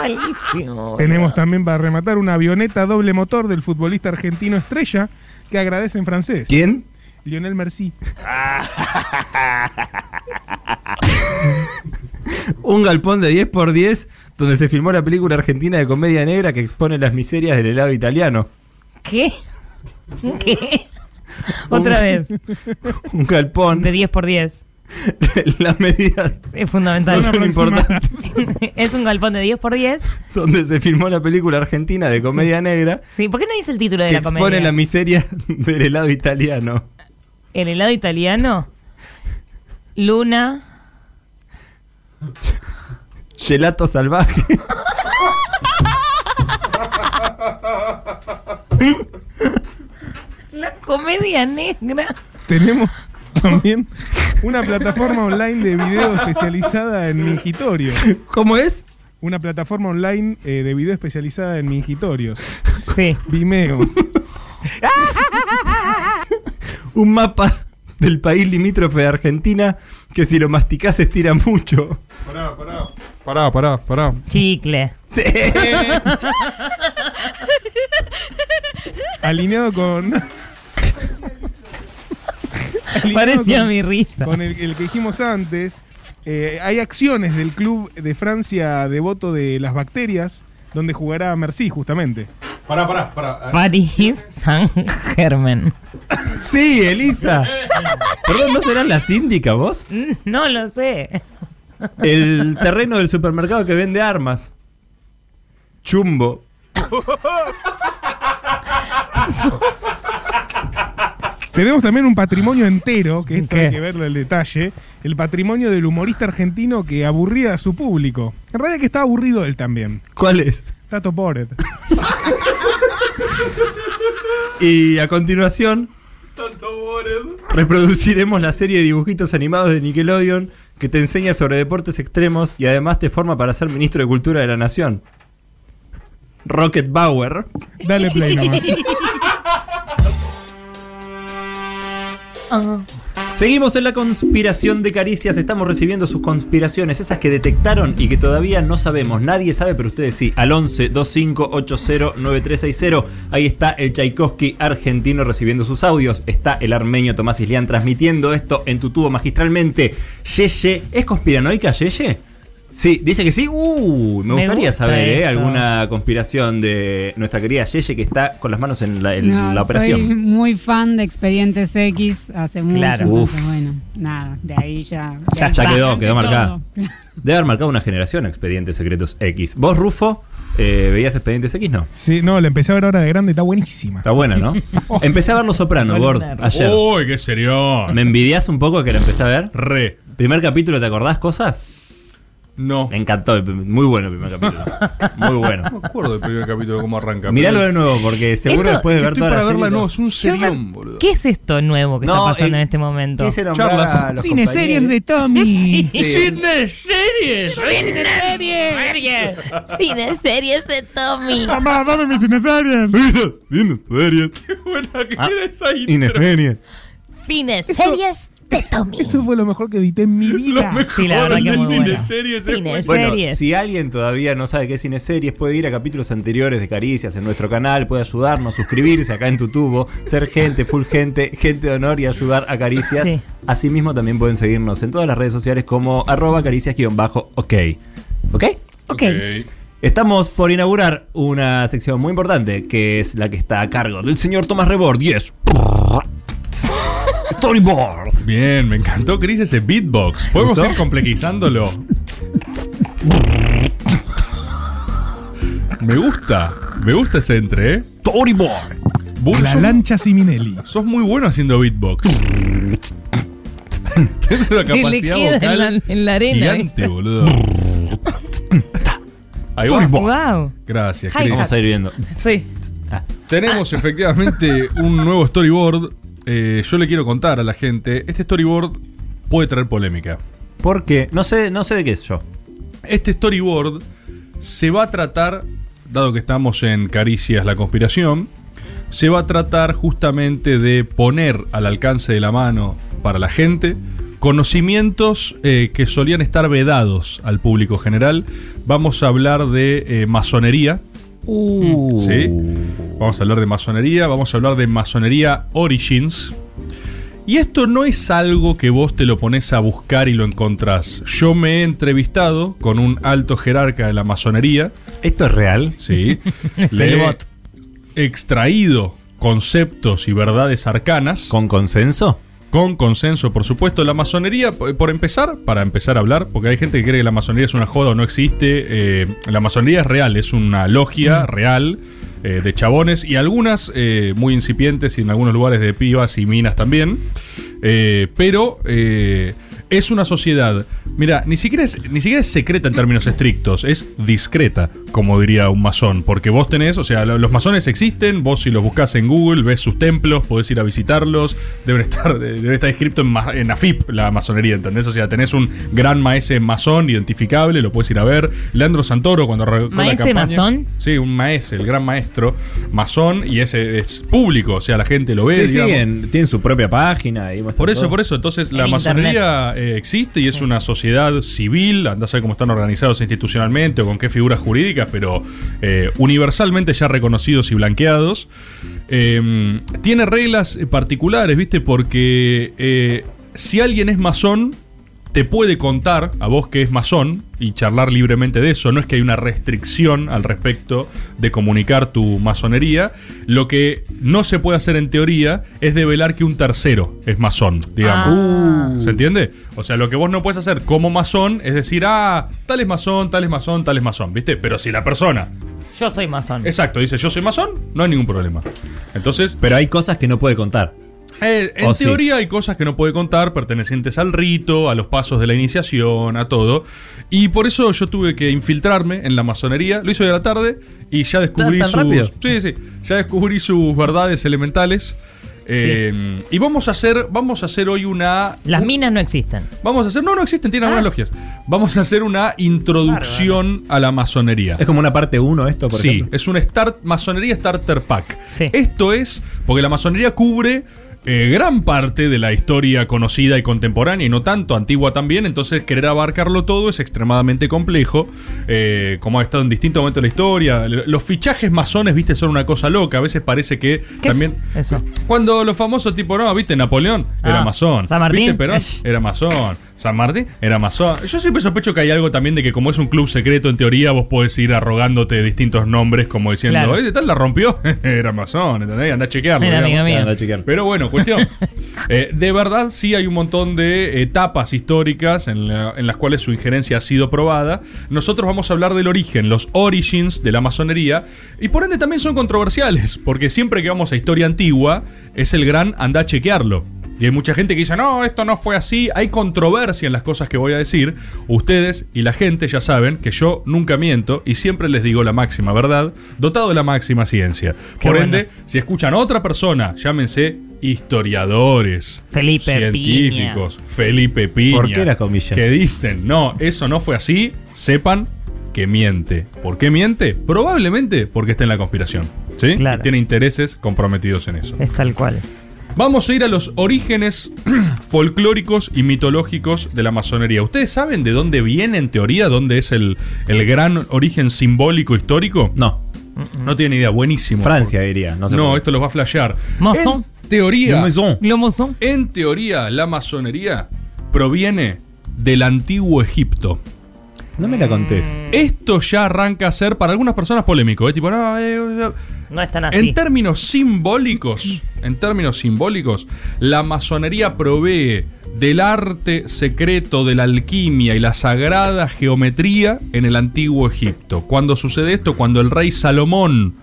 Speaker 8: Malísimo.
Speaker 2: Tenemos también para rematar una avioneta doble motor del futbolista argentino estrella que agradece en francés.
Speaker 7: ¿Quién?
Speaker 2: Lionel Merci.
Speaker 1: Ah,
Speaker 7: Un galpón de 10x10 donde se filmó la película argentina de comedia negra que expone las miserias del helado italiano. <laughs>
Speaker 8: ¿Qué? ¿Qué? <laughs> Otra
Speaker 7: Un-
Speaker 8: vez.
Speaker 7: Un galpón.
Speaker 8: De 10 por 10.
Speaker 7: <laughs> Las medidas
Speaker 8: Es fundamental.
Speaker 7: no son importantes.
Speaker 8: <laughs> es un galpón de 10 por 10.
Speaker 7: Donde se filmó la película argentina de comedia negra
Speaker 8: Sí, ¿por qué no dice el título de
Speaker 7: que
Speaker 8: la
Speaker 7: expone
Speaker 8: comedia?
Speaker 7: la miseria <laughs> del helado italiano.
Speaker 8: El helado italiano. Luna.
Speaker 7: Gelato salvaje. <laughs>
Speaker 8: <laughs> La comedia negra.
Speaker 2: Tenemos también una plataforma online de video especializada en mingitorios.
Speaker 7: ¿Cómo es?
Speaker 2: Una plataforma online eh, de video especializada en mingitorios.
Speaker 8: Sí.
Speaker 2: Vimeo.
Speaker 7: Un mapa del país limítrofe de Argentina que si lo masticás estira mucho.
Speaker 4: Pará, pará. Pará, pará, pará.
Speaker 8: Chicle.
Speaker 4: <laughs>
Speaker 7: Sí. <laughs>
Speaker 2: Alineado con. <laughs> Alineado
Speaker 8: Parecía
Speaker 2: con-
Speaker 8: mi risa.
Speaker 2: Con el, el que dijimos antes. eh, hay acciones del club de Francia devoto de las bacterias, donde jugará Merci, justamente.
Speaker 4: Pará, pará, pará.
Speaker 8: París, San Germán.
Speaker 7: Sí, Elisa. Perdón, ¿no serás la síndica vos?
Speaker 8: Mm, No lo sé.
Speaker 7: El terreno del supermercado que vende armas. Chumbo.
Speaker 2: Tenemos también un patrimonio entero, que esto hay que verlo al detalle, el patrimonio del humorista argentino que aburría a su público. En realidad que estaba aburrido él también.
Speaker 7: ¿Cuál es?
Speaker 2: Tato Poret.
Speaker 7: Y a continuación reproduciremos la serie de dibujitos animados de Nickelodeon que te enseña sobre deportes extremos y además te forma para ser ministro de Cultura de la Nación. Rocket Bauer.
Speaker 2: Dale play nomás.
Speaker 8: Ah.
Speaker 7: Seguimos en la conspiración de caricias, estamos recibiendo sus conspiraciones, esas que detectaron y que todavía no sabemos, nadie sabe, pero ustedes sí, al 11 25 80 9360. Ahí está el Tchaikovsky argentino recibiendo sus audios, está el armenio Tomás Islián transmitiendo esto en tu tubo magistralmente. Yeye, ¿es conspiranoica Yeye? Sí, dice que sí. Uh,
Speaker 10: Me
Speaker 7: me, gustaría
Speaker 10: gusta
Speaker 7: saber ¿eh?
Speaker 10: esto.
Speaker 7: alguna conspiración de nuestra querida Yeye que está con las manos en la, en
Speaker 17: No,
Speaker 7: la operación.
Speaker 17: Soy muy fan de Expedientes X hace mucho.
Speaker 7: Claro.
Speaker 17: entonces,
Speaker 7: Uf.
Speaker 17: bueno, nada, de ahí ya. de
Speaker 7: Ya,
Speaker 17: ahí
Speaker 7: ya
Speaker 17: está.
Speaker 7: quedó, quedó marcada.
Speaker 17: Todo.
Speaker 7: Debe haber marcado una generación Expedientes Secretos X. Vos, Rufo, eh, veías Expedientes X, ¿no?
Speaker 2: Sí, no, la empecé a ver ahora de grande, está buenísima. Oh.
Speaker 7: Está buena,
Speaker 2: <laughs>
Speaker 7: ¿no? Empecé a ver Los Soprano, Gord, ayer.
Speaker 4: Uy, qué serio.
Speaker 7: ¿Me envidias un poco que la empecé a ver? Re. ¿Primer capítulo te acordás cosas?
Speaker 4: No.
Speaker 7: Me encantó. el primer- Muy bueno el primer
Speaker 4: <laughs>
Speaker 7: capítulo. Muy bueno.
Speaker 4: No me acuerdo del primer capítulo cómo arranca.
Speaker 7: Míralo
Speaker 4: pero-
Speaker 7: de nuevo, porque seguro
Speaker 4: Esto-
Speaker 7: después de
Speaker 4: que
Speaker 7: ver
Speaker 4: estoy
Speaker 7: toda la
Speaker 4: para
Speaker 7: serie.
Speaker 4: verla, no, es un
Speaker 7: Yo me-
Speaker 4: serión, boludo.
Speaker 14: ¿Qué es esto nuevo que está
Speaker 7: No,
Speaker 14: pasando
Speaker 7: el-
Speaker 14: en este momento?
Speaker 7: quise nombrar Charlas. a los
Speaker 14: Cine,
Speaker 7: compañeros.
Speaker 14: series de Tommy.
Speaker 1: Cine series.
Speaker 14: Cine series.
Speaker 1: Cine
Speaker 14: series de Tommy.
Speaker 4: Ah,
Speaker 13: Mamá, dame mis cineseries.
Speaker 7: Cine series.
Speaker 4: Buena que
Speaker 7: Ah,
Speaker 4: era esa intro.
Speaker 7: Inesmenia.
Speaker 14: Fines, series de Tommy.
Speaker 2: Eso fue lo mejor que edité en mi vida.
Speaker 14: Sí, la verdad que muy
Speaker 4: Cine
Speaker 14: bueno.
Speaker 4: series es
Speaker 14: Cine
Speaker 4: buenísimo.
Speaker 7: Bueno,
Speaker 14: series.
Speaker 7: si alguien todavía no sabe qué es cine series, puede ir a capítulos anteriores de Caricias en nuestro canal, puede ayudarnos, suscribirse acá en tu tubo, ser gente, full gente, gente de honor y ayudar a Caricias.
Speaker 14: Sí.
Speaker 7: Asimismo, también pueden seguirnos en todas las redes sociales como arroba caricias-ok. ¿Ok?
Speaker 14: Ok.
Speaker 7: Estamos por inaugurar una sección muy importante, que es la que está a cargo del señor Tomás Rebord, y
Speaker 14: <laughs>
Speaker 7: es... Storyboard.
Speaker 4: Bien, me encantó Chris ese beatbox. Podemos
Speaker 7: ¿Gustó?
Speaker 4: ir complejizándolo. me gusta, me gusta ese entre, ¿eh?
Speaker 7: Storyboard.
Speaker 4: Vos
Speaker 2: La
Speaker 4: sos-
Speaker 2: lancha Siminelli.
Speaker 4: Sos muy bueno haciendo
Speaker 2: <laughs>
Speaker 4: beatbox. Tienes una
Speaker 18: Se le
Speaker 4: capacidad
Speaker 18: queda en
Speaker 4: vocal
Speaker 18: la- en la arena,
Speaker 4: gigante,
Speaker 18: ¿eh? <laughs>
Speaker 4: boludo. Ahí va.
Speaker 14: Wow.
Speaker 4: Gracias,
Speaker 14: Hi-hat.
Speaker 4: Chris.
Speaker 14: Vamos
Speaker 7: a ir viendo.
Speaker 14: Sí.
Speaker 4: Tenemos
Speaker 7: Ah.
Speaker 4: efectivamente un nuevo storyboard. Eh, yo le quiero contar a la gente, este storyboard puede traer polémica.
Speaker 7: Porque no sé, no sé de qué es yo.
Speaker 4: Este storyboard se va a tratar, dado que estamos en Caricias la Conspiración, se va a tratar justamente de poner al alcance de la mano para la gente conocimientos eh, que solían estar vedados al público general. Vamos a hablar de eh, masonería.
Speaker 7: Uh.
Speaker 4: Sí. Vamos a hablar de masonería, vamos a hablar de masonería Origins. Y esto no es algo que vos te lo pones a buscar y lo encontrás. Yo me he entrevistado con un alto jerarca de la masonería.
Speaker 7: ¿Esto es real?
Speaker 4: Sí.
Speaker 7: <laughs> Es
Speaker 4: Le
Speaker 7: el
Speaker 4: he
Speaker 7: bot.
Speaker 4: extraído conceptos y verdades arcanas.
Speaker 7: ¿Con consenso?
Speaker 4: Con consenso, por supuesto. La masonería, p- por empezar, para empezar a hablar, porque hay gente que cree que la masonería es una joda o no existe. eh, la masonería es real, es una logia real eh, de chabones y algunas eh, muy incipientes y en algunos lugares de pibas y minas también. Eh, pero eh, es una sociedad. Mira, ni siquiera es, ni siquiera es secreta en términos estrictos, es discreta, como diría un masón. Porque vos tenés, o sea, lo- los masones existen, vos si los buscás en Google, ves sus templos, podés ir a visitarlos, deben estar, de- debe estar inscripto en, ma- en AFIP, la masonería, ¿entendés? O sea, tenés un gran maese masón identificable, lo podés ir a ver. Leandro Santoro, cuando arrancó la
Speaker 14: ¿Maese
Speaker 4: campaña-
Speaker 14: masón?
Speaker 4: Sí, un maese, el gran maestro masón, y ese es público, o sea, la gente lo ve.
Speaker 7: Sí, sí,
Speaker 4: Pues, digamos.
Speaker 7: en- tienen su propia página. y muestran
Speaker 4: Por eso,
Speaker 7: todo.
Speaker 4: por eso. Entonces, la
Speaker 7: En
Speaker 4: masonería eh, existe y es una sociedad civil. Andás a ver cómo están organizados institucionalmente o con qué figuras jurídicas, pero eh, universalmente ya reconocidos y blanqueados. Eh, tiene reglas eh, particulares, ¿viste? Porque eh, si alguien es masón, te puede contar a vos que es masón y charlar libremente de eso. No es que hay una restricción al respecto de comunicar tu masonería. Lo que no se puede hacer en teoría es develar que un tercero es masón,
Speaker 8: Ah.
Speaker 4: digamos.
Speaker 9: Ah.
Speaker 7: Uh.
Speaker 4: ¿Se entiende? O sea, lo que vos no puedes hacer como masón es decir, ah, tal es masón, tal es masón, tal es masón, ¿viste? Pero si la persona,
Speaker 14: Yo soy masón.
Speaker 4: exacto, dice yo soy masón, no hay ningún problema. Entonces.
Speaker 7: Pero hay cosas que no puede contar.
Speaker 4: Eh, en
Speaker 7: Oh, sí.
Speaker 4: teoría hay cosas que no puede contar pertenecientes al rito, a los pasos de la iniciación, a todo. Y por eso yo tuve que infiltrarme en la masonería. Lo hice hoy a la tarde y ya descubrí
Speaker 7: ¿Tan- tan rápido?
Speaker 4: sus. Sí, sí. Ya descubrí sus verdades elementales. Eh, Y vamos a hacer. Vamos a hacer hoy una.
Speaker 14: Las minas no existen.
Speaker 4: Vamos a hacer. No, no existen, tienen algunas logias. Vamos a hacer una introducción a la masonería.
Speaker 7: Es como una parte 1 esto, por
Speaker 4: sí,
Speaker 7: ejemplo.
Speaker 4: es un start, masonería starter pack. Esto es porque la masonería cubre eh, gran parte de la historia conocida y contemporánea, y no tanto antigua también, entonces querer abarcarlo todo es extremadamente complejo, eh, como ha estado en distintos momentos de la historia. L- Los fichajes masones, viste, son una cosa loca, a veces parece que
Speaker 14: ¿Qué
Speaker 4: también...
Speaker 14: es eso?
Speaker 4: Cuando los famosos tipo, no, viste, Napoleón era
Speaker 14: Ah,
Speaker 4: masón.
Speaker 14: San Martín.
Speaker 4: Viste,
Speaker 14: <laughs>
Speaker 4: Perón era masón. San Martín era masón. Yo siempre sospecho que hay algo también de que como es un club secreto, en teoría vos podés ir arrogándote distintos nombres como diciendo,
Speaker 14: Claro.
Speaker 4: "Este tal la rompió? <laughs> era masón, ¿entendés? Anda a chequearlo.
Speaker 14: Mira,
Speaker 4: digamos.
Speaker 14: amigo mío. Anda a
Speaker 4: Pero bueno, cuestión. Eh, de verdad sí hay un montón de etapas históricas en, la- en las cuales su injerencia ha sido probada. Nosotros vamos a hablar del origen, los origins de la masonería. Y por ende también son controversiales, porque siempre que vamos a historia antigua es el gran anda a chequearlo. Y hay mucha gente que dice, no, esto no fue así. Hay controversia en las cosas que voy a decir. Ustedes y la gente ya saben que yo nunca miento y siempre les digo la máxima verdad, dotado de la máxima ciencia.
Speaker 8: Qué
Speaker 4: Por
Speaker 8: bueno.
Speaker 4: ende, si escuchan a otra persona, llámense historiadores,
Speaker 8: Felipe
Speaker 4: científicos, Felipe Piña.
Speaker 7: ¿Por qué las comillas?
Speaker 4: Que dicen, no, eso no fue así, sepan que miente. ¿Por qué miente? Probablemente porque está en la conspiración. ¿Sí? Y tiene intereses comprometidos en eso.
Speaker 8: Es tal cual.
Speaker 4: Vamos a ir a los orígenes <clears throat> folclóricos y mitológicos de la masonería. ¿Ustedes saben de dónde viene en teoría, dónde es el, el gran origen simbólico histórico? No. No tiene ni idea, buenísimo.
Speaker 7: Francia, diría, no sé por
Speaker 4: no
Speaker 7: qué.
Speaker 4: esto los va a flashear.
Speaker 7: Maçon.
Speaker 4: En teoría.
Speaker 7: Le maçon.
Speaker 4: En teoría, la masonería proviene del antiguo Egipto.
Speaker 7: No me la contés.
Speaker 4: Esto ya arranca a ser para algunas personas polémico, ¿eh? Tipo, no, eh, eh,
Speaker 8: No es tan así.
Speaker 4: en términos simbólicos, en términos simbólicos, la masonería provee del arte secreto de la alquimia y la sagrada geometría en el antiguo Egipto. Cuando sucede esto, cuando el rey Salomón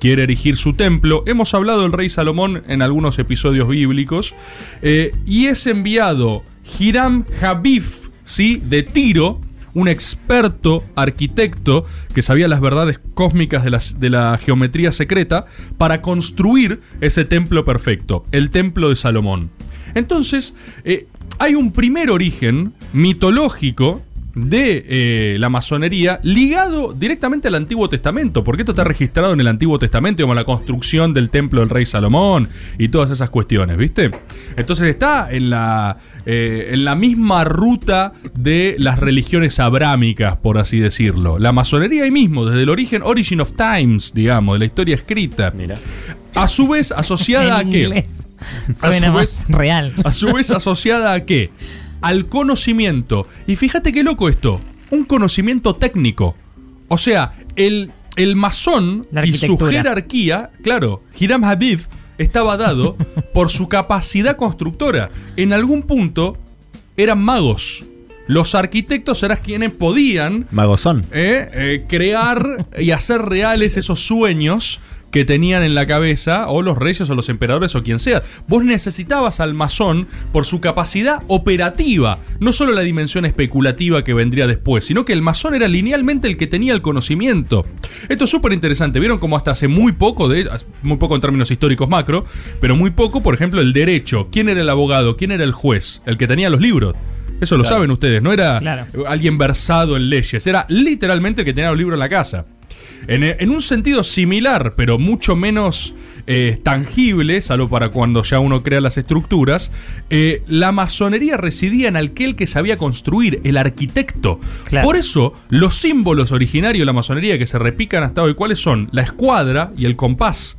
Speaker 4: quiere erigir su templo, hemos hablado del rey Salomón en algunos episodios bíblicos, eh, y es enviado Hiram Habif, ¿sí? de Tiro, un experto arquitecto que sabía las verdades cósmicas de, las- de la geometría secreta para construir ese templo perfecto, el templo de Salomón. Entonces, eh, hay un primer origen mitológico de eh, la masonería ligado directamente al Antiguo Testamento, porque esto está registrado en el Antiguo Testamento como la construcción del templo del rey Salomón y todas esas cuestiones, ¿viste? Entonces está en la, eh, en la misma ruta de las religiones abrámicas, por así decirlo. La masonería ahí mismo, desde el origen, Origin of Times, digamos, de la historia escrita. A su vez, asociada a
Speaker 8: En
Speaker 4: qué?
Speaker 8: inglés.
Speaker 4: A
Speaker 8: Suena
Speaker 4: su
Speaker 8: más real.
Speaker 4: A su vez, asociada a qué? Al conocimiento. Y fíjate qué loco esto. Un conocimiento técnico. O sea, el, el masón
Speaker 8: La
Speaker 4: y su
Speaker 8: arquitectura.
Speaker 4: jerarquía, claro, Hiram Habib estaba dado por su capacidad constructora. En algún punto eran magos. Los arquitectos eran quienes podían
Speaker 7: Magozón.
Speaker 4: eh, eh, crear y hacer reales esos sueños que tenían en la cabeza, o los reyes, o los emperadores, o quien sea. Vos necesitabas al masón por su capacidad operativa, no solo la dimensión especulativa que vendría después, sino que el masón era linealmente el que tenía el conocimiento. Esto es súper interesante. Vieron como hasta hace muy poco, de, muy poco en términos históricos macro, pero muy poco, por ejemplo, el derecho. ¿Quién era el abogado? ¿Quién era el juez? El que tenía los libros. Eso lo
Speaker 7: Claro.
Speaker 4: saben ustedes, no era
Speaker 7: Claro.
Speaker 4: alguien versado en leyes, era literalmente el que tenía los libros en la casa. En, eh, en un sentido similar, pero mucho menos eh, tangible, salvo para cuando ya uno crea las estructuras, eh, la masonería residía en aquel que sabía construir, el arquitecto. Por eso, los símbolos originarios de la masonería que se repican hasta hoy, ¿cuáles son? La escuadra y el compás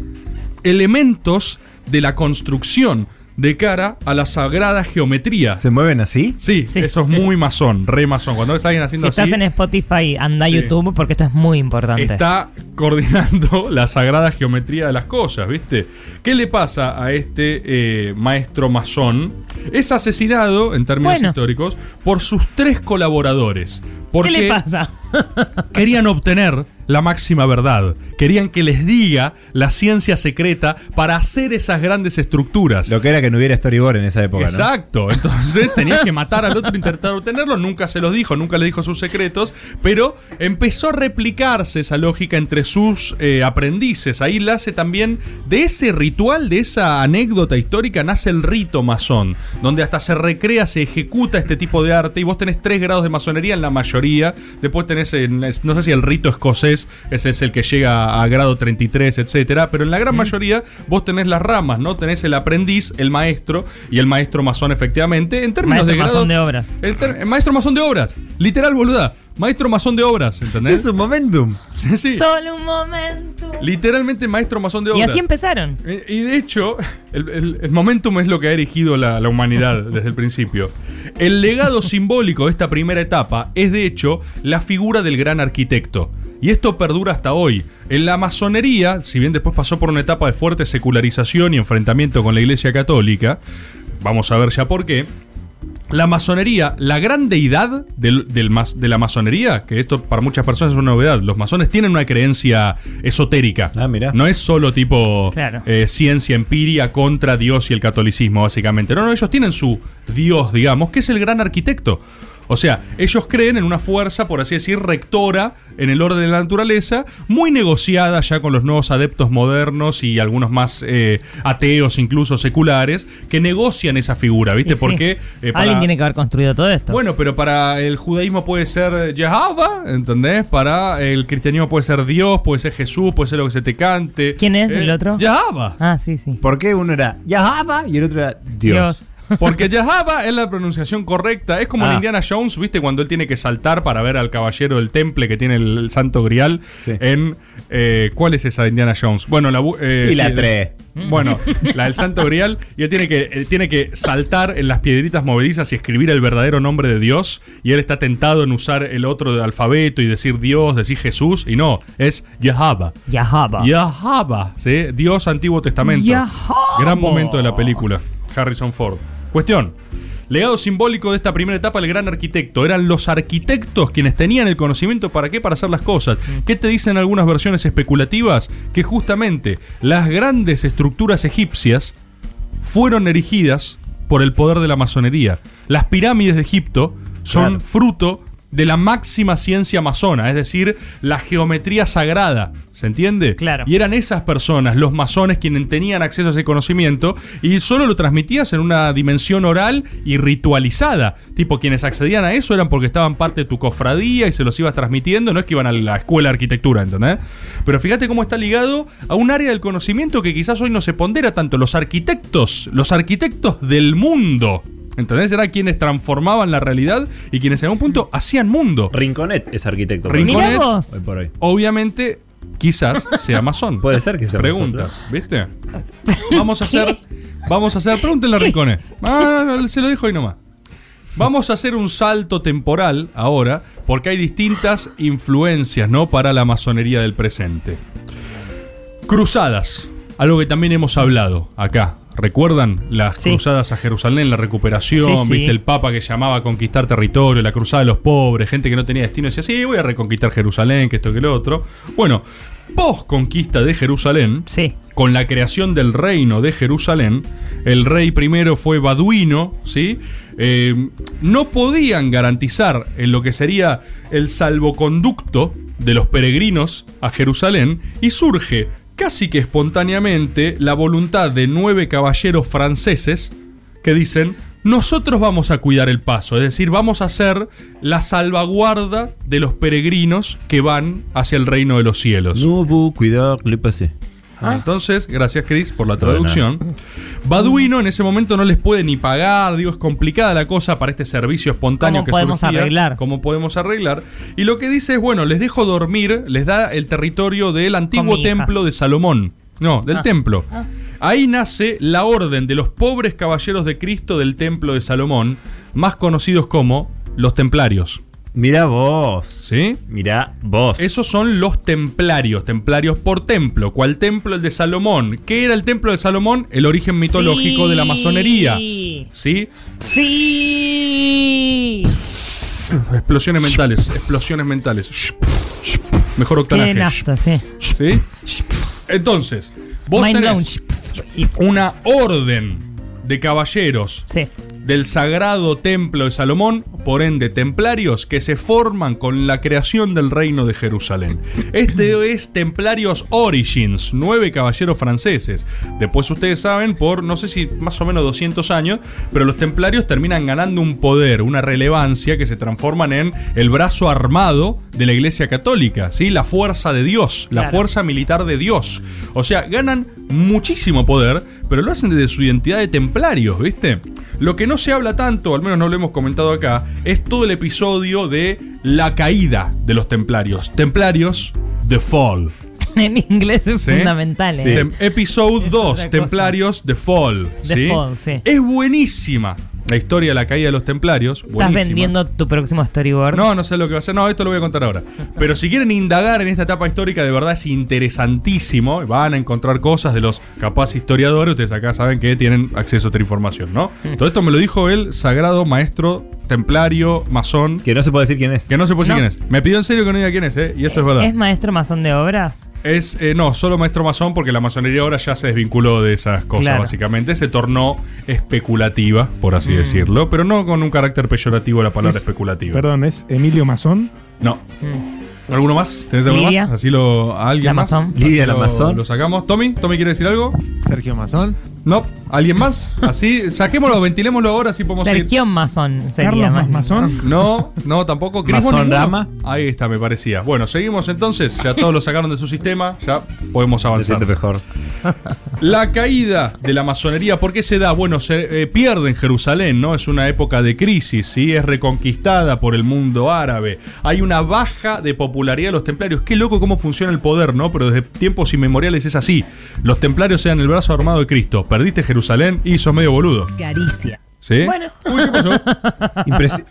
Speaker 4: elementos de la construcción de cara a la sagrada geometría. ¿Se
Speaker 7: mueven así?
Speaker 4: Sí, eso es muy masón, re masón. Cuando ves a alguien
Speaker 8: Si
Speaker 4: haciendo
Speaker 8: estás
Speaker 4: así,
Speaker 8: en Spotify, anda a
Speaker 4: Sí.
Speaker 8: YouTube porque esto es muy importante.
Speaker 4: está coordinando <laughs> la sagrada geometría de las cosas, ¿viste? ¿Qué le pasa a este eh, maestro masón? Es asesinado, en términos
Speaker 8: Bueno.
Speaker 4: históricos, por sus tres colaboradores.
Speaker 8: ¿Qué
Speaker 4: Porque
Speaker 8: le pasa?
Speaker 4: <laughs> querían obtener la máxima verdad. Querían que les diga la ciencia secreta para hacer esas grandes estructuras.
Speaker 7: Lo que era que no hubiera storyboard en esa época, ¿no?
Speaker 4: Exacto, entonces tenía que matar
Speaker 8: <laughs>
Speaker 4: al otro e intentar obtenerlo, nunca se los dijo, nunca le dijo sus secretos, pero empezó a replicarse esa lógica entre sus eh, aprendices. Ahí nace también de ese ritual, de esa anécdota histórica, nace el rito masón, donde hasta se recrea, se ejecuta este tipo de arte y vos tenés tres grados de masonería en la mayoría, después tenés, en- no sé si el rito escocés, ese es el que llega a grado 33, etcétera, pero en la gran mayoría vos tenés las ramas, ¿no? Tenés el aprendiz, el maestro y el maestro masón, efectivamente, en términos
Speaker 8: Maestro
Speaker 4: de grado.
Speaker 8: masón de obras.
Speaker 4: en ter- eh, maestro masón de obras, literal, boluda. Maestro masón de obras, ¿entendés?
Speaker 7: Es un momentum.
Speaker 4: Sí, <laughs> sí.
Speaker 8: Solo un momento.
Speaker 4: Literalmente maestro masón de
Speaker 8: Y
Speaker 4: obras.
Speaker 8: así empezaron.
Speaker 4: Eh, Y de hecho, el, el- el momentum es lo que ha erigido la, la humanidad desde el principio. El legado simbólico de esta primera etapa es de hecho la figura del gran arquitecto. Y esto perdura hasta hoy. En la masonería, si bien después pasó por una etapa de fuerte secularización y enfrentamiento con la Iglesia Católica, vamos a ver ya por qué, La masonería, la gran deidad del, del mas- de la masonería, que esto para muchas personas es una novedad, los masones tienen una creencia esotérica. No es solo tipo
Speaker 8: Claro.
Speaker 4: eh, ciencia empiria contra Dios y el catolicismo, básicamente. No, no, ellos tienen su Dios, digamos, que es el gran arquitecto. O sea, ellos creen en una fuerza, por así decir, rectora en el orden de la naturaleza, muy negociada ya con los nuevos adeptos modernos y algunos más eh, ateos, incluso seculares, que negocian esa figura, ¿viste?
Speaker 8: Y sí,
Speaker 4: Porque... eh, para-
Speaker 8: Alguien tiene que haber construido todo esto.
Speaker 4: bueno, pero para el judaísmo puede ser Jehová, ¿entendés? Para el cristianismo puede ser Dios, puede ser Jesús, puede ser lo que se te cante.
Speaker 8: ¿Quién es
Speaker 4: Eh,
Speaker 8: el otro?
Speaker 4: Jehová.
Speaker 8: Ah, sí, sí.
Speaker 7: ¿Por qué uno era Yahava y el otro era Dios? Ah.
Speaker 4: Dios. Porque Yahava es la pronunciación correcta. Es como en Indiana Jones, ¿viste? Cuando él tiene que saltar para ver al caballero del temple que tiene el, el santo grial. En. eh, ¿Cuál es esa de Indiana Jones? Bueno, la. bu- eh,
Speaker 7: Y la
Speaker 4: sí,
Speaker 7: tres.
Speaker 4: Bueno, la del santo grial. Y él tiene que, él tiene que saltar en las piedritas movedizas y escribir el verdadero nombre de Dios. Y él está tentado en usar el otro alfabeto y decir Dios, decir Jesús. Y no, es Yahava.
Speaker 8: Yahaba.
Speaker 4: Yahaba, ¿sí? Dios Antiguo Testamento.
Speaker 8: Yahaba.
Speaker 4: Gran momento de la película, Harrison Ford. Cuestión. Legado simbólico de esta primera etapa, el gran arquitecto. Eran los arquitectos quienes tenían el conocimiento para qué, para hacer las cosas. ¿Qué te dicen algunas versiones especulativas? Que justamente las grandes estructuras egipcias fueron erigidas por el poder de la masonería. Las pirámides de Egipto son
Speaker 7: Claro.
Speaker 4: fruto de la máxima ciencia masona, es decir, la geometría sagrada. ¿Se entiende? Claro. Y eran esas personas, los masones, quienes tenían acceso a ese conocimiento y solo lo transmitías en una dimensión oral y ritualizada. Tipo, quienes accedían a eso eran porque estaban parte de tu cofradía y se los ibas transmitiendo, no es que iban a la escuela de arquitectura, ¿entendés? Pero fíjate cómo está ligado a un área del conocimiento que quizás hoy no se pondera tanto, los arquitectos, los arquitectos del mundo. ¿Entendés? Eran quienes transformaban la realidad y quienes en algún punto hacían mundo.
Speaker 7: Rinconet es arquitecto. por
Speaker 4: Rinconet,
Speaker 7: ejemplo. Hoy por hoy.
Speaker 4: obviamente, quizás
Speaker 7: <laughs>
Speaker 4: sea masón. Puede ser que
Speaker 7: sea masón,
Speaker 4: Preguntas, ¿viste? Vamos a hacer. Vamos a hacer. Pregúntenle a Rinconet. Ah, no, se lo dejo ahí nomás. Vamos a hacer un salto temporal ahora, porque hay distintas influencias, ¿no? Para la masonería del presente. Cruzadas, algo que también hemos hablado acá. ¿Recuerdan las cruzadas a Jerusalén, la recuperación?
Speaker 7: Sí, sí.
Speaker 4: ¿Viste el Papa que llamaba a conquistar territorio, la cruzada de los pobres, gente que no tenía destino? Decía, sí, voy a reconquistar Jerusalén, que esto, que lo otro. Bueno, post conquista de Jerusalén, con la creación del reino de Jerusalén, el rey primero fue Baduino, ¿sí? Eh, no podían garantizar en lo que sería el salvoconducto de los peregrinos a Jerusalén y surge casi que espontáneamente la voluntad de nueve caballeros franceses que dicen, nosotros vamos a cuidar el paso, es decir, vamos a ser la salvaguarda de los peregrinos que van hacia el reino de los cielos.
Speaker 7: No hubo cuidar, le pasé. Ah.
Speaker 4: Entonces, gracias Chris por la
Speaker 7: No, de
Speaker 4: traducción. Baduino en ese momento no les puede ni pagar, digo, es complicada la cosa para este servicio espontáneo
Speaker 8: ¿Cómo
Speaker 4: que
Speaker 8: podemos
Speaker 4: surgía,
Speaker 8: arreglar?
Speaker 4: ¿Cómo podemos arreglar? Y lo que dice es, bueno, les dejo dormir, les da el territorio del antiguo
Speaker 7: Con mi hija.
Speaker 4: templo de Salomón. No, del
Speaker 7: Ah.
Speaker 4: templo. Ahí nace la orden de los pobres caballeros de Cristo del templo de Salomón, más conocidos como los templarios.
Speaker 7: Mirá vos.
Speaker 4: ¿Sí?
Speaker 7: Mirá vos.
Speaker 4: Esos son los templarios, templarios por templo. ¿Cuál templo? El de Salomón. ¿Qué era el templo de Salomón? El origen mitológico de la masonería.
Speaker 8: Sí.
Speaker 4: ¿Sí?
Speaker 8: Sí.
Speaker 4: Explosiones mentales, explosiones mentales. Mejor
Speaker 8: Tiene
Speaker 4: octanaje.
Speaker 8: nafta,
Speaker 14: <laughs>
Speaker 8: sí.
Speaker 4: ¿Sí? Entonces, vos
Speaker 8: Mind
Speaker 4: tenés una orden de caballeros del sagrado templo de Salomón, por ende templarios, que se forman con la creación del reino de Jerusalén. Este es Templarios Origins, nueve caballeros franceses. Después ustedes saben, por no sé si más o menos 200 años, pero los templarios terminan ganando un poder, una relevancia que se transforman en el brazo armado de la Iglesia Católica, ¿sí? la fuerza de Dios, la
Speaker 7: Claro.
Speaker 4: fuerza fuerza militar de Dios. O sea, ganan muchísimo poder, pero lo hacen desde su identidad de templarios, ¿viste? Lo que no se habla tanto, al menos no lo hemos comentado acá, es todo el episodio de la caída de los templarios. Templarios, The Fall.
Speaker 8: En inglés
Speaker 4: <laughs>
Speaker 8: es
Speaker 4: ¿sí?
Speaker 8: fundamental. ¿eh?
Speaker 4: Tem- Episode
Speaker 8: Es otra cosa.
Speaker 4: 2, Templarios, The Fall.
Speaker 8: The Fall, sí.
Speaker 4: Es buenísima. La historia de la caída de los templarios.
Speaker 14: Estás
Speaker 4: buenísima.
Speaker 14: vendiendo tu próximo storyboard.
Speaker 4: No, no sé lo que va a hacer. No, esto lo voy a contar
Speaker 14: <laughs>
Speaker 4: ahora. Pero si quieren indagar en esta etapa histórica, de verdad es interesantísimo. Van a encontrar cosas de los capaz historiadores. Ustedes acá saben que tienen acceso a esta información, ¿no?
Speaker 14: Mm.
Speaker 4: Todo esto me lo dijo el sagrado maestro templario, masón. Que no se puede decir quién es. Que no se puede
Speaker 14: No.
Speaker 4: decir quién es. Me pidió en serio que no diga quién es, ¿eh? Y esto es verdad.
Speaker 14: ¿Es maestro masón de obras?
Speaker 4: Es, eh, no, solo maestro masón, porque la masonería ahora ya se desvinculó de esas cosas,
Speaker 14: Claro.
Speaker 4: básicamente. Se tornó especulativa, por así decirlo, pero no con un carácter peyorativo la palabra
Speaker 2: Mm. Es-
Speaker 4: especulativa.
Speaker 2: Perdón, ¿es Emilio Masón?
Speaker 4: No.
Speaker 7: Mm.
Speaker 4: ¿Alguno más? ¿Tenés alguno
Speaker 2: Lidia.
Speaker 4: más? Así lo. ¿A alguien
Speaker 2: La
Speaker 4: más?
Speaker 2: Mazón.
Speaker 4: Así
Speaker 2: Lidia la
Speaker 4: lo-
Speaker 2: Mazón.
Speaker 4: Lo sacamos. ¿Tommy? ¿Tommy quiere decir algo? Sergio Mazón. No. ¿Alguien más? Así, saquémoslo, ventilémoslo ahora, así podemos ir.
Speaker 14: Sergio Masón sería más. <laughs>
Speaker 4: No, no, tampoco. ¿Querés
Speaker 14: Mazón
Speaker 4: vos ninguno?
Speaker 14: Rama.
Speaker 4: Ahí está, me parecía. Bueno, seguimos entonces. Ya todos lo sacaron de su sistema. Ya podemos avanzar.
Speaker 7: mejor.
Speaker 4: La caída de la masonería, ¿por qué se da? Bueno, se eh, pierde en Jerusalén, ¿no? Es una época de crisis, ¿sí? Es reconquistada por el mundo árabe. Hay una baja de popularidad de los templarios. Qué loco cómo funciona el poder, ¿no? Pero desde tiempos inmemoriales es así. Los templarios eran el brazo armado de Cristo. Perdiste Jerusalén y sos medio boludo.
Speaker 15: Caricia.
Speaker 4: ¿Sí?
Speaker 15: Bueno.
Speaker 4: <laughs> Impresi-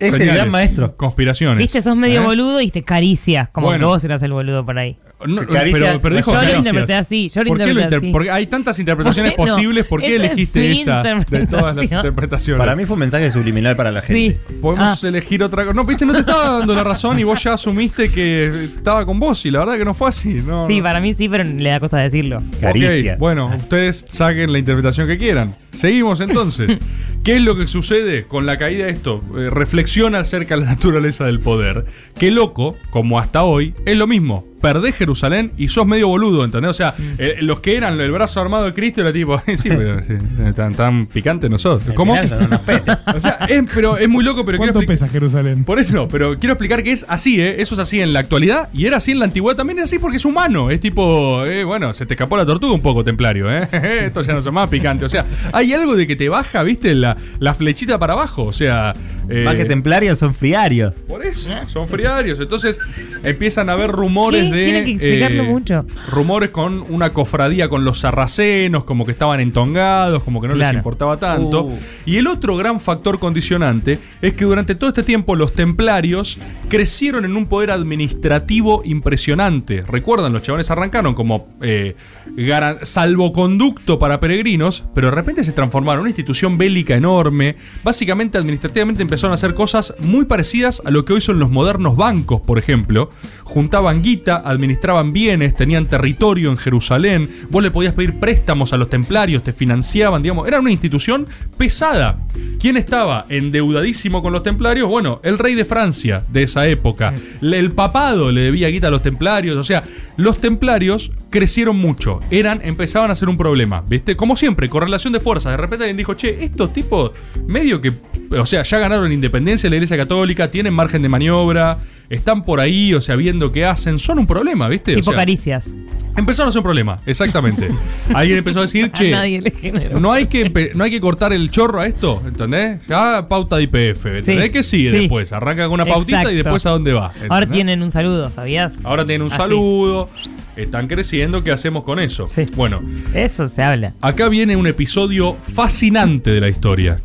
Speaker 7: Es el
Speaker 4: Señales,
Speaker 7: gran maestro.
Speaker 4: Conspiraciones.
Speaker 14: Viste, sos medio
Speaker 4: ¿Eh?
Speaker 14: boludo y te caricias, como
Speaker 4: Bueno.
Speaker 14: que vos eras el boludo por ahí.
Speaker 4: No, pero, pero dijo
Speaker 14: yo lo
Speaker 4: gracias.
Speaker 14: interpreté así, yo lo
Speaker 4: ¿Por qué
Speaker 14: interpreté
Speaker 4: inter-
Speaker 14: así.
Speaker 4: porque hay tantas interpretaciones
Speaker 14: Bueno,
Speaker 4: posibles, ¿por qué
Speaker 14: esa es
Speaker 4: elegiste
Speaker 14: mi
Speaker 4: esa de todas las
Speaker 14: interpretación.
Speaker 4: interpretaciones?
Speaker 7: Para mí fue un mensaje subliminal para la gente.
Speaker 14: Sí. Ah.
Speaker 4: Podemos elegir otra cosa. No, viste, no te estaba dando la razón y vos ya asumiste que estaba con vos y la verdad que no fue así. No,
Speaker 14: Sí,
Speaker 4: no.
Speaker 14: para mí sí, pero le da cosa decirlo.
Speaker 4: Ok, bueno, ustedes saquen la interpretación que quieran. Seguimos
Speaker 14: <laughs>
Speaker 4: entonces. ¿Qué es lo que sucede con la caída de esto? Eh, reflexiona acerca de la naturaleza del poder. Qué loco, como hasta hoy, es lo mismo. Perdés Jerusalén y sos medio boludo, ¿entendés? O sea,
Speaker 14: Mm.
Speaker 4: eh, los que eran el brazo armado de Cristo era tipo, <laughs> sí, pero, sí, tan, tan picante nosotros. ¿Cómo? O sea, es,
Speaker 2: <laughs>
Speaker 4: pero es muy loco, pero quiero
Speaker 2: ¿Cuánto pesa Jerusalén?
Speaker 4: por eso, pero quiero explicar que es así, ¿eh? Eso es así en la actualidad y era así en la antigüedad también, es así porque es humano. Es tipo, eh, bueno, se te escapó la tortuga un poco, templario, ¿eh? <laughs> Esto ya no son más picante. O sea, hay algo de que te baja, ¿viste? La, la flechita para abajo, o sea. eh,
Speaker 7: Más que templarios son friarios.
Speaker 4: por eso,
Speaker 8: Ah.
Speaker 4: son friarios. Entonces empiezan a haber rumores
Speaker 14: ¿Qué?
Speaker 4: de. eh,
Speaker 14: Tienen que explicarlo mucho.
Speaker 4: Rumores con una cofradía con los sarracenos, como que estaban entongados, como que no les
Speaker 14: Claro.
Speaker 4: importaba tanto.
Speaker 14: Uh.
Speaker 4: Y el otro gran factor condicionante es que durante todo este tiempo los templarios crecieron en un poder administrativo impresionante. Recuerdan, los chabones arrancaron como eh, garan- salvoconducto para peregrinos, pero de repente se transformaron en una institución bélica enorme. Básicamente, administrativamente empezaron a hacer cosas muy parecidas a lo que hoy son los modernos bancos, por ejemplo. Juntaban guita, administraban bienes, tenían territorio en Jerusalén. Vos le podías pedir préstamos a los templarios, te financiaban, digamos. Era una institución pesada. ¿Quién estaba endeudadísimo con los templarios? Bueno, el rey de Francia de esa época. Le- El papado le debía guita a los templarios. O sea, los templarios crecieron mucho. Eran, empezaban a ser un problema. ¿Viste? Como siempre, correlación de fuerzas. De repente alguien dijo, che, estos tipos medio que. O sea, ya ganaron independencia de la iglesia católica, tienen margen de maniobra, están por ahí, o sea, viendo qué hacen. Son un problema, ¿viste? O
Speaker 14: Tipo
Speaker 4: sea,
Speaker 14: caricias.
Speaker 4: Empezaron a ser un problema,
Speaker 14: <laughs>
Speaker 4: exactamente. Alguien empezó a decir, che,
Speaker 14: nadie le generó.
Speaker 4: no hay, que, empe- no hay que cortar el chorro a esto, ¿entendés? Ya pauta de IPF, ¿entendés?
Speaker 14: Sí,
Speaker 4: que sigue
Speaker 14: sí.
Speaker 4: después? Arranca con una pautita
Speaker 14: Exacto.
Speaker 4: y después a dónde va. ¿entendés?
Speaker 14: Ahora tienen un saludo, ¿sabías?
Speaker 4: Ahora tienen un
Speaker 14: Así.
Speaker 4: saludo, están creciendo, ¿qué hacemos con eso? Bueno,
Speaker 14: Eso se habla.
Speaker 4: acá viene un episodio fascinante de la historia.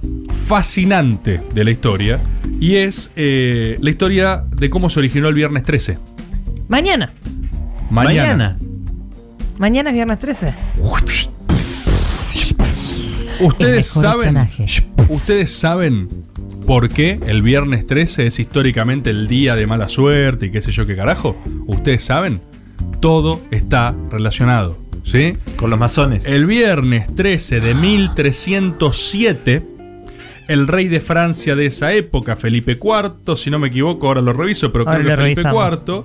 Speaker 4: Fascinante de la historia. Y es eh, la historia de cómo se originó el viernes 13.
Speaker 14: Mañana.
Speaker 4: Mañana.
Speaker 14: Mañana es viernes 13.
Speaker 4: Ustedes
Speaker 14: El mejor
Speaker 4: saben. Ustedes saben por qué el viernes 13 es históricamente el día de mala suerte y qué sé yo qué carajo. Ustedes saben. Todo está relacionado. ¿Sí?
Speaker 7: Con los masones.
Speaker 4: El viernes 13 de 1307. El rey de Francia de esa época, Felipe IV, si no me equivoco, ahora lo reviso, pero
Speaker 14: Ahora
Speaker 4: creo que
Speaker 14: lo
Speaker 4: Felipe
Speaker 14: revisamos.
Speaker 4: IV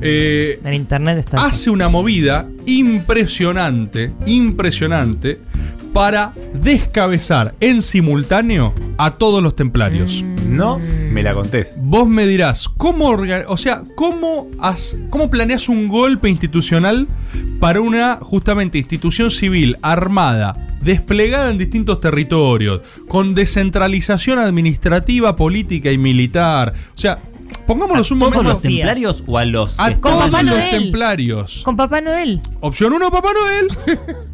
Speaker 4: eh,
Speaker 14: En internet está. eso.
Speaker 4: hace una movida impresionante, impresionante, para descabezar en simultáneo a todos los templarios.
Speaker 7: Mm. No me la contés.
Speaker 4: Vos me dirás, ¿cómo, orga- o sea, cómo, has- cómo planeas un golpe institucional para una justamente institución civil armada, desplegada en distintos territorios, con descentralización administrativa, política y militar? O sea, pongámonos un
Speaker 7: ¿Todos
Speaker 4: momento
Speaker 7: los templarios o a los
Speaker 4: a
Speaker 7: que
Speaker 4: todos
Speaker 7: estaban-
Speaker 4: los templarios.
Speaker 14: Con Papá Noel.
Speaker 4: Opción 1, Papá Noel.
Speaker 8: <laughs>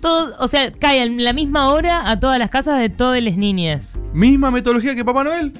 Speaker 14: Todo, o sea, cae en la misma hora a todas las casas de todos los niñes.
Speaker 4: Misma metodología que Papá Noel.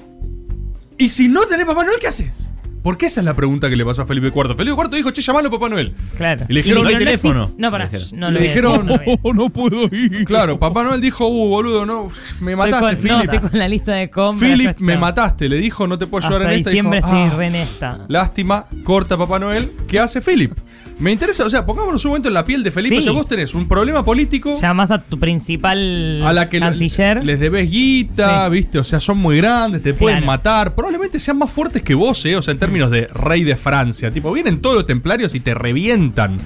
Speaker 4: Y si no tenés Papá Noel, ¿qué haces? Porque esa es la pregunta que le pasó a Felipe IV. Felipe IV dijo, che, llamalo a Papá Noel.
Speaker 8: Claro.
Speaker 4: Y le dijeron,
Speaker 8: no
Speaker 4: "No hay
Speaker 8: exi-
Speaker 4: teléfono".
Speaker 8: No, pará.
Speaker 4: Le dijeron.
Speaker 8: No lo
Speaker 4: Le
Speaker 8: voy a decir,
Speaker 4: dijeron,
Speaker 8: no lo voy a decir.
Speaker 4: no puedo ir. <laughs> Claro, Papá Noel dijo, uh, boludo, no, me
Speaker 8: Estoy
Speaker 4: mataste,
Speaker 8: con, no,
Speaker 4: Philip.
Speaker 8: estoy con la lista de compras. yo
Speaker 4: Philip,
Speaker 8: estoy-
Speaker 4: me mataste. Le dijo, no te puedo ayudar
Speaker 8: Hasta
Speaker 4: en esta.
Speaker 8: diciembre
Speaker 4: dijo,
Speaker 8: estoy
Speaker 4: "Ah".
Speaker 8: re en esta.
Speaker 4: Lástima, corta Papá Noel. ¿Qué hace Philip? Me interesa, o sea, pongámonos un momento en la piel de Felipe.
Speaker 8: Sí.
Speaker 4: O sea, vos tenés un problema político
Speaker 8: Llamás a tu principal
Speaker 4: a la que le-
Speaker 8: canciller.
Speaker 4: les debes guita, ¿viste? O sea, son muy grandes, te pueden
Speaker 8: Claro.
Speaker 4: matar. Probablemente sean más fuertes que vos, ¿eh? O sea, en términos de rey de Francia. Tipo, vienen todos los templarios y te revientan.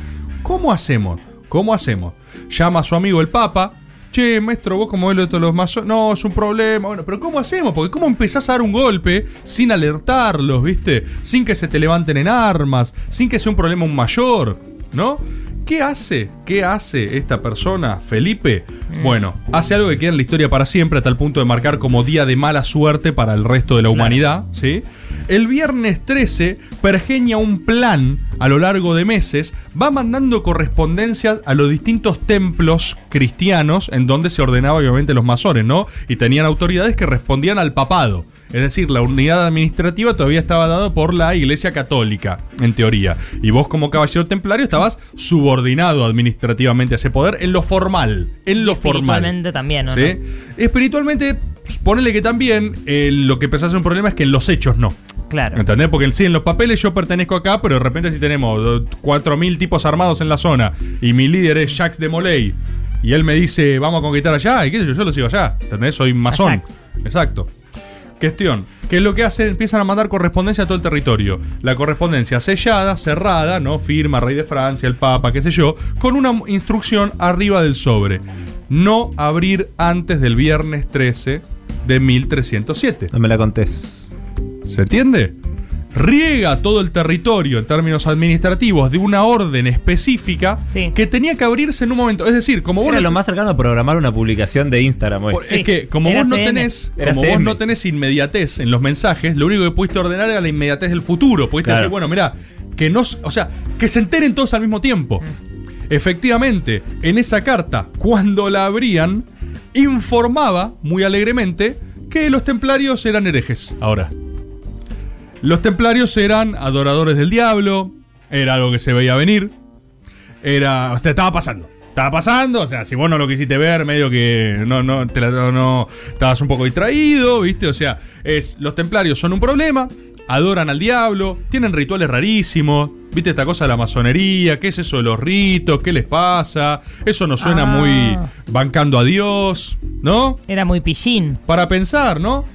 Speaker 4: ¿Cómo hacemos? ¿Cómo hacemos? Llama a su amigo el Papa. Che, maestro, vos como ves lo de los masones. No, es un problema. Bueno, pero ¿cómo hacemos? Porque ¿cómo empezás a dar un golpe sin alertarlos, viste? Sin que se te levanten en armas, sin que sea un problema un mayor, ¿no? ¿Qué hace? ¿Qué hace esta persona, Felipe? Bueno, hace algo que queda en la historia para siempre, a tal punto de marcar como día de mala suerte para el resto de la humanidad, ¿sí? El viernes 13 pergeña un plan a lo largo de meses, va mandando correspondencias a los distintos templos cristianos en donde se ordenaba obviamente los masones, ¿no? Y tenían autoridades que respondían al papado. Es decir, la unidad administrativa todavía estaba dado por la Iglesia Católica, en teoría. Y vos como caballero templario estabas subordinado administrativamente a ese poder en lo formal, en lo formal.
Speaker 8: Espiritualmente también, ¿o
Speaker 4: ¿Sí? Espiritualmente, ponele que también eh, lo que pensás es un problema es que en los hechos no.
Speaker 8: no? Claro.
Speaker 4: ¿Entendés? Porque sí, en los papeles yo pertenezco acá, pero de repente si tenemos eh, 4.000 tipos armados en la zona y mi líder es Jax de Molay y él me dice vamos a conquistar allá y qué sé yo, yo lo sigo allá. ¿Entendés? Soy masón. Exacto. Cuestión. ¿Qué es lo que hacen? Empiezan a mandar correspondencia a todo el territorio. La correspondencia sellada, cerrada, ¿no? Firma, Rey de Francia, el Papa, qué sé yo, con una instrucción arriba del sobre. No abrir antes del viernes 13 de 1307.
Speaker 7: No me la contés.
Speaker 4: ¿Se entiende? Riega todo el territorio en términos administrativos de una orden específica que tenía que abrirse en un momento. Es decir, como vos
Speaker 7: Era
Speaker 4: no-
Speaker 7: lo más cercano a programar una publicación de Instagram hoy.
Speaker 4: por- Es que como vos no tenés,
Speaker 7: Era
Speaker 4: como vos
Speaker 7: CM.
Speaker 4: no tenés inmediatez en los mensajes, lo único que pudiste ordenar era la inmediatez del futuro. Pudiste
Speaker 7: Claro.
Speaker 4: decir, bueno, mirá, que no, s- o sea, que se enteren todos al mismo tiempo. Efectivamente, en esa carta, cuando la abrían, informaba muy alegremente que los templarios eran herejes. Ahora, los templarios eran adoradores del diablo, era algo que se veía venir, era, o sea, estaba pasando. Estaba pasando, o sea, si vos no lo quisiste ver, medio que no, no, te la- no, no, estabas un poco distraído, ¿viste? O sea, es, los templarios son un problema, adoran al diablo, tienen rituales rarísimos, ¿viste? Esta cosa de la masonería, ¿qué es eso de los ritos? ¿Qué les pasa? Eso nos suena
Speaker 8: Ah.
Speaker 4: muy bancando a Dios, ¿no?
Speaker 8: Era muy pillín.
Speaker 4: Para pensar, ¿no?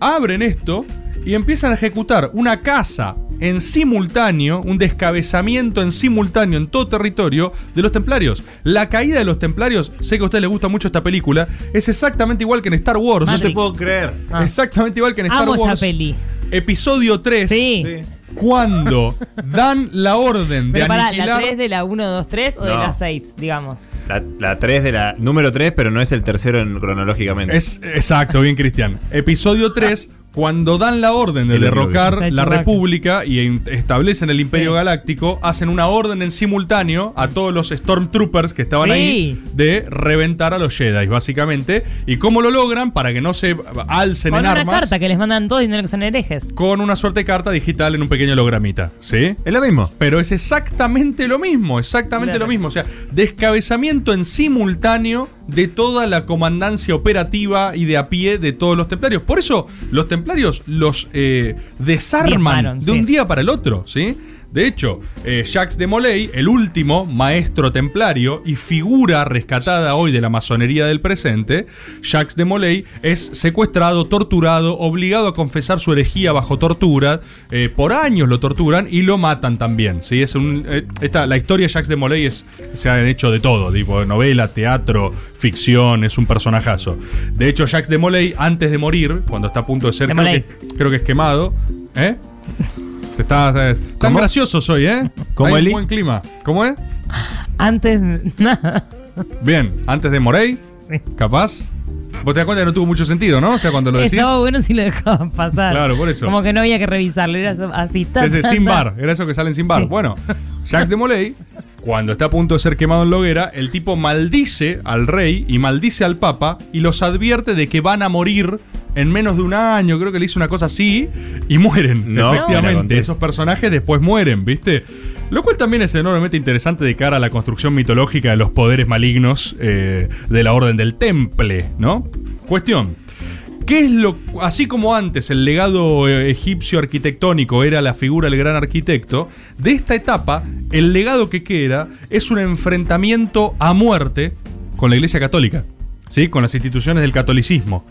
Speaker 4: Abren esto y empiezan a ejecutar una caza en simultáneo, un descabezamiento en simultáneo en todo territorio de los templarios. La caída de los templarios, sé que a ustedes les gusta mucho esta película, es exactamente igual que en Star Wars.
Speaker 7: No te puedo creer.
Speaker 4: Ah. Exactamente igual que en Star
Speaker 8: Amo
Speaker 4: Wars.
Speaker 8: esa peli.
Speaker 4: Episodio 3.
Speaker 8: <laughs>
Speaker 4: Cuando dan la orden de
Speaker 8: Pero pará, ¿la
Speaker 4: aniquilar
Speaker 8: 3 de la 1, 2, 3 o de
Speaker 7: No.
Speaker 8: la 6, digamos?
Speaker 7: La, la 3 de la. Número 3, pero no es el tercero en- cronológicamente.
Speaker 4: Es exacto, bien Cristian. Episodio 3, cuando dan la orden de
Speaker 7: El único que
Speaker 4: derrocar
Speaker 7: hizo. Está
Speaker 4: la
Speaker 7: Chewbacca.
Speaker 4: República y en- establecen el Imperio Galáctico, hacen una orden en simultáneo a todos los Stormtroopers que estaban
Speaker 8: Sí.
Speaker 4: ahí de reventar a los Jedi, básicamente. ¿Y cómo lo logran? Para que no se alcen
Speaker 8: Con
Speaker 4: en
Speaker 8: una
Speaker 4: armas.
Speaker 8: carta que les mandan todos diciendo que son herejes.
Speaker 4: Con una suerte de carta digital en un pequeño hologramita. ¿Sí?
Speaker 7: Es lo mismo.
Speaker 4: Pero es exactamente lo mismo, exactamente
Speaker 8: Claro.
Speaker 4: lo mismo. O sea, descabezamiento en simultáneo de toda la comandancia operativa y de a pie de todos los templarios. Por eso los templarios los eh, desarman
Speaker 7: Diezmaron,
Speaker 4: de
Speaker 7: sí.
Speaker 4: un día para el otro, ¿sí? De hecho, eh, Jacques de Molay, el último maestro templario y figura rescatada hoy de la masonería del presente, Jacques de Molay es secuestrado, torturado, obligado a confesar su herejía bajo tortura. eh, por años lo torturan y lo matan también. ¿sí? Es un, eh, esta, la historia de Jacques de Molay es, se han hecho de todo, tipo novela, teatro, ficción, es un personajazo. De hecho, Jacques de Molay, antes de morir, cuando está a punto de ser,
Speaker 8: De
Speaker 4: creo
Speaker 8: Molay.
Speaker 4: que, creo que es quemado, ¿eh? Te estás, eh, tan gracioso soy, ¿eh?
Speaker 7: ¿Cómo
Speaker 4: Hay
Speaker 7: Eli?
Speaker 4: un buen clima. ¿Cómo es?
Speaker 8: Antes, <laughs> nada.
Speaker 4: Bien, antes de Morey, capaz. Vos te das cuenta que no tuvo mucho sentido, ¿no? O sea, cuando lo decís.
Speaker 8: Estaba bueno si lo dejaban pasar.
Speaker 4: Claro, por eso.
Speaker 8: Como que no había que revisarlo, era so-
Speaker 4: Sí,
Speaker 8: así. tan,
Speaker 4: sí,
Speaker 8: tan,
Speaker 4: sin
Speaker 8: tan.
Speaker 4: bar, era eso que salen sin bar. Bueno, Jacques de Molay, cuando está a punto de ser quemado en la hoguera, el tipo maldice al rey y maldice al papa y los advierte de que van a morir en menos de un año, creo que le hizo una cosa así, y mueren.
Speaker 7: No, me la
Speaker 4: efectivamente.
Speaker 7: contés.
Speaker 4: Esos personajes después mueren, ¿viste? Lo cual también es enormemente interesante de cara a la construcción mitológica de los poderes malignos eh, de la Orden del Temple, ¿no? Cuestión. ¿Qué es lo. Así como antes el legado eh, egipcio arquitectónico era la figura del gran arquitecto, de esta etapa, el legado que queda es un enfrentamiento a muerte con la Iglesia Católica, ¿sí? Con las instituciones del catolicismo.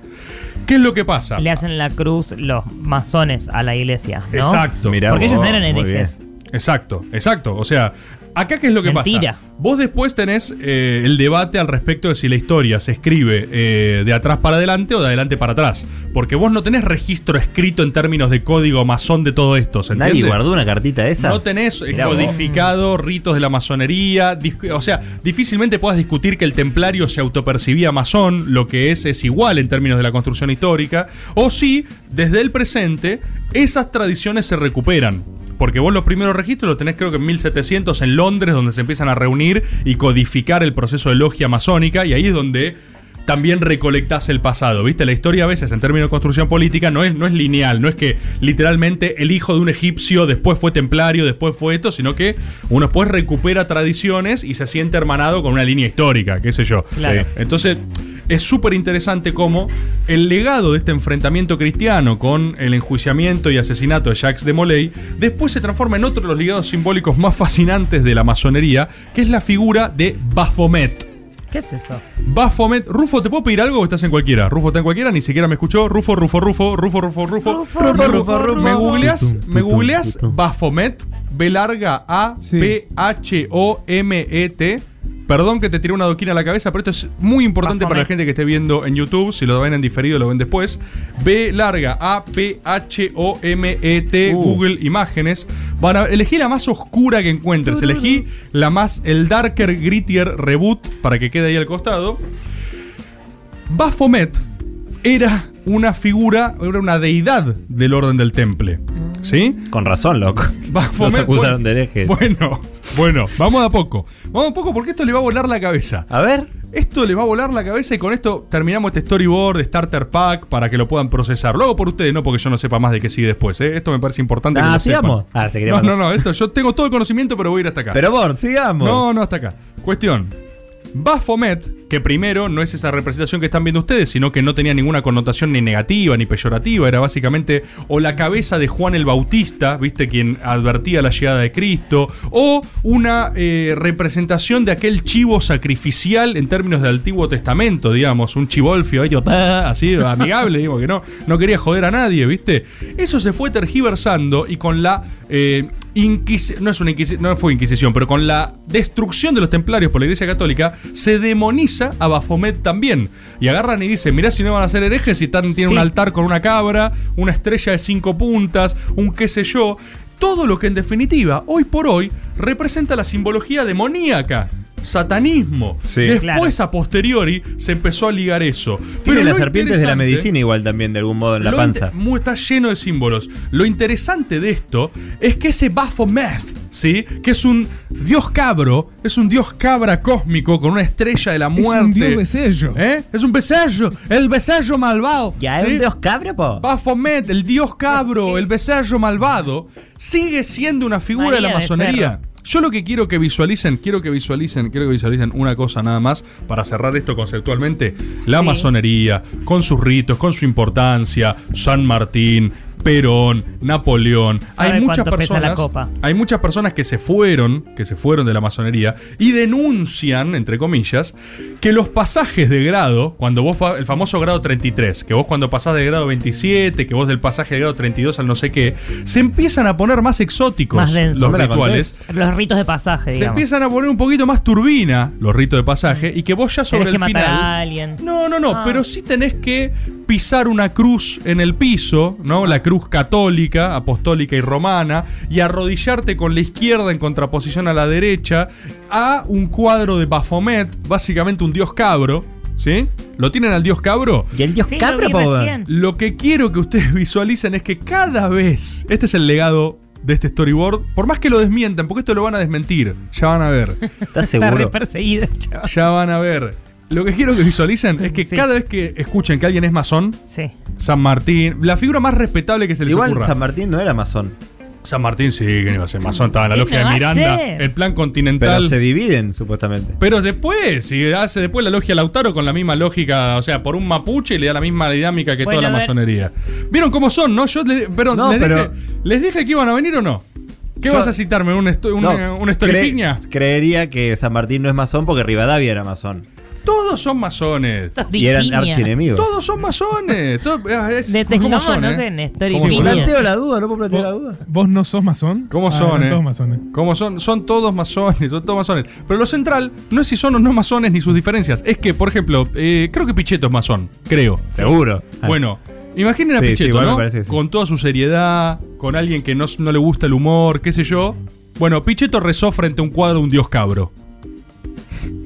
Speaker 4: ¿Qué es lo que pasa?
Speaker 8: Le hacen la cruz los masones a la iglesia, ¿no?
Speaker 4: Exacto.
Speaker 8: Porque ellos no eran herejes.
Speaker 4: Exacto, exacto. O sea, acá qué es lo que
Speaker 8: Mentira.
Speaker 4: pasa. Vos después tenés eh, el debate al respecto de si la historia se escribe eh, de atrás para adelante o de adelante para atrás. Porque vos no tenés registro escrito en términos de código masón de todo esto. ¿se
Speaker 7: Nadie
Speaker 4: entiende?
Speaker 7: guardó una cartita de esas.
Speaker 4: No tenés eh,
Speaker 7: Mirá vos.
Speaker 4: codificado ritos de la masonería. dis- O sea, difícilmente puedas discutir que el templario se autopercibía masón, lo que es es igual en términos de la construcción histórica. O si, desde el presente, esas tradiciones se recuperan. Porque vos los primeros registros los tenés creo que en 1700 en Londres, donde se empiezan a reunir y codificar el proceso de logia masónica, y ahí es donde también recolectás el pasado, ¿viste? La historia a veces, en términos de construcción política, no es, no es lineal, no es que literalmente el hijo de un egipcio después fue templario, después fue esto, sino que uno después recupera tradiciones y se siente hermanado con una línea histórica, qué sé yo.
Speaker 7: Claro.
Speaker 4: Sí. Entonces, es súper interesante cómo el legado de este enfrentamiento cristiano con el enjuiciamiento y asesinato de Jacques de Molay después se transforma en otro de los legados simbólicos más fascinantes de la masonería, que es la figura de Baphomet.
Speaker 8: ¿Qué es eso?
Speaker 4: Bafomet. Rufo, ¿te puedo pedir algo o estás en cualquiera? Rufo está en cualquiera, ni siquiera me escuchó. Rufo, Rufo, Rufo, Rufo, Rufo, Rufo. Rufo, ¿Me googleas? ¿Me googleas Bafomet? B larga A P H O M E T. Perdón que te tiré una doquina a la cabeza, pero esto es muy importante para la
Speaker 7: Baphomet.
Speaker 4: gente que esté viendo en YouTube. Si lo ven en diferido, lo ven después. B larga A P H O M E T Google Imágenes. Van a elegí la más oscura que encuentres. Elegí la más el darker grittier reboot para que quede ahí al costado. Baphomet era una figura, era una deidad del orden del temple. ¿Sí?
Speaker 7: Con razón, loco.
Speaker 4: Baphomet,
Speaker 7: Nos acusaron de herejes.
Speaker 4: Bueno, bueno, vamos a poco. Vamos a poco porque esto le va a volar la cabeza.
Speaker 7: A ver.
Speaker 4: Esto le va a volar la cabeza y con esto terminamos este storyboard, starter pack, para que lo puedan procesar. Luego por ustedes, no porque yo no sepa más de qué sigue después. ¿eh? Esto me parece importante. que
Speaker 7: Ah,
Speaker 4: lo
Speaker 7: sigamos.
Speaker 4: sepan.
Speaker 7: Ah, se quería
Speaker 4: no, no,
Speaker 7: mandar.
Speaker 4: no, esto, yo tengo todo el conocimiento, pero voy a ir hasta acá.
Speaker 7: Pero, Bord, sigamos.
Speaker 4: No, no, hasta acá. Cuestión. Baphomet, que primero no es esa representación que están viendo ustedes, sino que no tenía ninguna connotación ni negativa ni peyorativa, era básicamente o la cabeza de Juan el Bautista, viste, quien advertía la llegada de Cristo, o una eh, representación de aquel chivo sacrificial en términos del Antiguo Testamento, digamos, un chivolfio, ahí, <laughs> pa, así, amigable, digo, que no, no quería joder a nadie, viste. Eso se fue tergiversando y con la... eh, Inquis- no, es una inquisi- no fue Inquisición, pero con la destrucción de los templarios por la Iglesia Católica, se demoniza a Bafomet también. Y agarran y dicen: Mirá si no van a ser herejes si están, tienen
Speaker 7: Sí.
Speaker 4: un altar con una cabra, una estrella de cinco puntas, un qué sé yo. Todo lo que en definitiva, hoy por hoy, representa la simbología demoníaca. Satanismo.
Speaker 7: Sí.
Speaker 4: Después, a posteriori, se empezó a ligar eso.
Speaker 7: Tiene
Speaker 4: lo
Speaker 7: las serpientes de la
Speaker 4: interesante-
Speaker 7: medicina igual también, de algún modo, en la
Speaker 4: lo
Speaker 7: panza.
Speaker 4: inte- mu- está lleno de símbolos. Lo interesante de esto es que ese Baphomet, ¿sí? Que es un dios cabro, es un dios cabra cósmico con una estrella de la
Speaker 2: un
Speaker 4: muerte.
Speaker 2: dios
Speaker 4: becerro. ¿Eh? Es un becerro, el becerro malvado. ¿Ya
Speaker 2: es un dios
Speaker 7: cabro, po?
Speaker 4: Baphomet, el dios cabro, el becerro malvado, sigue siendo una figura de la
Speaker 7: María
Speaker 4: masonería.
Speaker 7: Becerro.
Speaker 4: Yo lo que quiero que visualicen, quiero que visualicen, quiero que visualicen una cosa nada más para cerrar esto conceptualmente. La masonería, con sus ritos, con su importancia, San Martín, Perón, Napoleón.
Speaker 8: ¿Sabe
Speaker 4: Hay muchas
Speaker 8: cuánto pesa
Speaker 4: personas.
Speaker 8: la copa?
Speaker 4: Hay muchas personas que se fueron, que se fueron de la masonería y denuncian, entre comillas, que los pasajes de grado, cuando vos, fa- el famoso grado 33, que vos cuando pasás de grado 27, que vos del pasaje de grado 32 al no sé qué, se empiezan a poner más exóticos
Speaker 8: Más denso.
Speaker 4: los rituales.
Speaker 8: Los ritos de pasaje,
Speaker 4: Se
Speaker 8: digamos.
Speaker 4: empiezan a poner un poquito más turbina los ritos de pasaje y que vos ya sobre
Speaker 8: Tenés que
Speaker 4: el
Speaker 8: matar
Speaker 4: final.
Speaker 8: a alguien.
Speaker 4: No, no, no,
Speaker 8: Ah.
Speaker 4: pero sí tenés que pisar una cruz en el piso, ¿no? La cruz católica, apostólica y romana, y arrodillarte con la izquierda en contraposición a la derecha a un cuadro de Baphomet, básicamente un dios cabro, ¿sí? ¿Lo tienen al dios cabro?
Speaker 7: ¿Y el dios
Speaker 8: Sí, lo cabro, vi Power? recién.
Speaker 4: Lo que quiero que ustedes <laughs> visualicen es que cada vez, este es el legado de este storyboard, por más que lo desmientan, porque esto lo van a desmentir, ya van a ver.
Speaker 7: ¿Estás
Speaker 8: Está re perseguido, <laughs> chaval.
Speaker 4: <laughs> Ya van a ver. Lo que quiero que visualicen es que cada vez que escuchen que alguien es masón, San Martín, la figura más respetable que se les
Speaker 7: Igual
Speaker 4: ocurra.
Speaker 7: San Martín no era masón.
Speaker 4: San Martín sí que iba a ser masón, estaba en la
Speaker 7: ¿Qué no
Speaker 4: logia de
Speaker 7: va a
Speaker 4: Miranda,
Speaker 7: ser?
Speaker 4: el plan continental.
Speaker 7: Pero se dividen, supuestamente.
Speaker 4: Pero después, si hace después la logia Lautaro con la misma lógica, o sea, por un mapuche le da la misma dinámica que
Speaker 7: Bueno,
Speaker 4: toda la
Speaker 7: a ver.
Speaker 4: masonería. ¿Vieron cómo son, no? Yo le- perdón,
Speaker 7: No,
Speaker 4: les,
Speaker 7: pero-
Speaker 4: dije, ¿les dije que iban a venir o no? ¿Qué
Speaker 7: Yo-
Speaker 4: vas a citarme? ¿Un, esto- un,
Speaker 7: No,
Speaker 4: un
Speaker 7: cre-
Speaker 4: historipiña?
Speaker 7: Creería que San Martín no es masón porque Rivadavia era masón.
Speaker 4: Todos son masones.
Speaker 7: Y eran archienemigos.
Speaker 4: Todos son <laughs> masones. Todos- ah, es- ¿Cómo
Speaker 8: Detengamos,
Speaker 4: son,
Speaker 8: no
Speaker 4: eh?
Speaker 8: sé, en Story
Speaker 4: ¿Cómo son?
Speaker 7: Planteo la duda, no puedo plantear la duda.
Speaker 2: ¿Vos no sos masón?
Speaker 4: ¿Cómo
Speaker 2: Ah,
Speaker 4: son,
Speaker 2: eran
Speaker 4: eh?
Speaker 2: todos masones.
Speaker 4: ¿Cómo son? Son todos masones, son todos masones. Pero lo central no es si son o no masones ni sus diferencias. Es que, por ejemplo, eh, creo que Pichetto es masón, creo.
Speaker 7: Seguro. Ah.
Speaker 4: Bueno, imaginen a
Speaker 7: Sí, sí,
Speaker 4: Pichetto,
Speaker 7: igual me
Speaker 4: ¿no?
Speaker 7: parece que sí.
Speaker 4: Con toda su seriedad, con alguien que no, no le gusta el humor, qué sé yo. Bueno, Pichetto rezó frente a un cuadro de un dios cabro.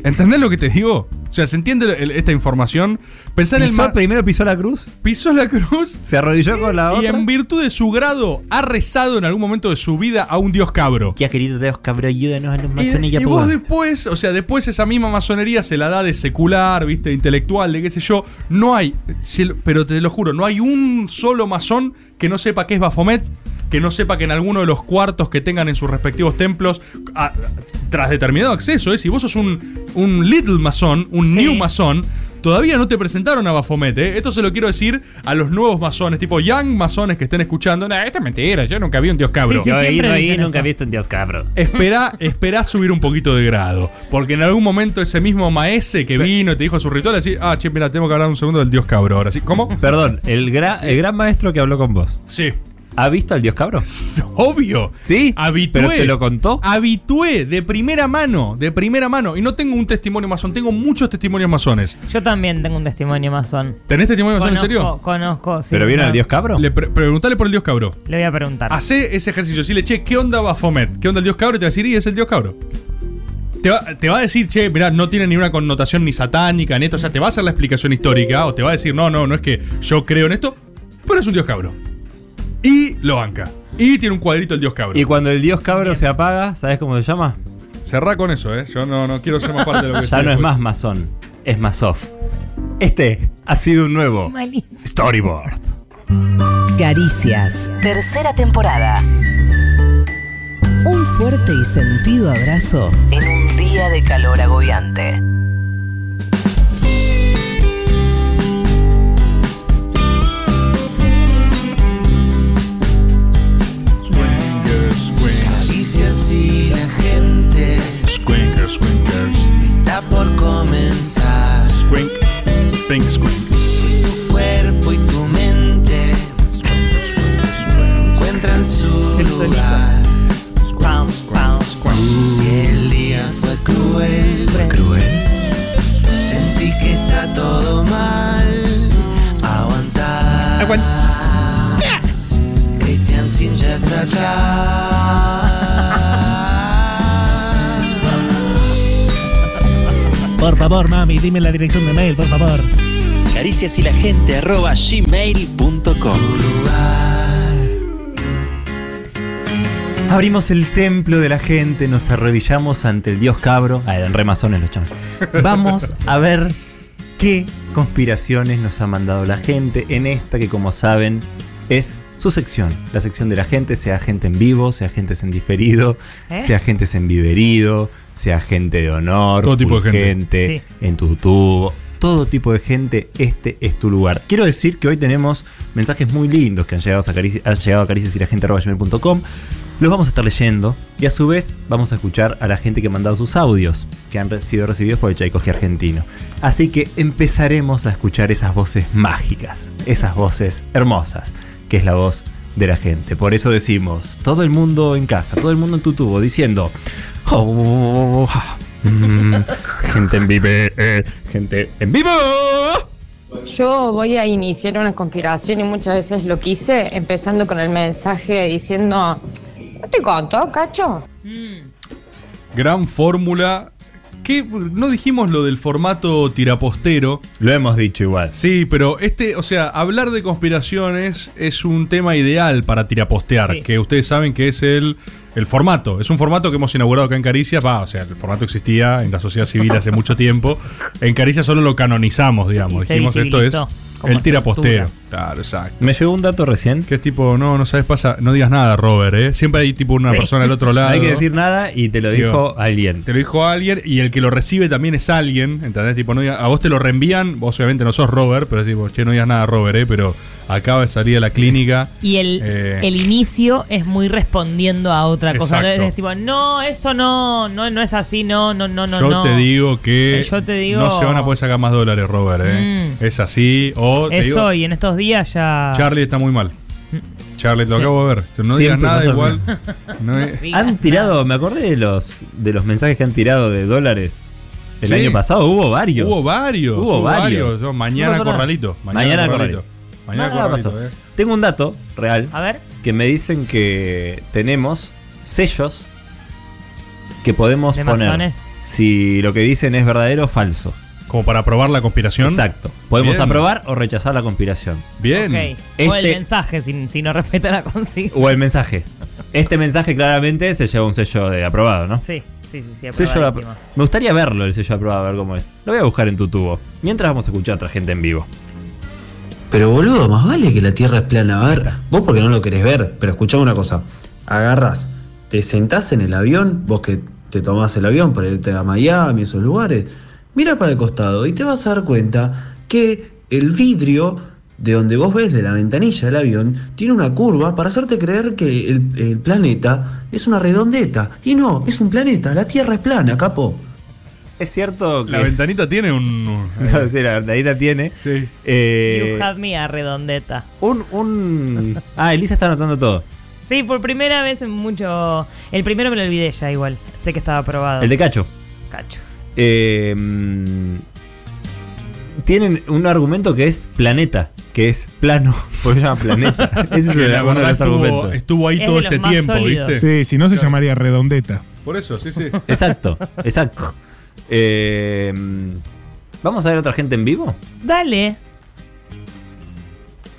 Speaker 4: ¿Entendés lo que te digo? O sea, ¿se entiende el- esta información? Pensá en el
Speaker 7: ¿Pisó-
Speaker 4: ma-
Speaker 7: primero pisó la cruz.
Speaker 4: Pisó la cruz.
Speaker 7: Se arrodilló con la
Speaker 4: Y
Speaker 7: otra.
Speaker 4: en virtud de su grado, ha rezado en algún momento de su vida a un dios cabro.
Speaker 7: Ya, querido Dios cabro, ayúdanos a los masones
Speaker 4: Y,
Speaker 7: ya
Speaker 4: y vos después, o sea, después esa misma masonería se la da de secular, viste, de intelectual, de qué sé yo. No hay, se lo- pero te lo juro, no hay un solo masón que no sepa qué es Bafomet, que no sepa que en alguno de los cuartos que tengan en sus respectivos templos, a- tras determinado acceso, ¿eh? si vos sos un, un little masón, un new masón, todavía no te presentaron a Bafomet, ¿eh? Esto se lo quiero decir a los nuevos masones, tipo young masones que estén escuchando. Nah, esta es mentira, yo nunca vi un dios cabro.
Speaker 19: Yo he ido ahí y nunca he visto un dios cabro.
Speaker 7: <laughs>
Speaker 4: Esperá, esperá subir un poquito de grado. Porque en algún momento ese mismo maese que vino y te dijo su ritual, así, ah, che, mira, tengo que hablar un segundo del dios cabro ahora. ¿sí? ¿Cómo?
Speaker 7: Perdón, el, gra- el gran maestro que habló con vos.
Speaker 4: Sí.
Speaker 7: ¿Ha visto al dios
Speaker 4: <laughs>
Speaker 7: cabro?
Speaker 4: Obvio.
Speaker 7: Sí.
Speaker 4: Habitué.
Speaker 7: Pero te lo contó.
Speaker 4: Habitué de primera mano, de primera mano. Y no tengo un testimonio masón, tengo muchos testimonios masones.
Speaker 8: Yo también tengo un testimonio masón.
Speaker 4: ¿Tenés testimonio masón en
Speaker 8: Conozco-
Speaker 4: serio?
Speaker 8: Conozco, sí. no.
Speaker 7: cabro?
Speaker 4: Le pre- preguntale por el dios cabro.
Speaker 8: Le voy a preguntar.
Speaker 4: Hacé ese ejercicio, decirle, che, ¿qué onda Bafomet? ¿Qué onda el dios cabro? Y te va a decir, y es el dios cabro. Te va, te va a decir, che, mirá, no tiene ni una connotación ni satánica en esto. O sea, te va a hacer la explicación histórica o te va a decir, no, no, no es que yo creo en esto, pero es un dios cabro. Y lo banca. Y tiene un cuadrito el dios cabro.
Speaker 7: Y cuando el dios cabro se apaga, ¿sabes cómo se llama?
Speaker 4: Cerrá con eso, ¿eh? Yo no, no quiero ser más parte de lo
Speaker 7: <laughs>
Speaker 4: que
Speaker 7: Ya
Speaker 4: soy
Speaker 7: no es
Speaker 4: después.
Speaker 7: más masón, es masof. Este ha sido un nuevo storyboard.
Speaker 15: Caricias.
Speaker 20: Tercera temporada.
Speaker 15: Un fuerte y sentido abrazo.
Speaker 20: En un día de calor agobiante.
Speaker 1: Caricias y la gente
Speaker 4: Squinkers, squinkers.
Speaker 1: está por comenzar.
Speaker 4: Squink, spink, squink.
Speaker 1: Tu cuerpo y tu mente encuentran su lugar. Si el día fue cruel, cruel, sentí que está todo mal. Aguantar. Cristian sin ya está
Speaker 19: Por favor, mami, dime la dirección de mail, por favor.
Speaker 21: Caricias y la gente arroba gmail.com.
Speaker 7: Abrimos el templo de la gente, nos arrodillamos ante el dios cabro. Ah, eran remasones los chavos. Vamos a ver qué conspiraciones nos ha mandado la gente en esta que como saben es su sección. La sección de la gente, sea gente en vivo, sea gente en diferido,
Speaker 19: ¿Eh?
Speaker 7: sea gente en viverido, sea gente de honor,
Speaker 4: Todo tipo de gente.
Speaker 7: fulgente, en tu tubo. Todo tipo de gente, este es tu lugar. Quiero decir que hoy tenemos mensajes muy lindos que han llegado a, Carici- han llegado a caricias y la gente Los vamos a estar leyendo y a su vez vamos a escuchar a la gente que ha mandado sus audios que han re- sido recibidos por el Tchaikovsky argentino. Así que empezaremos a escuchar esas voces mágicas, esas voces hermosas, que es la voz de la gente. Por eso decimos, todo el mundo en casa, todo el mundo en tu tubo, diciendo, "Oh, ah, mm, <laughs> gente en vivo, eh, gente en vivo.
Speaker 22: Yo voy a iniciar una conspiración y muchas veces lo quise, empezando con el mensaje diciendo, ¿no te contó, cacho?
Speaker 4: Gran fórmula. ¿Qué? No dijimos lo del formato tirapostero.
Speaker 7: Lo hemos dicho igual.
Speaker 4: Sí, pero este, o sea, hablar de conspiraciones es un tema ideal para tirapostear,
Speaker 7: Sí.
Speaker 4: que ustedes saben que es el el formato. Es un formato que hemos inaugurado acá en Caricia. Va, o sea, el formato existía en la sociedad civil hace mucho tiempo. En Caricia solo lo canonizamos, digamos.
Speaker 8: Y se
Speaker 4: Dijimos esto es
Speaker 8: visibilizó como
Speaker 4: el tiraposteo.
Speaker 8: estructura.
Speaker 4: Claro, exacto.
Speaker 7: Me llegó un dato recién.
Speaker 4: Que es tipo, no, no sabes, pasa, no digas nada, Robert, ¿eh? Siempre hay tipo una
Speaker 7: Sí.
Speaker 4: persona al otro lado.
Speaker 7: No <laughs> hay que decir nada y te lo dijo
Speaker 4: alguien. Te lo dijo alguien y el que lo recibe también es alguien, ¿entendés? Tipo, no diga- a vos te lo reenvían, vos obviamente no sos Robert, pero es tipo, che, no digas nada, Robert, ¿eh? Pero acaba de salir de la clínica.
Speaker 8: Y el,
Speaker 4: Eh.
Speaker 8: el inicio es muy respondiendo a otra cosa.
Speaker 4: Exacto.
Speaker 8: Entonces es tipo, no, eso no, no, no es así, no, no, <laughs> no, no.
Speaker 4: yo
Speaker 8: no.
Speaker 4: te digo que
Speaker 8: Eh, yo te digo- Mm.
Speaker 4: no se van a poder sacar más dólares, Robert, ¿eh? Es así. O te
Speaker 8: Es
Speaker 4: digo,
Speaker 8: hoy, en estos días ya.
Speaker 4: Charlie está muy mal. Charlie, te lo
Speaker 8: Sí.
Speaker 4: acabo de ver. No
Speaker 7: Siempre
Speaker 4: digas nada
Speaker 7: pasa
Speaker 4: igual. <laughs> No es-
Speaker 7: Han tirado, me acordé de los de los mensajes que han tirado de dólares. El
Speaker 4: Sí.
Speaker 7: año pasado hubo varios.
Speaker 4: Hubo varios.
Speaker 7: Hubo, varios.
Speaker 4: Yo,
Speaker 7: No
Speaker 4: mañana
Speaker 7: pasó nada.
Speaker 4: corralito.
Speaker 7: Mañana, corralito.
Speaker 4: Mañana
Speaker 7: Nada
Speaker 4: corralito.
Speaker 7: pasó.
Speaker 4: eh.
Speaker 7: Tengo un dato real.
Speaker 8: A ver.
Speaker 7: Que me dicen que tenemos sellos que podemos
Speaker 8: ¿De
Speaker 7: poner.
Speaker 8: masones?
Speaker 7: Si lo que dicen es verdadero o falso.
Speaker 4: Como para aprobar la conspiración.
Speaker 7: Exacto. Podemos
Speaker 8: Bien.
Speaker 7: aprobar o rechazar la conspiración.
Speaker 4: Bien.
Speaker 8: Ok. O el
Speaker 7: Este-
Speaker 8: mensaje, si, si no respeta la consigna.
Speaker 7: O el mensaje. Este mensaje claramente se lleva un sello de aprobado, ¿no?
Speaker 8: Sí, sí, sí, sí.
Speaker 7: Sello de
Speaker 8: aprobadísimo.
Speaker 7: apro- Me gustaría verlo el sello de aprobado, a ver cómo es. Lo voy a buscar en tu tubo. Mientras vamos a escuchar a otra gente en vivo.
Speaker 23: Pero boludo, más vale que la Tierra es plana. A ver, vos porque no lo querés ver, pero escuchame una cosa. Agarras, te sentás en el avión, vos que te tomás el avión para irte a Miami, esos lugares, mira para el costado y te vas a dar cuenta que el vidrio de donde vos ves de la ventanilla del avión tiene una curva para hacerte creer que el, el planeta es una redondeta. Y no, es un planeta, la Tierra es plana, capo.
Speaker 7: Es cierto que.
Speaker 4: La ventanita tiene un.
Speaker 7: <laughs> No, sí, la ventanita tiene. eh,
Speaker 4: Sí.
Speaker 8: You had me a redondeta.
Speaker 7: un,
Speaker 4: <laughs>
Speaker 7: un. Ah, Elisa está anotando todo.
Speaker 8: Sí, por primera vez en mucho. El primero me lo olvidé ya igual. Sé que estaba
Speaker 4: Ah.
Speaker 8: aprobado.
Speaker 7: El de Cacho.
Speaker 8: Cacho.
Speaker 7: Eh, mm, tienen un argumento que es planeta, que es plano, <laughs> porque se llama
Speaker 4: <laughs>
Speaker 7: planeta. Ese es
Speaker 4: Que
Speaker 7: el-
Speaker 4: la
Speaker 7: uno de
Speaker 4: verdad
Speaker 7: los
Speaker 4: estuvo-
Speaker 7: argumentos.
Speaker 4: estuvo ahí Es todo de los este más tiempo, sólidos. ¿viste?
Speaker 2: Sí, si no se llamaría redondeta.
Speaker 4: Por eso, sí,
Speaker 2: <laughs>
Speaker 4: sí.
Speaker 7: Exacto, exacto. Eh, mm, ¿Vamos a ver otra gente en vivo?
Speaker 8: Dale.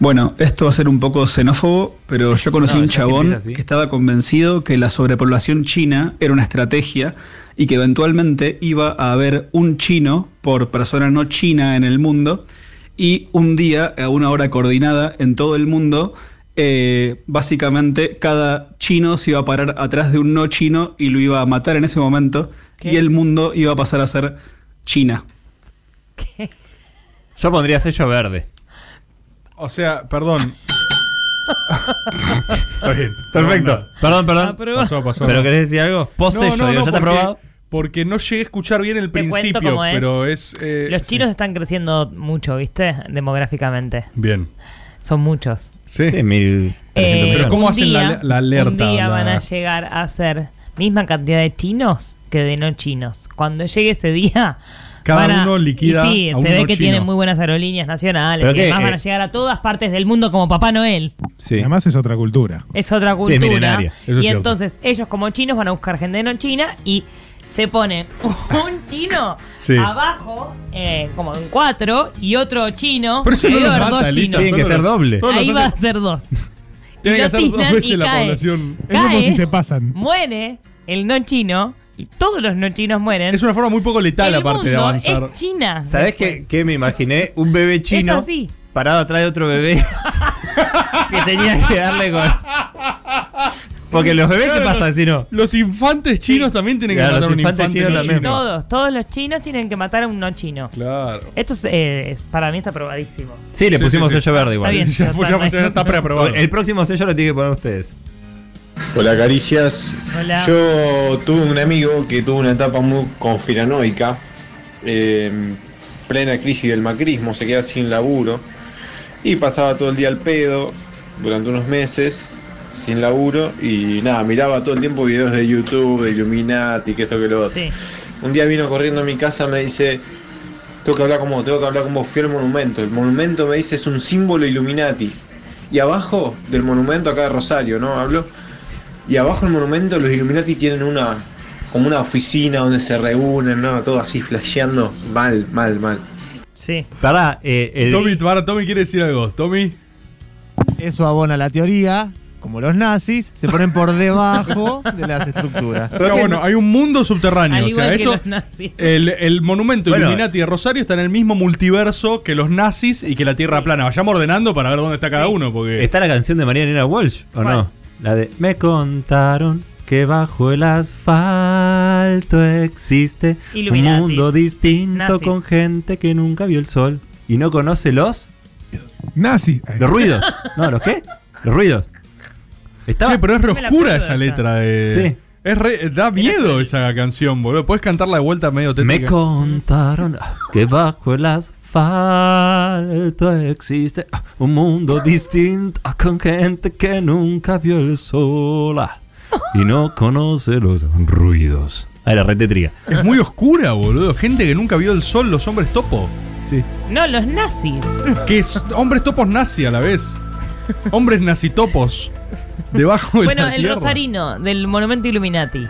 Speaker 24: Bueno, esto va a ser un poco xenófobo, pero yo conocí
Speaker 7: No,
Speaker 24: un
Speaker 7: ya se
Speaker 24: chabón
Speaker 7: empieza así.
Speaker 24: que estaba convencido que la sobrepoblación china era una estrategia y que eventualmente iba a haber un chino por persona no china en el mundo y un día, a una hora coordinada en todo el mundo, eh, básicamente cada chino se iba a parar atrás de un no chino y lo iba a matar en ese momento y el mundo iba a pasar a ser China.
Speaker 7: Yo pondría sello verde.
Speaker 4: O sea, perdón. Está bien.
Speaker 7: <laughs> Perfecto.
Speaker 4: No, Ah, no.
Speaker 7: Perdón, perdón.
Speaker 8: Ah,
Speaker 7: Aprobado.
Speaker 4: Pasó, pasó.
Speaker 7: ¿Pero querés decir algo? Post sello, digo, ¿ya está
Speaker 4: porque-
Speaker 7: aprobado?
Speaker 4: Porque no llegué a escuchar bien el
Speaker 8: Te cuento
Speaker 4: principio,
Speaker 8: cómo es.
Speaker 4: pero es. eh,
Speaker 8: Los
Speaker 4: sí.
Speaker 8: chinos están creciendo mucho, ¿viste? Demográficamente.
Speaker 4: Bien.
Speaker 8: Son muchos.
Speaker 4: Sí.
Speaker 7: Sí, mil.
Speaker 8: Eh,
Speaker 4: pero ¿cómo
Speaker 8: un
Speaker 4: hacen
Speaker 8: día-
Speaker 4: la, la alerta?
Speaker 8: Un día
Speaker 4: la-
Speaker 8: van a llegar a ser misma cantidad de chinos que de no chinos. Cuando llegue ese día.
Speaker 4: Cada
Speaker 8: van a-
Speaker 4: uno liquida
Speaker 8: y Sí,
Speaker 4: a
Speaker 8: se
Speaker 4: un
Speaker 8: ve
Speaker 4: no
Speaker 8: que
Speaker 4: chino.
Speaker 8: tienen muy buenas aerolíneas nacionales.
Speaker 2: ¿Pero
Speaker 8: Y
Speaker 2: qué?
Speaker 8: además van
Speaker 2: Eh,
Speaker 8: a llegar a todas partes del mundo como Papá Noel.
Speaker 2: Además es otra cultura.
Speaker 8: Es otra
Speaker 2: Sí, es
Speaker 8: cultura.
Speaker 2: milenaria. Eso es
Speaker 8: y
Speaker 2: cierto.
Speaker 8: entonces ellos como chinos van a buscar gente de no china y se ponen <laughs> un chino
Speaker 4: Sí.
Speaker 8: abajo, eh, como en cuatro, y otro chino.
Speaker 4: Pero eso
Speaker 8: y
Speaker 4: no
Speaker 8: ahí
Speaker 4: los
Speaker 8: va a haber
Speaker 4: mata,
Speaker 8: dos
Speaker 4: Elisa,
Speaker 8: chinos.
Speaker 4: Tienen que solo ser los- doble. solo
Speaker 8: Ahí
Speaker 4: los
Speaker 8: va a
Speaker 4: hace-
Speaker 8: ser dos.
Speaker 4: Tiene que
Speaker 8: Lo
Speaker 4: hacer dos
Speaker 8: tiran y
Speaker 4: veces la
Speaker 8: cae.
Speaker 4: población.
Speaker 2: Es como
Speaker 8: Cae.
Speaker 2: si se pasan.
Speaker 8: Muere el no chino y todos los no chinos mueren.
Speaker 4: Es una forma muy poco letal,
Speaker 8: El
Speaker 4: aparte de
Speaker 8: mundo
Speaker 4: avanzar.
Speaker 8: Es China.
Speaker 7: ¿Sabés qué, qué me imaginé? Un bebé chino
Speaker 8: Es
Speaker 4: <laughs>
Speaker 8: así.
Speaker 7: parado atrás de otro bebé que tenía que darle con. Porque los bebés, ¿qué
Speaker 4: Claro,
Speaker 7: pasan si no?
Speaker 4: Los infantes chinos también tienen
Speaker 7: Claro, los
Speaker 4: que matar a un
Speaker 7: infantes
Speaker 4: infante
Speaker 7: chinos
Speaker 4: no
Speaker 7: también.
Speaker 4: chino.
Speaker 8: Todos, todos los chinos tienen que matar a un no chino.
Speaker 4: Claro.
Speaker 8: Esto es, eh, es- para mí está probadísimo.
Speaker 7: Sí,
Speaker 8: <laughs>
Speaker 7: le pusimos
Speaker 4: sí.
Speaker 7: sello verde igual.
Speaker 8: Está bien, Sí, sí, ya fue- ya fue- ya está
Speaker 25: preaprobado.
Speaker 7: El próximo sello lo tienen que poner ustedes.
Speaker 25: Hola Caricias.
Speaker 7: Hola.
Speaker 25: Yo tuve un amigo que tuvo una etapa muy conspiranoica, eh, plena crisis del macrismo, se queda sin laburo y pasaba todo el día al pedo durante unos meses sin laburo y nada, miraba todo el tiempo videos de YouTube, de Illuminati, que esto que lo otro. Un día vino corriendo a mi casa, me dice, tengo que hablar con vos, tengo que hablar con vos, fui al monumento. El monumento me dice es un símbolo Illuminati. Y abajo del monumento, acá de Rosario, ¿no? Hablo. Y abajo del monumento los Illuminati tienen una como una oficina donde se reúnen, ¿no? Todo así flasheando. Mal, mal, mal.
Speaker 8: Sí.
Speaker 7: Pará, eh, el...
Speaker 4: Tommy, para, Tommy quiere decir algo. Tommy.
Speaker 6: Eso abona la teoría
Speaker 9: como los nazis, se ponen
Speaker 8: <laughs>
Speaker 9: por debajo de las estructuras.
Speaker 4: Pero bueno, hay un mundo subterráneo.
Speaker 9: Al
Speaker 4: O sea,
Speaker 9: igual que
Speaker 4: eso.
Speaker 9: los nazis.
Speaker 4: El, el monumento
Speaker 9: Bueno,
Speaker 4: Illuminati de Rosario está en el mismo multiverso que los nazis y que la Tierra plana. Vayamos ordenando para ver dónde está cada uno. Porque...
Speaker 7: ¿Está la canción de María Elena Walsh o no? La de Me contaron que bajo el asfalto existe
Speaker 9: Illuminatis.
Speaker 7: un mundo distinto
Speaker 9: Nazis.
Speaker 7: con gente que nunca vio el sol y no conoce los
Speaker 2: nazis.
Speaker 7: Los ruidos. No, ¿los qué? Los ruidos.
Speaker 4: Che, pero es re
Speaker 7: No me la
Speaker 4: oscura
Speaker 7: acuerdo
Speaker 4: esa
Speaker 7: esta.
Speaker 4: letra de.
Speaker 7: Sí.
Speaker 4: Es re- da miedo esa canción, boludo. Puedes cantarla de vuelta medio tétrica.
Speaker 7: Me contaron que bajo el asfalto existe ah, un mundo distinto ah, con gente que nunca vio el sol ah, y no conoce los ruidos. Ah, la red tétrica.
Speaker 4: Es muy oscura, boludo. Gente que nunca vio el sol, los hombres topo.
Speaker 7: Sí.
Speaker 16: No, los
Speaker 4: <laughs>
Speaker 16: nazis.
Speaker 4: Que es hombres topos nazi a la vez. Hombres nazitopos. Debajo de
Speaker 16: Bueno,
Speaker 4: la
Speaker 16: el
Speaker 4: tierra.
Speaker 16: rosarino del Monumento Illuminati.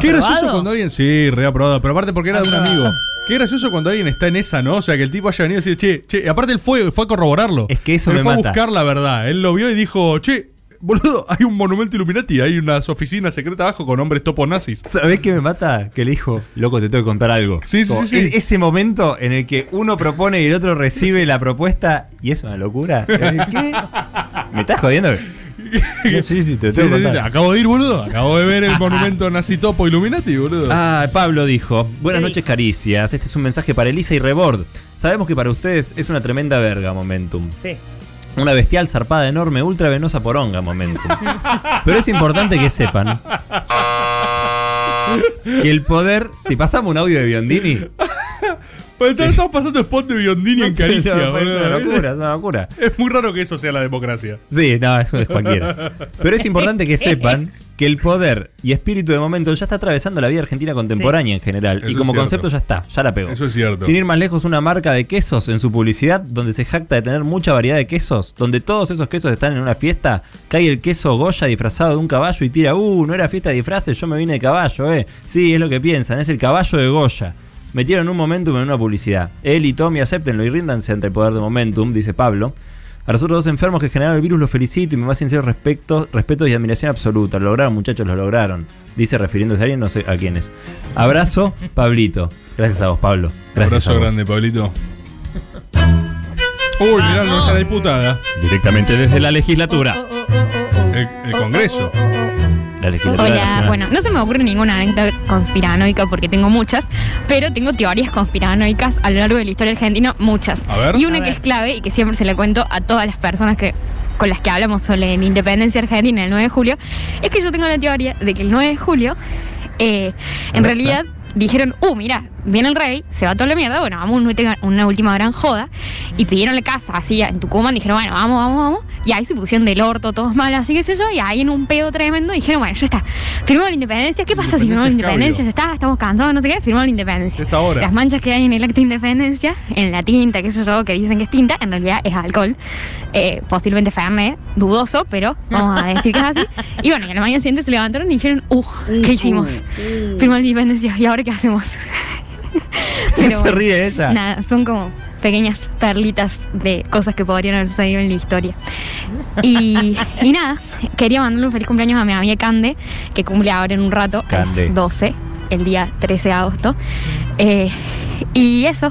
Speaker 4: Qué gracioso
Speaker 16: ¿Aprobado?
Speaker 4: cuando alguien. Sí, reaprobado. Pero aparte porque era de un amigo. Qué gracioso cuando alguien está en esa, ¿no? O sea, que el tipo haya venido a decir, che, che. y Aparte él fue, fue a corroborarlo. Es
Speaker 7: que eso
Speaker 4: él
Speaker 7: me
Speaker 4: fue
Speaker 7: mata.
Speaker 4: a buscar la verdad. Él lo vio y dijo, che, boludo, <laughs> hay un monumento Illuminati. Hay unas oficinas secretas abajo con hombres topos nazis.
Speaker 7: ¿Sabés qué me mata? Que le dijo, loco, te tengo que contar algo.
Speaker 4: Sí, sí,
Speaker 7: Como
Speaker 4: sí,
Speaker 7: e-
Speaker 4: sí.
Speaker 7: Ese momento en el que uno propone y el otro recibe la propuesta y es una
Speaker 4: <laughs>
Speaker 7: locura. ¿Qué? ¿Me estás jodiendo? Sí, sí, sí, te lo
Speaker 4: Sí,
Speaker 7: tengo que
Speaker 4: sí, sí,
Speaker 7: contar.
Speaker 4: acabo de ir, boludo. Acabo de ver el monumento nazitopo Illuminati, boludo.
Speaker 7: Ah, Pablo dijo, buenas noches caricias, este es un mensaje para Elisa y Rebord. Sabemos que para ustedes es una tremenda verga Momentum.
Speaker 16: Sí.
Speaker 7: Una bestial zarpada enorme, ultra venosa poronga Momentum. Pero es importante que sepan que el poder, si pasamos un audio de Biondini,
Speaker 4: Pero entonces estamos pasando spot de Biondini en
Speaker 7: Sí,
Speaker 4: Caricia,
Speaker 7: no, <laughs> es
Speaker 4: boludo.
Speaker 7: una locura, es una locura.
Speaker 4: Es muy raro que eso sea la democracia.
Speaker 7: Sí, no, eso es cualquiera. Pero es importante que sepan que el poder y espíritu de momento ya está atravesando la vida argentina contemporánea en general.
Speaker 4: Eso
Speaker 7: y
Speaker 4: es
Speaker 7: como
Speaker 4: cierto.
Speaker 7: concepto ya está, ya la pegó.
Speaker 4: Eso es cierto.
Speaker 7: Sin ir más lejos, una marca de quesos en su publicidad donde se jacta de tener mucha variedad de quesos, donde todos esos quesos están en una fiesta, cae el queso Goya disfrazado de un caballo y tira, uh, no era fiesta de disfraces, yo me vine de caballo, eh. Sí, es lo que piensan, es el caballo de Goya. Metieron un Momentum en una publicidad. Él y Tommy acéptenlo y ríndanse ante el poder de Momentum, dice Pablo. A nosotros dos enfermos que generaron el virus los felicito y mi más sincero respeto, respeto y admiración absoluta. Lo lograron, muchachos, lo lograron. Dice refiriéndose a alguien, no sé a quién es. Abrazo, Pablito. Gracias a vos, Pablo. Gracias
Speaker 4: Abrazo
Speaker 7: a vos.
Speaker 4: grande, Pablito. Uy, mirá, Ah, no está la diputada.
Speaker 7: Directamente desde la
Speaker 26: Mm,
Speaker 7: legislatura.
Speaker 4: El, el Congreso.
Speaker 7: La legislatura
Speaker 26: mm, Hola,
Speaker 7: nacional.
Speaker 26: bueno, no se me ocurre ninguna anécdota conspiranoica porque tengo muchas, pero tengo teorías conspiranoicas a lo largo de la historia argentina, muchas. A ver. Y una A que ver. es clave y que siempre se la cuento a todas las personas que con las que hablamos sobre la independencia argentina el 9 de julio, es que yo tengo la teoría de que el 9 de julio, eh, en realidad, dijeron, uh, mira, viene el rey, se va toda la mierda, bueno, vamos a una última- una última gran joda, y pidieron la casa, así, en Tucumán, dijeron, bueno, vamos, vamos, vamos, y ahí se pusieron del orto, todos mal, así que sé yo, y ahí en un pedo tremendo dijeron, bueno, ya está, firmamos la independencia, ¿qué pasa si firmamos la
Speaker 12: Independencia
Speaker 26: independencia? Ya está, estamos cansados, no sé qué, firmamos la independencia.
Speaker 12: Es ahora.
Speaker 26: Las manchas que hay en el acta de independencia, en la tinta, qué sé yo, que dicen que es tinta, en realidad es alcohol, eh, posiblemente Fernet, dudoso, pero vamos a decir que es así. Y bueno, y a la mañana siguiente se levantaron y dijeron, uh, ¿qué hicimos? Firmamos la independencia, ¿y ahora qué hacemos? <laughs> Pero
Speaker 7: Se ríe ella.
Speaker 26: Nada, son como pequeñas perlitas de cosas que podrían haber sucedido en la historia. Y, y nada, quería mandarle un feliz cumpleaños a mi amiga Cande, que cumple ahora en un rato, a
Speaker 7: Cande.
Speaker 26: las 12, el día 13 de agosto. Eh, y eso,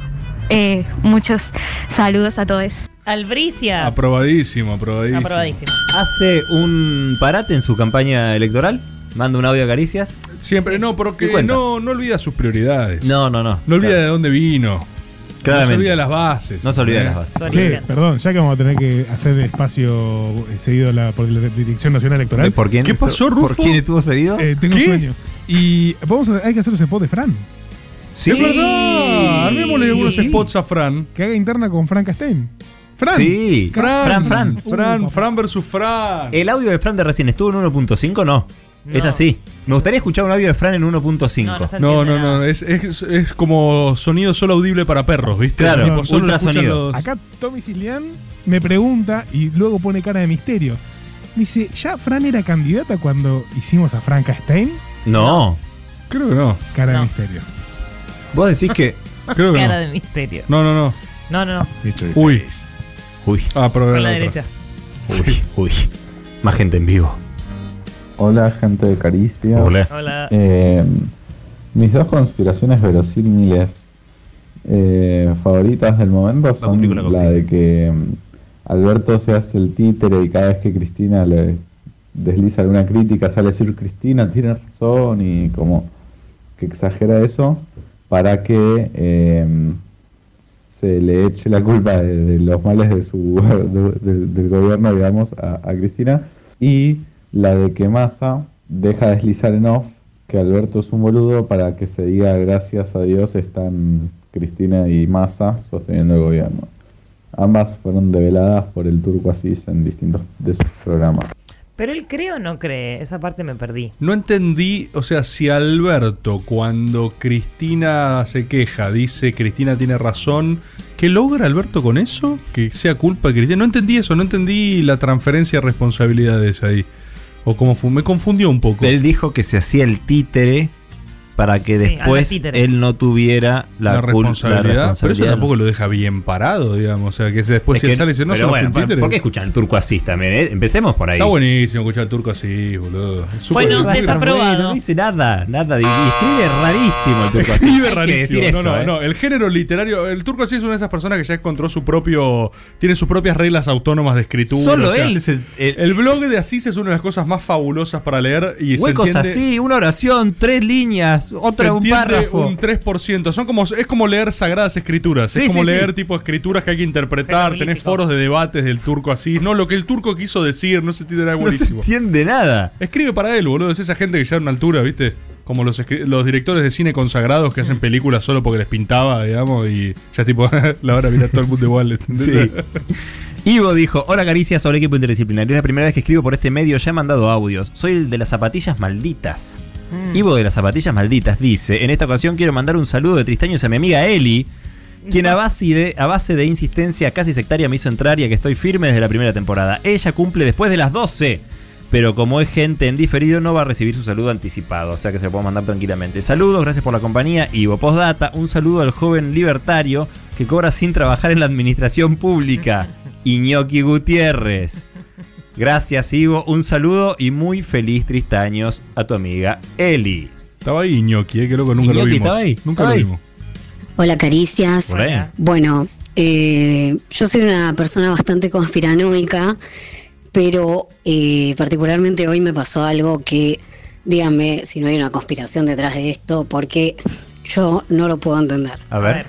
Speaker 26: eh, muchos saludos a todos.
Speaker 16: Albricias.
Speaker 4: Aprobadísimo, aprobadísimo.
Speaker 16: Aprobadísimo.
Speaker 7: ¿Hace un parate en su campaña electoral? ¿Manda un audio a caricias?
Speaker 4: Siempre, no,
Speaker 7: ¿Qué
Speaker 4: porque
Speaker 7: cuenta?
Speaker 4: no, no olvida sus prioridades.
Speaker 7: No, no, no.
Speaker 4: No olvida de dónde vino. No
Speaker 7: Claramente.
Speaker 4: se olvida de las bases. Eh,
Speaker 7: No se olvida de las
Speaker 4: bases.
Speaker 2: Eh, Che, perdón, ya que vamos a tener que hacer espacio eh, cedido a la, por la Dirección Nacional Electoral.
Speaker 7: ¿De por quién? ¿Qué pasó, ¿Por Rufo? quién estuvo cedido?
Speaker 2: Eh, tengo
Speaker 7: ¿Qué?
Speaker 2: sueño. Y vamos a- hay que hacer los spots de Fran.
Speaker 7: Sí. Es verdad,
Speaker 4: armémosle unos spots
Speaker 2: a Fran. Que haga interna con Fran Castein. Fran. Uh,
Speaker 7: Sí.
Speaker 2: Ca-
Speaker 7: Fran, Fran.
Speaker 4: Fran, Fran versus Fran.
Speaker 7: ¿El audio de Fran de recién estuvo en 1.5? No. Es así. Me gustaría escuchar un audio de Fran en 1.5.
Speaker 4: No, no, no. Es, es- es como sonido solo audible para perros, ¿viste?
Speaker 7: Claro,
Speaker 4: Tipo, solo lo escuchan
Speaker 7: ultrasonido.
Speaker 4: los-
Speaker 2: Acá Tommy Silian me pregunta y luego pone cara de misterio. Me dice, ¿ya Fran era candidata cuando hicimos a Fran Castein?
Speaker 7: No.
Speaker 4: Creo que no.
Speaker 2: Cara de misterio.
Speaker 7: Vos decís que.
Speaker 4: <laughs> Creo que
Speaker 16: Cara
Speaker 4: no.
Speaker 16: de misterio.
Speaker 4: No, no, no.
Speaker 16: No, no, no.
Speaker 4: Uy.
Speaker 7: Uy.
Speaker 4: Ah, probé
Speaker 16: Con la
Speaker 4: la otra.
Speaker 16: derecha.
Speaker 7: Uy, uy. Más gente en vivo.
Speaker 27: Hola, gente de Caricia.
Speaker 7: Hola.
Speaker 27: Eh, mis dos conspiraciones verosímiles eh, favoritas del momento son la, de que mm, Alberto se hace el títere y cada vez que Cristina le desliza alguna crítica sale a decir Cristina tiene razón y como que exagera eso para que eh, se le eche la culpa de, de los males de su, <laughs> de- de- del gobierno, digamos, a, a Cristina. Y la de que Massa deja deslizar en off que Alberto es un boludo para que se diga gracias a Dios están Cristina y Massa sosteniendo el gobierno. Ambas fueron develadas por el turco Asís en distintos de sus programas.
Speaker 8: Pero él cree o no cree, esa parte me perdí.
Speaker 4: No entendí, o sea, si Alberto cuando Cristina se queja dice Cristina tiene razón, ¿qué logra Alberto con eso? Que sea culpa de Cristina. No entendí eso, no entendí la transferencia de responsabilidades ahí. O como fu- me confundió un poco.
Speaker 7: Él dijo que se hacía el títere para que
Speaker 4: Sí,
Speaker 7: después
Speaker 4: al títere.
Speaker 7: él no tuviera la,
Speaker 4: La,
Speaker 7: cul- la
Speaker 4: responsabilidad, pero eso
Speaker 7: responsabilidad.
Speaker 4: tampoco lo deja bien parado, digamos. O sea, que después
Speaker 7: Es
Speaker 4: si
Speaker 7: que-
Speaker 4: él sale y dice, no,
Speaker 7: pero
Speaker 4: son
Speaker 7: bueno, ¿por- ¿por qué escuchan el turco así también? eh? Empecemos por ahí.
Speaker 4: Está buenísimo escuchar al turco así, boludo. Es súper-
Speaker 7: Bueno, no dice nada, nada. de- y escribe rarísimo el
Speaker 4: <laughs>
Speaker 7: turco así.
Speaker 4: Escribe
Speaker 7: Hay que decir
Speaker 4: rarísimo. no,
Speaker 7: eso,
Speaker 4: no,
Speaker 7: eh.
Speaker 4: no. El género literario. El turco así es una de esas personas que ya encontró su propio. Tiene sus propias reglas autónomas de escritura.
Speaker 7: Solo
Speaker 4: o sea,
Speaker 7: él es el- el-
Speaker 4: blog de Asís es una de las cosas más fabulosas para leer. Y se
Speaker 7: Huecos
Speaker 4: entiende-
Speaker 7: así, una oración, tres líneas,
Speaker 4: se
Speaker 7: otra un
Speaker 4: entiende
Speaker 7: párrafo.
Speaker 4: Un 3%. Son como, es como leer sagradas escrituras.
Speaker 7: Sí,
Speaker 4: es como
Speaker 7: sí, sí.
Speaker 4: leer tipo escrituras que hay que interpretar. Tenés foros de debates del turco así. No, lo que el turco quiso decir, no se entiende
Speaker 7: <laughs>
Speaker 4: nada
Speaker 7: No se
Speaker 4: buenísimo.
Speaker 7: entiende nada.
Speaker 4: Escribe para él, boludo. Es esa gente que ya a una altura, ¿viste? Como los, escri- los directores de cine consagrados que
Speaker 7: Mm.
Speaker 4: hacen películas solo porque les pintaba, digamos, y ya tipo, <laughs> la van a mirar todo el mundo igual. ¿entendés?
Speaker 7: Sí. <laughs> Ivo dijo, hola Caricia, sobre equipo interdisciplinario. Es la primera vez que escribo por este medio, ya he mandado audios. Soy el de las zapatillas malditas.
Speaker 28: Mm.
Speaker 7: Ivo de las zapatillas malditas dice, en esta ocasión quiero mandar un saludo de Tristaños a mi amiga Eli, quien a base de, a base de insistencia casi sectaria me hizo entrar y a que estoy firme desde la primera temporada. Ella cumple después de las 12. Pero como es gente en diferido, no va a recibir su saludo anticipado, o sea que se lo puedo mandar tranquilamente. Saludos, gracias por la compañía. Ivo Postdata, un saludo al joven libertario que cobra sin trabajar en la administración pública, Iñaki Gutiérrez. Gracias, Ivo. Un saludo y muy feliz Tristaños a tu amiga Eli.
Speaker 4: Estaba ahí Iñoki, eh, que loco, nunca lo
Speaker 7: Iñaki
Speaker 4: vimos.
Speaker 7: estaba ahí,
Speaker 4: Nunca
Speaker 7: estaba
Speaker 4: lo
Speaker 7: ahí.
Speaker 4: vimos.
Speaker 10: Hola, caricias.
Speaker 7: Hola.
Speaker 10: Bueno, eh, yo soy una persona bastante conspiranoica, pero eh, particularmente hoy me pasó algo que, díganme si no hay una conspiración detrás de esto, porque yo no lo puedo entender.
Speaker 7: A ver.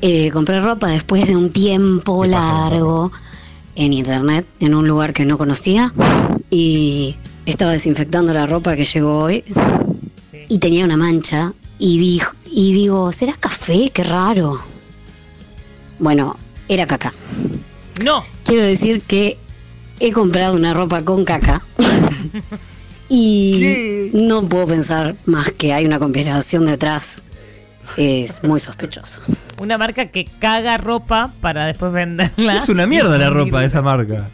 Speaker 10: Eh, compré ropa después de un tiempo largo en internet, en un lugar que no conocía, y estaba desinfectando la ropa que llegó hoy y tenía una mancha y, dijo, y digo, ¿será café? Qué raro. Bueno, era caca.
Speaker 8: No.
Speaker 10: Quiero decir que he comprado una ropa con caca <laughs> y no puedo pensar más que hay una conspiración detrás. Es muy sospechoso.
Speaker 8: Una marca que caga ropa para después venderla.
Speaker 7: Es una mierda la ropa de esa marca.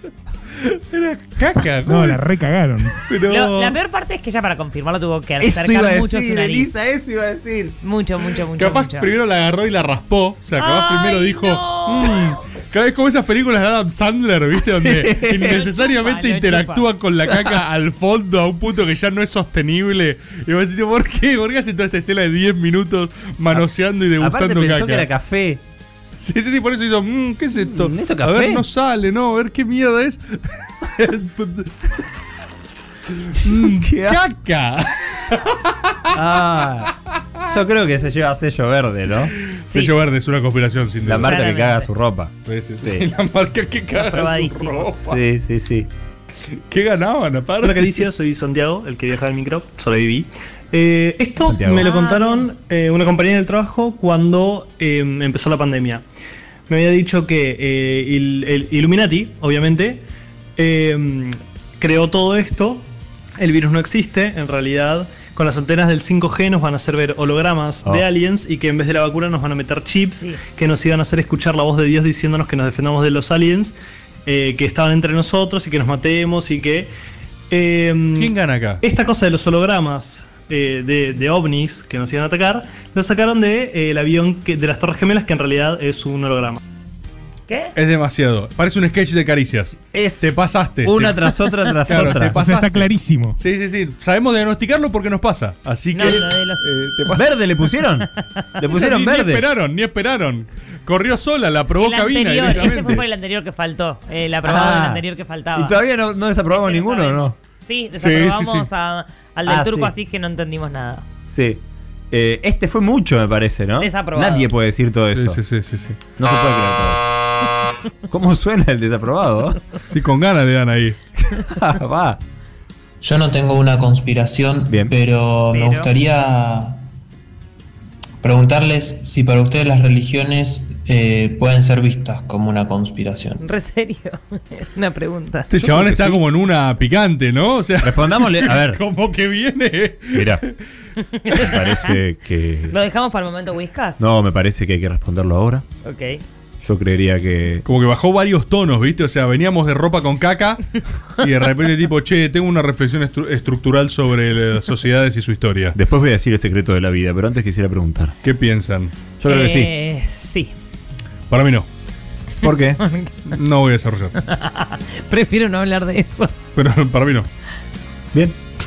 Speaker 4: Caca,
Speaker 1: No, la recagaron.
Speaker 8: Lo- la peor parte es que ella para confirmarlo tuvo que
Speaker 1: Eso
Speaker 8: acercar
Speaker 1: iba a
Speaker 8: mucho
Speaker 1: decir,
Speaker 8: su nariz.
Speaker 1: Elisa,
Speaker 7: eso iba a decir.
Speaker 8: Mucho, mucho, mucho.
Speaker 4: Capaz
Speaker 8: mucho.
Speaker 4: primero la agarró y la raspó. O sea, capaz
Speaker 8: Ay,
Speaker 4: primero dijo.
Speaker 8: no.
Speaker 4: "Mm". Cada vez como esas películas de Adam Sandler, ¿viste? Donde
Speaker 7: <laughs> Sí. <laughs> Lo chupa,
Speaker 4: innecesariamente
Speaker 7: lo
Speaker 4: interactúan
Speaker 7: chupa.
Speaker 4: con la caca al fondo a un punto que ya no es sostenible. Y vos decís, ¿por qué? ¿Por qué hacen toda esta escena de 10 minutos manoseando y degustando
Speaker 7: Aparte pensó
Speaker 4: caca?
Speaker 7: que era café.
Speaker 4: Sí, sí, sí, por eso hizo, "Mm, ¿qué es esto?
Speaker 7: ¿esto
Speaker 4: A ver,
Speaker 7: café?
Speaker 4: no sale, no, a ver qué mierda
Speaker 7: <laughs>
Speaker 4: es. Mm, ¡Caca!
Speaker 7: Ah, yo creo que se lleva sello verde, ¿no?
Speaker 4: Sello verde es una conspiración, sin duda.
Speaker 7: La marca que
Speaker 4: Claramente.
Speaker 7: caga su ropa.
Speaker 4: Sí, sí, sí.
Speaker 7: Sí.
Speaker 4: La marca que caga su
Speaker 8: Probadísimo.
Speaker 4: ropa.
Speaker 7: Sí, sí, sí.
Speaker 4: ¿Qué ganaban aparte?
Speaker 16: Hola Caricia, soy Santiago, el que viajaba en micro, sobreviví. Eh, esto
Speaker 7: Santiago.
Speaker 16: me lo contaron eh, una compañera del trabajo cuando eh, empezó la pandemia. Me había dicho que eh, il- el Illuminati, obviamente, eh, creó todo esto. El virus no existe, en realidad. Con las antenas del 5G nos van a hacer ver hologramas de
Speaker 4: Ah.
Speaker 7: Oh.
Speaker 16: aliens y que en vez de la vacuna nos van a meter chips que nos iban a hacer escuchar la voz de Dios diciéndonos que nos defendamos de los aliens, eh, que estaban entre nosotros y que nos matemos y que em,
Speaker 4: ¿Quién gana acá?
Speaker 16: Esta cosa de los hologramas eh, de, de ovnis que nos iban a atacar, lo sacaron del de, eh, el avión que- de las Torres Gemelas, que en realidad es un holograma.
Speaker 8: ¿Qué?
Speaker 4: Es demasiado. Parece un sketch de caricias. Es te pasaste.
Speaker 7: una
Speaker 4: Te-
Speaker 7: tras otra tras
Speaker 4: Claro,
Speaker 7: otra.
Speaker 4: Te
Speaker 7: O
Speaker 4: pasaste.
Speaker 7: sea, está
Speaker 2: clarísimo.
Speaker 4: Sí, sí, sí. Sabemos diagnosticarlo porque nos pasa. Así que.
Speaker 7: No, lo de los-
Speaker 4: eh, te pasa.
Speaker 7: ¿Verde le
Speaker 4: <laughs>
Speaker 7: pusieron? Le pusieron
Speaker 4: Ni-
Speaker 7: verde.
Speaker 4: Ni esperaron, ni esperaron. Corrió sola, la probó
Speaker 8: El
Speaker 4: cabina
Speaker 8: anterior, ese fue
Speaker 4: directamente.
Speaker 8: por el anterior que faltó. El aprobado
Speaker 7: Ah.
Speaker 8: del anterior que faltaba.
Speaker 7: Y todavía no, no desaprobamos ninguno, ¿no?
Speaker 8: Sí,
Speaker 7: Sí, sí,
Speaker 8: desaprobamos
Speaker 7: sí.
Speaker 8: a- al del
Speaker 7: Ah,
Speaker 8: turco,
Speaker 7: sí.
Speaker 8: así que no entendimos nada. <laughs>
Speaker 7: Sí. Eh, este fue mucho, me parece, ¿no?
Speaker 8: Desaprobado.
Speaker 7: Nadie puede decir todo eso.
Speaker 4: Sí, sí, sí,
Speaker 7: No se puede creer todo eso. ¿Cómo suena el desaprobado?
Speaker 4: Sí, con ganas le dan ahí.
Speaker 7: <laughs> Va.
Speaker 18: Yo no tengo una conspiración, pero, me gustaría preguntarles si para ustedes las religiones eh, pueden ser vistas como una conspiración.
Speaker 8: Re serio. <laughs> Una pregunta.
Speaker 4: Este chabón está como en una picante, ¿no? O sea,
Speaker 7: respondámosle, a
Speaker 4: <laughs>
Speaker 7: ver.
Speaker 4: como que viene.
Speaker 7: Mira, me parece que.
Speaker 8: <laughs> ¿Lo dejamos para el momento Whiskas?
Speaker 7: No, me parece que hay que responderlo ahora.
Speaker 8: Ok.
Speaker 7: Yo creería que.
Speaker 4: Como que bajó varios tonos, ¿viste? O sea, veníamos de ropa con caca y de repente tipo, che, tengo una reflexión estru- estructural sobre las sociedades y su historia.
Speaker 7: Después voy a decir el secreto de la vida, pero antes quisiera preguntar.
Speaker 4: ¿Qué piensan?
Speaker 7: Yo creo que sí.
Speaker 8: Eh, sí.
Speaker 4: Para mí no.
Speaker 7: ¿Por qué?
Speaker 4: No voy a desarrollar.
Speaker 8: Prefiero no hablar de eso.
Speaker 4: Pero para mí no.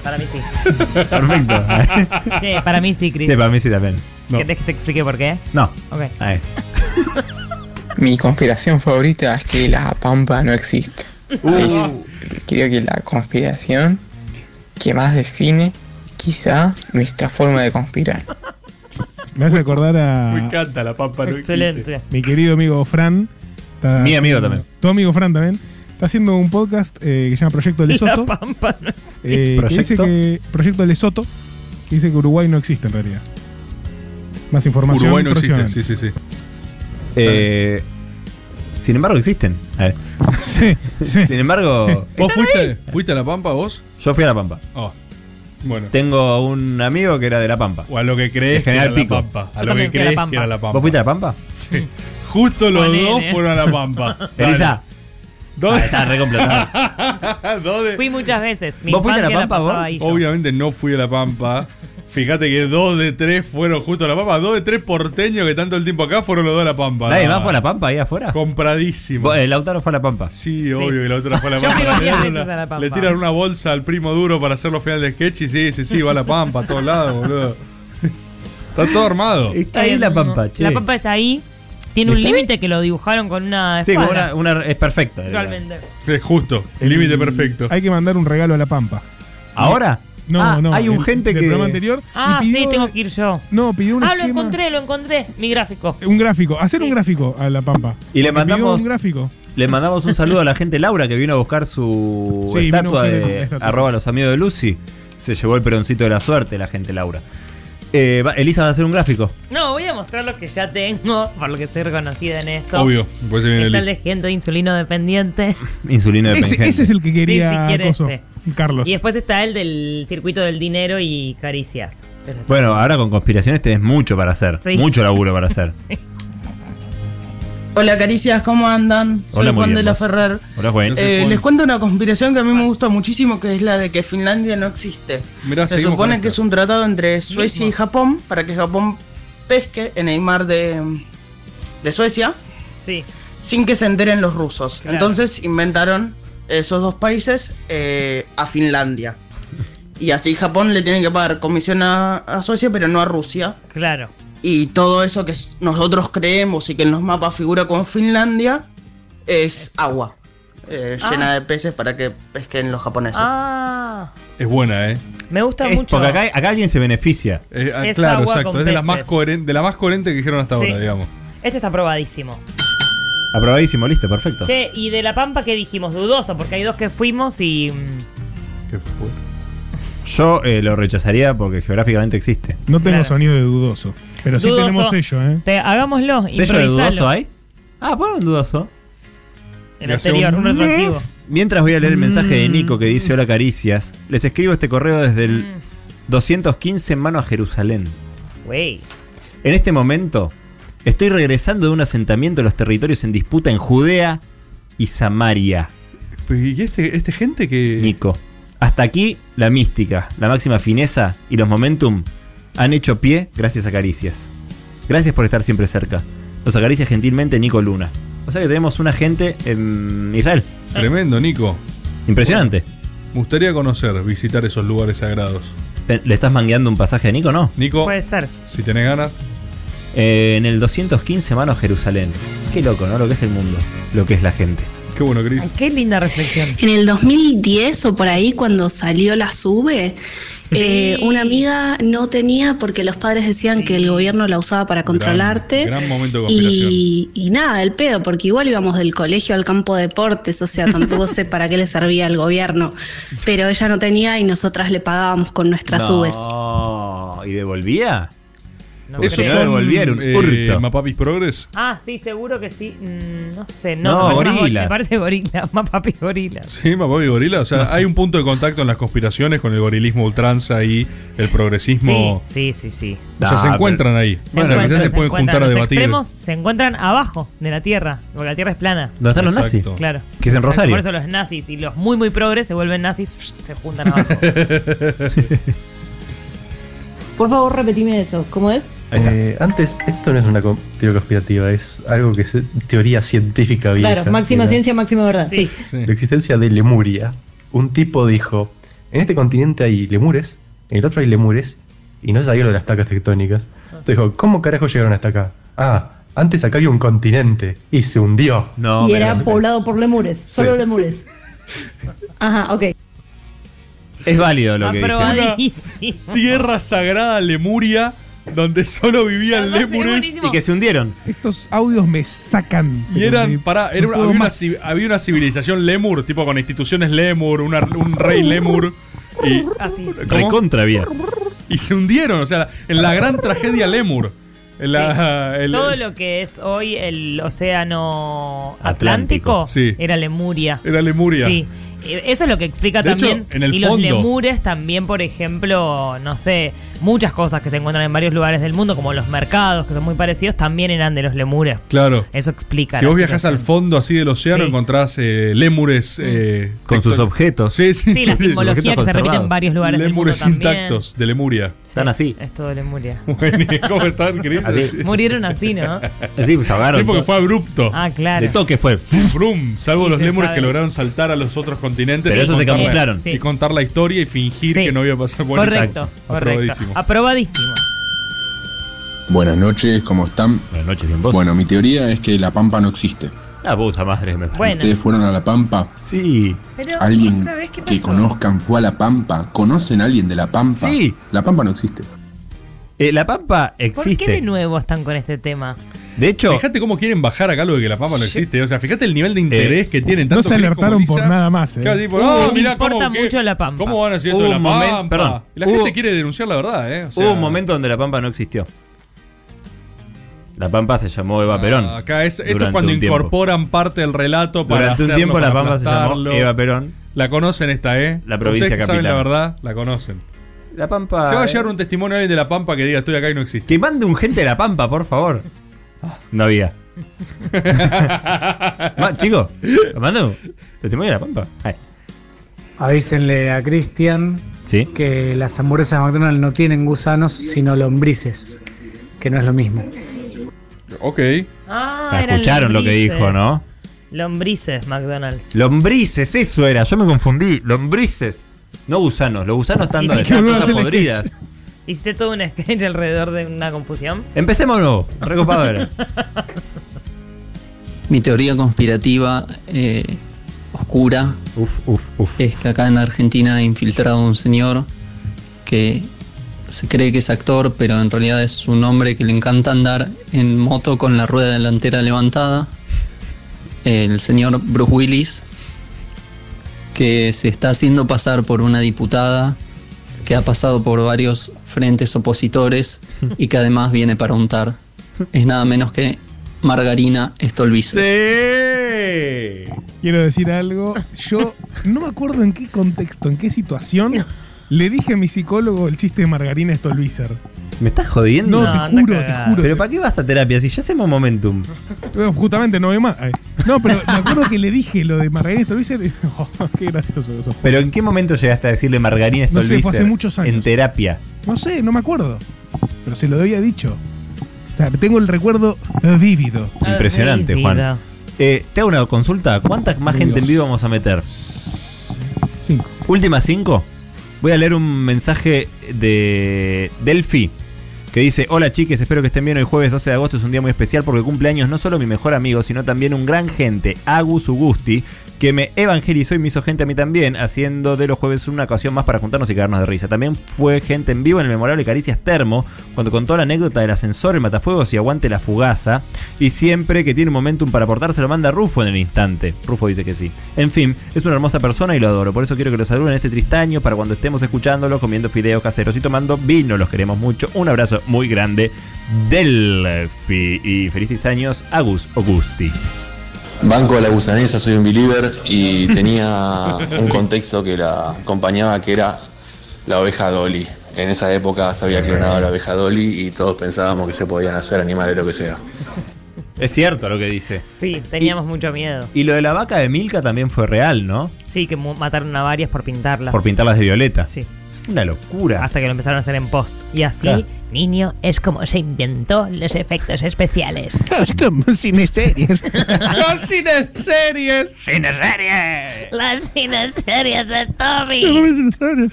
Speaker 8: Para mí sí.
Speaker 7: Perfecto.
Speaker 8: Che, para mí sí, Chris.
Speaker 7: Sí, para mí sí también.
Speaker 8: ¿Querés que te explique por qué?
Speaker 7: No.
Speaker 8: Ok.
Speaker 7: Ahí.
Speaker 1: <laughs> Mi conspiración favorita es que la pampa no existe. Es- creo que la conspiración que más define quizá nuestra forma de
Speaker 8: <laughs>
Speaker 1: conspirar.
Speaker 2: Me hace acordar
Speaker 4: Me
Speaker 2: a
Speaker 4: encanta la pampa, no existe.
Speaker 8: Excelente.
Speaker 2: mi querido amigo Fran. Está
Speaker 7: Mi amigo
Speaker 2: haciendo-
Speaker 7: también.
Speaker 2: Tu amigo Fran también. Está haciendo un podcast eh, que se
Speaker 4: <laughs>
Speaker 2: llama Proyecto
Speaker 8: La
Speaker 2: Lesoto.
Speaker 8: pampa no existe.
Speaker 2: Eh, que dice que Proyecto Lesoto, que dice que Uruguay no existe en realidad. Más información.
Speaker 4: Uruguay no existe,
Speaker 2: próximamente.
Speaker 4: sí, sí, sí.
Speaker 7: Eh, sin embargo, existen. A ver. Sin embargo.
Speaker 4: ¿Vos fuiste, fuiste a La Pampa vos?
Speaker 7: Yo fui a La Pampa.
Speaker 4: Oh. Bueno.
Speaker 7: Tengo un amigo que era de La Pampa.
Speaker 4: O a lo que crees
Speaker 7: De General
Speaker 4: que era
Speaker 7: Pico.
Speaker 4: La Pampa. A lo que crees que era La Pampa.
Speaker 7: ¿Vos fuiste a La Pampa?
Speaker 4: Sí. Justo los
Speaker 7: Ponele.
Speaker 4: dos fueron a La Pampa.
Speaker 7: Elisa.
Speaker 4: ¿Dónde?
Speaker 7: Ah, está re complotado.
Speaker 8: Fui muchas veces. Mi
Speaker 4: ¿Vos fuiste a La
Speaker 8: infancia
Speaker 4: Pampa
Speaker 8: pasaba ahí yo.
Speaker 4: Obviamente no fui a La Pampa. Fíjate que dos de tres fueron justo a La Pampa. Dos de tres porteños que tanto el tiempo acá fueron los dos a La Pampa.
Speaker 7: ¿Nadie más fue a La Pampa ahí afuera?
Speaker 4: Compradísimo.
Speaker 7: El Lautaro fue a La Pampa.
Speaker 4: Sí, obvio que la otra
Speaker 8: <laughs>
Speaker 4: fue a La
Speaker 7: Yo
Speaker 4: Pampa.
Speaker 7: fui
Speaker 4: Le
Speaker 7: varias
Speaker 4: tiraron
Speaker 7: veces
Speaker 4: una-
Speaker 7: a La Pampa.
Speaker 4: Le tiran una bolsa al primo duro para hacer los finales de sketch y sí, sí, sí, va a La Pampa, a todos lados, boludo. Está todo armado.
Speaker 7: Está ahí La Pampa, che.
Speaker 8: Eh, La pampa está ahí. Tiene un límite que lo dibujaron con
Speaker 4: Ah,
Speaker 8: una
Speaker 7: Sí, como
Speaker 8: espada.
Speaker 7: una, una- es perfecta.
Speaker 8: Realmente.
Speaker 4: Es justo, el límite perfecto.
Speaker 2: Hay que mandar un regalo a la pampa.
Speaker 7: ¿Ahora?
Speaker 2: No,
Speaker 7: Ah,
Speaker 2: no.
Speaker 7: hay un
Speaker 2: el-
Speaker 7: gente
Speaker 2: del
Speaker 7: que-
Speaker 2: programa anterior.
Speaker 8: Ah,
Speaker 2: y pidió-
Speaker 8: sí, tengo que ir yo.
Speaker 2: No, pidió un
Speaker 8: Ah, lo
Speaker 2: esquema-
Speaker 8: encontré, lo encontré. Mi gráfico.
Speaker 2: Un gráfico. Hacer un gráfico a la pampa.
Speaker 7: Y le
Speaker 2: Porque pidió
Speaker 7: mandamos-
Speaker 2: un gráfico.
Speaker 7: Le mandamos un saludo a la gente Laura que vino a buscar su
Speaker 2: Sí, vino
Speaker 7: estatua
Speaker 2: a buscar
Speaker 7: de
Speaker 2: la estatua.
Speaker 7: arroba los amigos de Lucy. Se llevó el peroncito de la suerte la gente Laura. Eh, va- Elisa va a hacer un gráfico.
Speaker 8: No, voy a mostrar lo que ya tengo, <laughs> por lo que soy reconocida en esto.
Speaker 7: Obvio, pues se viene
Speaker 8: Está
Speaker 7: el-
Speaker 8: el de gente insulino dependiente.
Speaker 7: Insulina de
Speaker 2: Ese,
Speaker 7: Pengente.
Speaker 2: ese es el que
Speaker 8: Sí,
Speaker 2: quería
Speaker 8: si quiere
Speaker 2: coso,
Speaker 8: este.
Speaker 2: Carlos.
Speaker 8: <laughs> Y después está el del circuito del dinero y caricias. Ese está.
Speaker 7: Bueno, ahora con conspiraciones tenés mucho para hacer.
Speaker 8: Sí.
Speaker 7: Mucho laburo para
Speaker 4: <laughs>
Speaker 7: hacer.
Speaker 17: Hola caricias, ¿cómo andan? Soy
Speaker 7: Hola, muy
Speaker 17: Juan
Speaker 7: bien,
Speaker 17: de la
Speaker 7: vos.
Speaker 17: Ferrer.
Speaker 7: Hola, Juan.
Speaker 17: Eh, les cuento una conspiración que a mí me gusta muchísimo, que es la de que Finlandia no existe.
Speaker 4: Mirá,
Speaker 17: Se
Speaker 4: seguimos
Speaker 17: supone
Speaker 4: con
Speaker 17: que es un tratado entre Suecia y Japón para que Japón pesque en el mar de, de Suecia
Speaker 8: Sí.
Speaker 17: sin que se enteren los rusos.
Speaker 8: Claro.
Speaker 17: Entonces inventaron esos dos países eh, a Finlandia. Y así Japón le tiene que pagar comisión a, a Suecia, pero no a Rusia.
Speaker 8: Claro.
Speaker 17: Y todo eso que s- nosotros creemos y que en los mapas figura con Finlandia es agua. eh,
Speaker 8: Ah.
Speaker 17: Llena de peces para que pesquen los japoneses.
Speaker 8: Ah,
Speaker 4: Es buena, ¿eh?
Speaker 8: me gusta
Speaker 7: Es
Speaker 8: mucho.
Speaker 7: porque acá, acá alguien se beneficia.
Speaker 4: Eh, ah,
Speaker 8: Es
Speaker 4: claro,
Speaker 8: agua
Speaker 4: exacto.
Speaker 8: con
Speaker 4: Es de la, más
Speaker 8: peces.
Speaker 4: coherente, de la más coherente que dijeron hasta
Speaker 8: Sí.
Speaker 4: ahora, digamos.
Speaker 8: Este está probadísimo.
Speaker 7: Aprobadísimo, listo, perfecto.
Speaker 8: Che, y de La Pampa, ¿qué dijimos? Dudoso, porque hay dos que fuimos y. mm,
Speaker 4: Qué fu-
Speaker 7: Yo eh, lo rechazaría porque geográficamente existe.
Speaker 2: No tengo
Speaker 8: Claro.
Speaker 2: sonido de dudoso. Pero sí
Speaker 8: Dudoso.
Speaker 2: tenemos sello,
Speaker 8: <laughs>
Speaker 2: ¿eh?
Speaker 8: te- hagámoslo.
Speaker 7: ¿Sello de
Speaker 8: improvisalo.
Speaker 7: dudoso hay? Ah, pon un dudoso.
Speaker 8: El anterior, un retroactivo. Mm.
Speaker 7: Mientras voy a leer el mensaje de Nico que dice: Hola caricias, les escribo este correo desde el
Speaker 8: Mm.
Speaker 7: 215 en mano a Jerusalén.
Speaker 8: Wey.
Speaker 7: En este momento, estoy regresando de un asentamiento de los territorios en disputa en Judea y Samaria.
Speaker 4: ¿Y este, este gente que.?
Speaker 7: Nico. Hasta aquí la mística, la máxima fineza y los momentum han hecho pie gracias a Caricias. Gracias por estar siempre cerca. Los acaricia gentilmente Nico Luna. O sea que tenemos un agente en Israel.
Speaker 4: Tremendo, Nico.
Speaker 7: Impresionante.
Speaker 4: Me gustaría conocer, visitar esos lugares sagrados.
Speaker 7: ¿Le estás mangueando un pasaje a Nico, no?
Speaker 4: Nico.
Speaker 8: Puede ser.
Speaker 4: Si tenés ganas.
Speaker 7: Eh, en el 215 mano Jerusalén. Qué loco, ¿no? Lo que es el mundo, lo que es la gente.
Speaker 4: Qué bueno, Cris.
Speaker 8: Qué linda reflexión.
Speaker 20: En el 2010 o por ahí, cuando salió la SUBE, eh, una amiga no tenía porque los padres decían que el gobierno la usaba para controlarte.
Speaker 4: gran momento de
Speaker 20: y, y nada, el pedo, porque igual íbamos del colegio al campo de deportes, o sea, tampoco sé para qué le servía al gobierno. Pero ella no tenía y nosotras le pagábamos con nuestras subes.
Speaker 7: No, ¿y devolvía?
Speaker 4: No
Speaker 7: Eso
Speaker 4: creo.
Speaker 7: no devolvieron.
Speaker 4: Eh,
Speaker 7: hurto.
Speaker 4: Mapapis Progress.
Speaker 8: Ah, sí, seguro que sí. Mm, no sé,
Speaker 4: No,
Speaker 8: no. me parece más
Speaker 4: gorila.
Speaker 8: gor- Me parece gorila, <laughs> más papi gorila.
Speaker 4: Sí, Mapapis Gorila. O sea, hay un punto de contacto en las conspiraciones con el gorilismo ultranza y el progresismo.
Speaker 8: Sí, sí, sí.
Speaker 4: O sea,
Speaker 8: Ah,
Speaker 4: se
Speaker 8: pero-
Speaker 4: encuentran ahí. o
Speaker 8: Se
Speaker 4: sea,
Speaker 8: encuentran,
Speaker 4: quizás se pueden
Speaker 8: encuentran.
Speaker 4: juntar a
Speaker 8: los
Speaker 4: debatir.
Speaker 8: extremos se encuentran abajo de la Tierra, porque la Tierra es plana.
Speaker 7: ¿Dónde están los nazis?
Speaker 8: Claro.
Speaker 7: Que es en
Speaker 8: Exacto,
Speaker 7: Rosario.
Speaker 8: Por eso los nazis y los muy, muy progres se vuelven nazis, <laughs> se juntan
Speaker 7: <laughs>
Speaker 8: abajo.
Speaker 14: Por favor, repetime eso. ¿Cómo es?
Speaker 15: Eh, antes, esto no es una co- teoría conspirativa, es algo que es teoría científica vieja.
Speaker 14: Claro, máxima
Speaker 15: Era
Speaker 14: ciencia, máxima verdad. Sí.
Speaker 15: La existencia de Lemuria. Un tipo dijo, en este continente hay lemures, en el otro hay lemures, y no sabía lo de las placas tectónicas.
Speaker 14: Ah.
Speaker 15: Entonces dijo, ¿cómo carajo llegaron hasta acá? Ah, antes acá había un continente, y se hundió.
Speaker 14: y era poblado por lemures, solo lemures. Ajá, ok.
Speaker 7: Es válido <laughs> lo que dije.
Speaker 4: Una Tierra sagrada Lemuria, donde solo vivían lemures.
Speaker 7: Y que se hundieron.
Speaker 2: Estos audios me sacan.
Speaker 4: Y
Speaker 2: pero me-
Speaker 4: eran, pará, era
Speaker 2: no
Speaker 4: una-
Speaker 2: puedo
Speaker 4: había, una,
Speaker 2: más.
Speaker 4: ci- había una civilización lemur, tipo con instituciones lemur, una- un rey lemur. Y
Speaker 8: Así.
Speaker 4: ¿Cómo?
Speaker 7: Recontra había.
Speaker 4: Y se hundieron, o sea, en la gran tragedia Lemur. En la- el-
Speaker 8: Todo lo que es hoy el océano Atlántico,
Speaker 4: Atlántico, sí.
Speaker 8: era Lemuria.
Speaker 4: Era Lemuria.
Speaker 8: Sí. Eh, Eso es lo que explica
Speaker 4: De hecho,
Speaker 8: también.
Speaker 4: en el
Speaker 8: y los
Speaker 4: fondo-
Speaker 8: lemures también, por ejemplo, no sé, muchas cosas que se encuentran en varios lugares del mundo, como los mercados, que son muy parecidos, también eran de los lemures.
Speaker 4: Claro.
Speaker 8: Eso explica.
Speaker 4: Si
Speaker 8: la
Speaker 4: vos viajás al
Speaker 8: situación.
Speaker 4: fondo así del océano,
Speaker 8: Sí. Mm.
Speaker 4: encontrás eh, lémures. eh,
Speaker 7: Con sus
Speaker 4: tecto-
Speaker 7: objetos.
Speaker 4: Sí, sí. <laughs>
Speaker 8: Sí, la simbología que se repite en varios lugares del mundo
Speaker 4: Lémures
Speaker 8: también.
Speaker 4: intactos de Lemuria.
Speaker 7: Están así.
Speaker 8: Es
Speaker 7: <laughs>
Speaker 8: todo Lemuria.
Speaker 4: ¿Cómo
Speaker 8: <laughs>
Speaker 4: están, Cris?
Speaker 7: Así.
Speaker 8: Murieron así, ¿no?
Speaker 7: <laughs> Sí, pues ahogaron.
Speaker 4: Sí, porque fue abrupto.
Speaker 8: Ah, claro.
Speaker 7: De toque fue.
Speaker 4: Brum, salvo
Speaker 8: Y
Speaker 4: los
Speaker 8: se
Speaker 4: lémures
Speaker 8: sabe.
Speaker 4: que lograron saltar a los otros continentes.
Speaker 7: Pero
Speaker 4: y
Speaker 7: esos se
Speaker 4: contar la-
Speaker 7: camuflaron.
Speaker 8: Sí.
Speaker 4: Y contar la historia y fingir
Speaker 8: Sí.
Speaker 4: que no había pasado. Bueno,
Speaker 8: correcto,
Speaker 4: exacto.
Speaker 8: correcto.
Speaker 4: Aprobadísimo.
Speaker 8: Aprobadísimo.
Speaker 6: Buenas noches, ¿cómo están?
Speaker 7: Buenas noches, bien
Speaker 6: Bueno, mi teoría es que la pampa no existe.
Speaker 7: La puta madre me
Speaker 8: Bueno.
Speaker 6: ¿Ustedes fueron a la pampa?
Speaker 7: Sí.
Speaker 6: Pero, ¿Alguien otra vez, ¿qué que conozcan fue a la pampa? ¿Conocen a alguien de la pampa?
Speaker 7: Sí.
Speaker 6: La pampa no existe.
Speaker 7: Eh, la pampa
Speaker 8: ¿Por qué de nuevo están con este tema?
Speaker 7: De hecho. Eh,
Speaker 4: Fíjate cómo quieren bajar acá lo de que la pampa no existe. O sea, fíjate el nivel de interés que tienen.
Speaker 2: No
Speaker 4: tanto Cris
Speaker 2: se
Speaker 4: como
Speaker 2: alertaron por
Speaker 4: Lisa.
Speaker 2: nada más. eh.
Speaker 4: Claro, tipo,
Speaker 8: Uh,
Speaker 4: no,
Speaker 7: Oh,
Speaker 8: les
Speaker 4: mirá
Speaker 8: importa
Speaker 4: cómo que-
Speaker 8: mucho la pampa.
Speaker 4: ¿Cómo van a decir
Speaker 7: Hubo
Speaker 4: esto de la
Speaker 7: un momen-
Speaker 4: pampa?
Speaker 7: perdón.
Speaker 4: Y la
Speaker 7: Hubo-
Speaker 4: gente quiere denunciar la verdad, ¿eh? O sea,
Speaker 7: Hubo un momento donde la pampa no existió. La pampa se llamó Eva Perón.
Speaker 4: Ah, Acá es, esto es
Speaker 7: durante
Speaker 4: cuando
Speaker 7: un tiempo.
Speaker 4: incorporan parte del relato para
Speaker 7: Durante un
Speaker 4: hacerlo,
Speaker 7: tiempo
Speaker 4: para
Speaker 7: la pampa se llamó
Speaker 4: aplastarlo.
Speaker 7: Eva Perón.
Speaker 4: La conocen esta, ¿eh?
Speaker 7: La provincia
Speaker 4: Ustedes que saben
Speaker 7: capital.
Speaker 4: la verdad, la conocen.
Speaker 7: La pampa.
Speaker 28: Ah,
Speaker 4: Se va a
Speaker 7: eh.
Speaker 4: llegar un testimonio a alguien de la pampa que diga estoy acá y no existe.
Speaker 7: Que mande un gente de la pampa, por favor. No
Speaker 4: <laughs>
Speaker 7: había. Ma- chico, mando un testimonio de la pampa. Ay.
Speaker 28: Avísenle a Cristian que las hamburguesas de McDonald's no tienen gusanos, sino lombrices, que no es lo mismo.
Speaker 4: Ok.
Speaker 8: Ah,
Speaker 7: La
Speaker 8: eran
Speaker 7: escucharon lo que
Speaker 8: lombrices.
Speaker 7: dijo, ¿no?
Speaker 8: Lombrices, McDonald's.
Speaker 7: Lombrices, eso era, yo me confundí. Lombrices. No gusanos, los gusanos están
Speaker 8: Y
Speaker 7: donde
Speaker 8: sí,
Speaker 4: <laughs>
Speaker 7: están,
Speaker 8: que
Speaker 7: cosas
Speaker 8: volvieron a hacer el
Speaker 7: podridas.
Speaker 8: Hiciste todo un sketch alrededor de una confusión.
Speaker 7: Empecemos de nuevo, recopadora.
Speaker 28: Mi teoría conspirativa eh, oscura es que acá en Argentina ha infiltrado un señor que se cree que es actor, pero en realidad es un hombre que le encanta andar en moto con la rueda delantera levantada. El señor Bruce Willis, que se está haciendo pasar por una diputada que ha pasado por varios frentes opositores y que además viene para untar. Es nada menos que Margarina Stolbizer.
Speaker 2: Quiero decir algo. Yo no me acuerdo en qué contexto, en qué situación. Le dije a mi psicólogo el chiste de Margarina Stolbizer.
Speaker 7: ¿Me estás jodiendo?
Speaker 2: No, te No, anda juro, te cagada. juro.
Speaker 7: Pero ¿para qué vas a terapia si ya hacemos momentum?
Speaker 2: Bueno, Justamente no veo más. Ay. No, pero me acuerdo que le dije lo de Margarina Stolbizer. y- <laughs> Oh, qué gracioso que sos.
Speaker 7: ¿Pero en qué momento llegaste a decirle Margarina
Speaker 2: No
Speaker 7: Stolbizer?
Speaker 2: sé, fue hace muchos años.
Speaker 7: En terapia.
Speaker 2: No sé, no me acuerdo. Pero se lo había dicho. O sea, tengo el recuerdo eh, vívido.
Speaker 7: Ah, Impresionante, Juan. Eh, te hago una consulta. ¿Cuántas más gente en vivo vamos a meter?
Speaker 2: Cinco.
Speaker 7: Última cinco. Voy a leer un mensaje de Delphi que dice, hola chiques, espero que estén bien. Hoy jueves 12 de agosto es un día muy especial porque cumple años no solo mi mejor amigo, sino también un gran gente, Agus Ugusti, que me evangelizó y me hizo gente a mí también, haciendo de los jueves una ocasión más para juntarnos y cagarnos de risa. También fue gente en vivo en el memorable Caricias Termo, cuando contó la anécdota del ascensor, el matafuegos y aguante la fugaza. Y siempre que tiene un momentum para aportar, se lo manda Rufo en el instante. Rufo dice que sí. En fin, es una hermosa persona y lo adoro. Por eso quiero que lo saluden este tristaño para cuando estemos escuchándolo, comiendo fideos caseros y tomando vino. Los queremos mucho. Un abrazo muy grande, Delphi. Y feliz tristaños, Agus Augusti.
Speaker 6: Banco a la gusanesa, soy un believer y tenía un contexto que la acompañaba que era la oveja Dolly. En esa época se había clonado la oveja Dolly y todos pensábamos que se podían hacer animales, lo que sea.
Speaker 7: Es cierto lo que dice.
Speaker 8: <laughs> Sí, teníamos mucho miedo.
Speaker 7: Y lo de la vaca de Milka también fue real, ¿no?
Speaker 8: Sí, que mu- mataron a varias por pintarlas.
Speaker 7: Por pintarlas de violeta.
Speaker 8: Sí.
Speaker 7: Es una locura.
Speaker 8: Hasta que lo empezaron a hacer en post. Y así,
Speaker 7: Claro.
Speaker 8: niño, es como se inventó los
Speaker 7: <laughs>
Speaker 8: efectos especiales.
Speaker 1: Estamos sin series.
Speaker 8: los cines series.
Speaker 1: Cine
Speaker 8: series. Las cines series de Tommy.
Speaker 4: eh.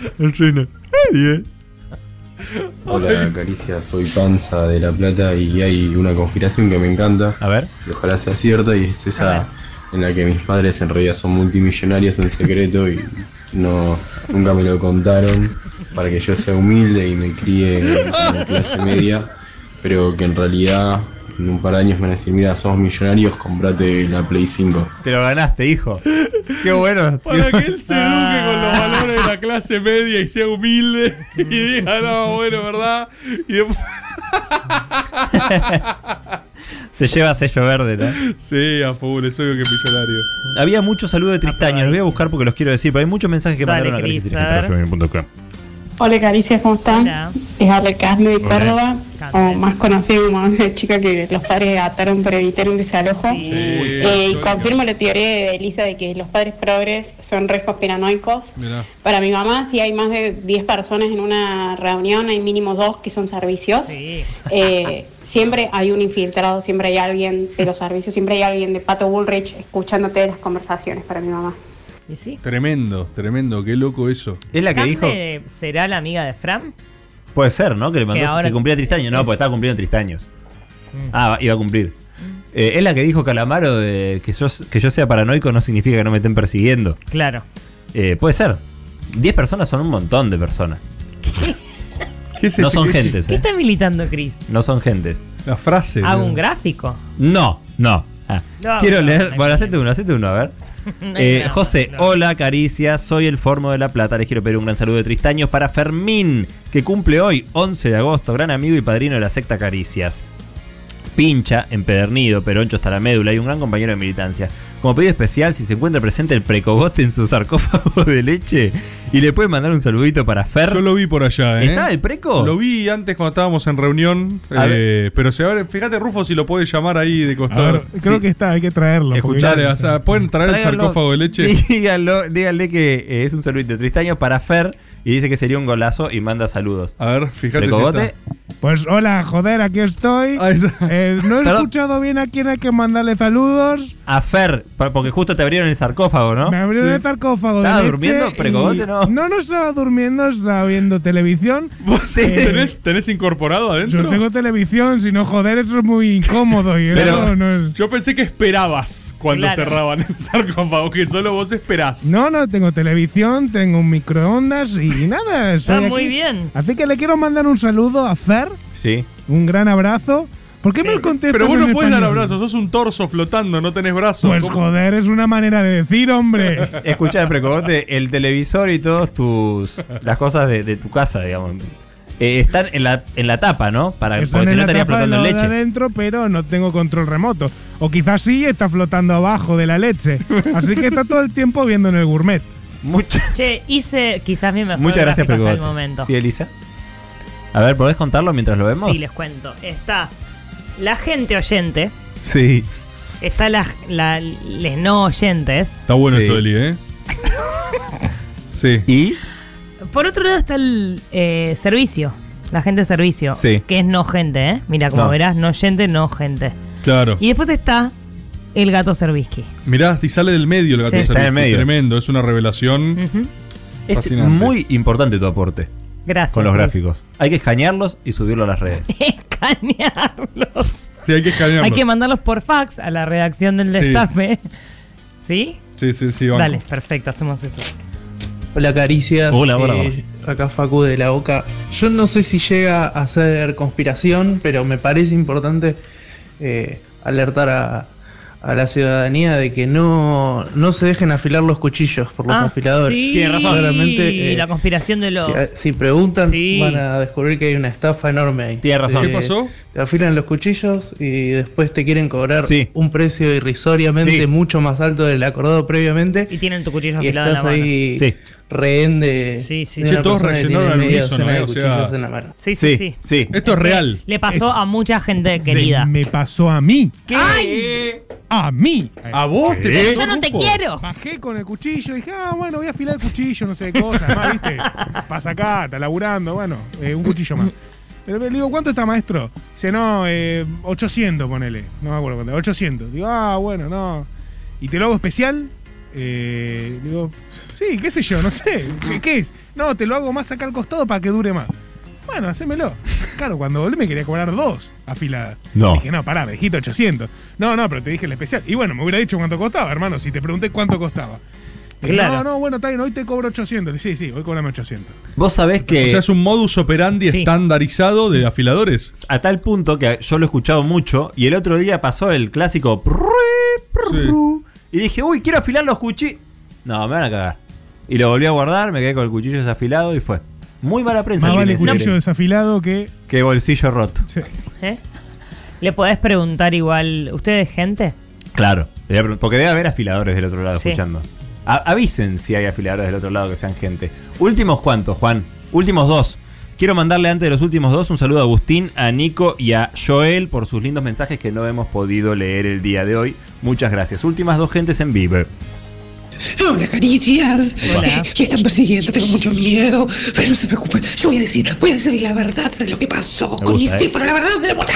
Speaker 1: Tommy.
Speaker 23: Hola Caricia, soy Panza de La Plata y hay una conspiración que me encanta.
Speaker 7: A ver.
Speaker 23: Y ojalá sea cierta y es esa en la que mis padres en realidad son multimillonarios en secreto y no nunca me lo contaron para que yo sea humilde y me críe en, en clase media, pero que en realidad en un par de años me van a decir, mira, somos millonarios, comprate la Play 5.
Speaker 7: Te lo ganaste, hijo. Qué
Speaker 4: <laughs>
Speaker 7: bueno.
Speaker 2: Para que él se eduque con los valores de la clase media y
Speaker 4: <laughs>
Speaker 2: sea humilde y diga, no, bueno, ¿verdad? Y después-
Speaker 7: Se lleva sello verde,
Speaker 4: <laughs>
Speaker 8: <laughs>
Speaker 7: ¿no?
Speaker 2: Sí, a full, es obvio que es millonario.
Speaker 7: Había muchos saludos de Tristaño, los voy a buscar porque los quiero decir, pero hay muchos mensajes que
Speaker 2: Dale,
Speaker 7: mandaron a
Speaker 2: Cris,
Speaker 7: Caricia
Speaker 2: a ver.
Speaker 19: Hola Caricias, ¿cómo están? Es Ale Casme de
Speaker 7: Hola.
Speaker 19: Córdoba, o más conocido como Ángel Chica que los padres ataron para evitar un desalojo. Eh, y
Speaker 1: histórica.
Speaker 19: confirmo la teoría de Elisa de que los padres progres son re conspiranoicos.
Speaker 1: Mirá.
Speaker 19: Para mi mamá, si hay más de 10 personas en una reunión, hay mínimo dos que son servicios. Eh, siempre hay un infiltrado, siempre hay alguien de los servicios, siempre hay alguien de Pato Bullrich escuchándote de las conversaciones para mi mamá.
Speaker 8: ¿Y sí?
Speaker 4: Tremendo, tremendo, qué loco eso.
Speaker 7: ¿Es la
Speaker 8: ¿Carne ¿Será la amiga de Fran?
Speaker 7: Puede ser, ¿no? Que le mandó
Speaker 8: Que
Speaker 7: que,
Speaker 8: ahora
Speaker 7: cumplía Tristaño. No,
Speaker 8: es- Mm.
Speaker 7: porque estaba cumpliendo Tristaños. Ah, va- iba a cumplir. Eh, es la que dijo Calamaro de que yo, que yo sea paranoico no significa que no me estén persiguiendo.
Speaker 8: Claro.
Speaker 7: Eh, puede ser. 10 personas son un montón de personas.
Speaker 2: es
Speaker 7: no
Speaker 2: este
Speaker 7: son
Speaker 2: que-
Speaker 7: gentes,
Speaker 8: ¿Qué
Speaker 7: eh.
Speaker 8: está militando, Chris?
Speaker 7: No son gentes.
Speaker 2: La frase.
Speaker 8: Hago
Speaker 7: <laughs>
Speaker 8: un gráfico.
Speaker 7: No, no. Ah.
Speaker 8: No,
Speaker 7: Quiero
Speaker 8: no,
Speaker 7: leer. Bueno, hacete uno, hacete uno, a ver.
Speaker 8: <laughs> No hay
Speaker 7: Eh,
Speaker 8: nada.
Speaker 7: José, hola Caricia, soy el Formo de La Plata. Les quiero pedir un gran saludo de Tristaños para Fermín, que cumple hoy, 11 de agosto, gran amigo y padrino de la secta Caricias. Pincha, empedernido, peroncho hasta la médula y un gran compañero de militancia. Como pedido especial, si se encuentra presente el precogote en su sarcófago <laughs> de leche y le puede mandar un saludito para Fer. Yo
Speaker 4: lo vi por allá, ¿eh?
Speaker 7: ¿Está el preco?
Speaker 4: Lo vi antes cuando estábamos en reunión.
Speaker 7: A
Speaker 4: eh, pero se abre, fíjate, Rufo, si lo puede llamar ahí de
Speaker 2: A ver,
Speaker 4: costado.
Speaker 2: creo que está, hay que traerlo. porque-
Speaker 4: Dale, o sea, ¿pueden traer el
Speaker 7: Tráiganlo.
Speaker 4: sarcófago de leche?
Speaker 7: Díganlo- díganle que eh, es un saludito de Tristaños para Fer y dice que sería un golazo y manda saludos.
Speaker 4: A ver, fíjate.
Speaker 7: Precogote,
Speaker 2: Pues hola, joder, aquí estoy. Eh, no he
Speaker 7: Perdón.
Speaker 2: escuchado bien a quién hay que mandarle saludos.
Speaker 7: A Fer, pa- porque justo te abrieron el sarcófago, ¿no?
Speaker 2: Me abrió el sarcófago de
Speaker 7: ¿Estaba
Speaker 2: leche
Speaker 7: durmiendo?
Speaker 2: y-
Speaker 7: ¿Precogote, no?
Speaker 2: No, no estaba durmiendo, estaba viendo
Speaker 4: <laughs>
Speaker 2: televisión. Eh,
Speaker 4: ¿Tenés, tenés incorporado adentro?
Speaker 2: Yo tengo televisión, si no, joder, eso es muy incómodo. Y
Speaker 4: Pero-
Speaker 2: no, no, es-
Speaker 4: Yo pensé que esperabas cuando
Speaker 2: Claro.
Speaker 4: cerraban el sarcófago, que solo vos esperás.
Speaker 2: no, no, tengo televisión, tengo un microondas y nada.
Speaker 4: Está
Speaker 2: estoy
Speaker 4: muy
Speaker 2: aquí.
Speaker 4: bien.
Speaker 2: Así que le quiero mandar un saludo a Fer,
Speaker 7: Sí.
Speaker 2: un gran abrazo. ¿Por qué me contestas
Speaker 4: Pero vos no
Speaker 2: en
Speaker 4: podés dar
Speaker 2: español?
Speaker 4: abrazos, sos un torso flotando, no tenés brazos.
Speaker 2: Pues
Speaker 4: ¿Cómo?
Speaker 2: joder, es una manera de decir, hombre.
Speaker 7: <laughs> Escuchá, Precogote, el televisor y todos tus. las cosas de, de tu casa, digamos. Eh, están en la, en la tapa, ¿no? Para,
Speaker 2: Están
Speaker 7: porque si no
Speaker 2: en la
Speaker 7: estaría
Speaker 2: tapa
Speaker 7: flotando
Speaker 2: de
Speaker 7: en
Speaker 2: lo de
Speaker 7: leche.
Speaker 2: adentro, pero no tengo control remoto. O quizás sí está flotando abajo de la
Speaker 4: <laughs>
Speaker 2: leche. Así que está todo el tiempo viendo en el gourmet.
Speaker 8: Che, hice quizás mi mejor
Speaker 7: Muchas gracias,
Speaker 8: gráfico
Speaker 7: Precogote.
Speaker 8: hasta el momento.
Speaker 7: Sí, Elisa. A ver, ¿podés contarlo mientras lo vemos?
Speaker 8: Sí, les cuento. Está la gente oyente,
Speaker 7: Sí.
Speaker 8: está la, la- les no oyentes.
Speaker 4: Está bueno
Speaker 7: Sí.
Speaker 4: esto, Eli, <laughs> ¿eh? sí.
Speaker 7: ¿Y?
Speaker 8: Por otro lado está el eh, servicio, la gente de servicio,
Speaker 4: Sí.
Speaker 8: que es no gente, ¿eh? Mira, como
Speaker 4: No.
Speaker 8: verás, no oyente, no gente.
Speaker 4: Claro.
Speaker 8: Y después está el gato Serviski.
Speaker 4: Mirá, y sale del medio el gato
Speaker 7: Sí. Está en el
Speaker 4: Serviski.
Speaker 7: medio.
Speaker 4: Tremendo, es una revelación.
Speaker 7: Es
Speaker 4: fascinante.
Speaker 7: muy importante tu aporte
Speaker 8: Gracias. pues.
Speaker 7: con los
Speaker 8: Luis.
Speaker 7: gráficos. Hay que escanearlos y subirlo a las redes.
Speaker 8: <laughs> Escanearlos.
Speaker 4: Sí, hay que escanearlos.
Speaker 8: Hay que mandarlos por fax a la redacción del
Speaker 4: Sí.
Speaker 8: destape. ¿Sí?
Speaker 4: Sí, sí, sí, banco.
Speaker 8: Dale, perfecto, hacemos eso.
Speaker 24: Hola Caricias. Eh,
Speaker 8: Hola, hola.
Speaker 24: acá Facu de la Boca. Yo no sé si llega a ser conspiración, pero me parece importante eh, alertar a, a la ciudadanía de que no, no se dejen afilar los cuchillos por los
Speaker 8: Ah,
Speaker 24: afiladores.
Speaker 8: sí,
Speaker 24: Claramente, eh,
Speaker 8: la conspiración de los.
Speaker 24: si, eh, si preguntan,
Speaker 8: Sí.
Speaker 24: van a descubrir que hay una estafa enorme ahí.
Speaker 7: Tiene razón.
Speaker 24: Te-
Speaker 7: ¿Qué pasó?
Speaker 24: Te afilan los cuchillos y después te quieren cobrar
Speaker 7: Sí.
Speaker 24: un precio irrisoriamente
Speaker 7: Sí.
Speaker 24: mucho más alto del acordado previamente.
Speaker 8: Y tienen tu cuchillo
Speaker 24: y
Speaker 8: afilado en la
Speaker 24: estás
Speaker 8: mano.
Speaker 24: ahí
Speaker 7: Sí.
Speaker 24: rehén de.
Speaker 8: Sí, sí,
Speaker 24: de
Speaker 4: Che,
Speaker 24: una
Speaker 4: todos
Speaker 24: persona que tiene
Speaker 4: reaccionaron al
Speaker 24: media
Speaker 4: unísono,
Speaker 24: docena de
Speaker 4: eh, o sea-
Speaker 24: cuchillos en la mano.
Speaker 8: Sí, sí, sí. Este,
Speaker 4: Esto es real.
Speaker 8: Le pasó a mucha gente querida.
Speaker 2: Me pasó a mí. A mí.
Speaker 4: A vos te
Speaker 2: ¿Qué?
Speaker 4: pasó,
Speaker 8: Yo no te
Speaker 4: Rufo?
Speaker 8: quiero.
Speaker 2: Bajé con el cuchillo, dije, ah, bueno, voy a afilar el cuchillo, no sé qué cosa.
Speaker 13: <laughs>
Speaker 2: Además, viste, pasa acá, está laburando, bueno, eh, un cuchillo más. Pero le digo, ¿cuánto está, maestro? Dice, no, eh, 800, ponele. No me acuerdo cuánto, 800. Digo, ah, bueno, no. ¿Y te lo hago especial? Eh, digo, sí, qué sé yo, no sé. ¿Qué, qué es? No, te lo hago más acá al costado para que dure más. Bueno, hacémelo. Claro, cuando volví me quería cobrar dos afiladas.
Speaker 7: No.
Speaker 2: Dije, no, pará, me dijiste 800. No, no, pero te dije el especial. Y bueno, me hubiera dicho cuánto costaba, hermano, si te pregunté cuánto costaba. Y
Speaker 7: Claro.
Speaker 2: Eh, No, no, bueno, está bien, hoy te cobro 800. Sí, sí, hoy cobrame 800.
Speaker 7: Vos sabés que.
Speaker 4: O sea, es un modus operandi estandarizado de afiladores.
Speaker 7: A tal punto que yo lo he escuchado mucho y el otro día pasó el clásico. prrrri, prrru, Y dije, uy, quiero afilar los cuchillos. No, me van a cagar. Y lo volví a guardar, me quedé con el cuchillo desafilado y fue. Muy mala prensa.
Speaker 2: Más
Speaker 7: el
Speaker 2: vale
Speaker 7: Guinness,
Speaker 2: cuchillo
Speaker 7: creo.
Speaker 2: desafilado que.
Speaker 7: Que bolsillo roto.
Speaker 8: ¿Eh? Le podés preguntar igual, ¿usted es gente?
Speaker 7: Claro. Le voy a preguntar- Porque debe haber afiladores del otro lado
Speaker 8: Sí.
Speaker 7: escuchando. A- avisen si hay afiladores del otro lado que sean gente. Últimos cuantos, Juan. Últimos dos. Quiero mandarle antes de los últimos dos un saludo a Agustín, a Nico y a Joel por sus lindos mensajes que no hemos podido leer el día de hoy. Muchas gracias. Últimas dos gentes en vivo.
Speaker 9: Hola, caricias.
Speaker 7: Hola.
Speaker 9: Eh, Me están persiguiendo, tengo mucho miedo. Pero no se preocupen, yo voy a decir, voy a decir la verdad de lo que pasó
Speaker 7: Me
Speaker 9: con
Speaker 7: gusta,
Speaker 9: Isidro,
Speaker 7: eh.
Speaker 9: pero la verdad de la muerte.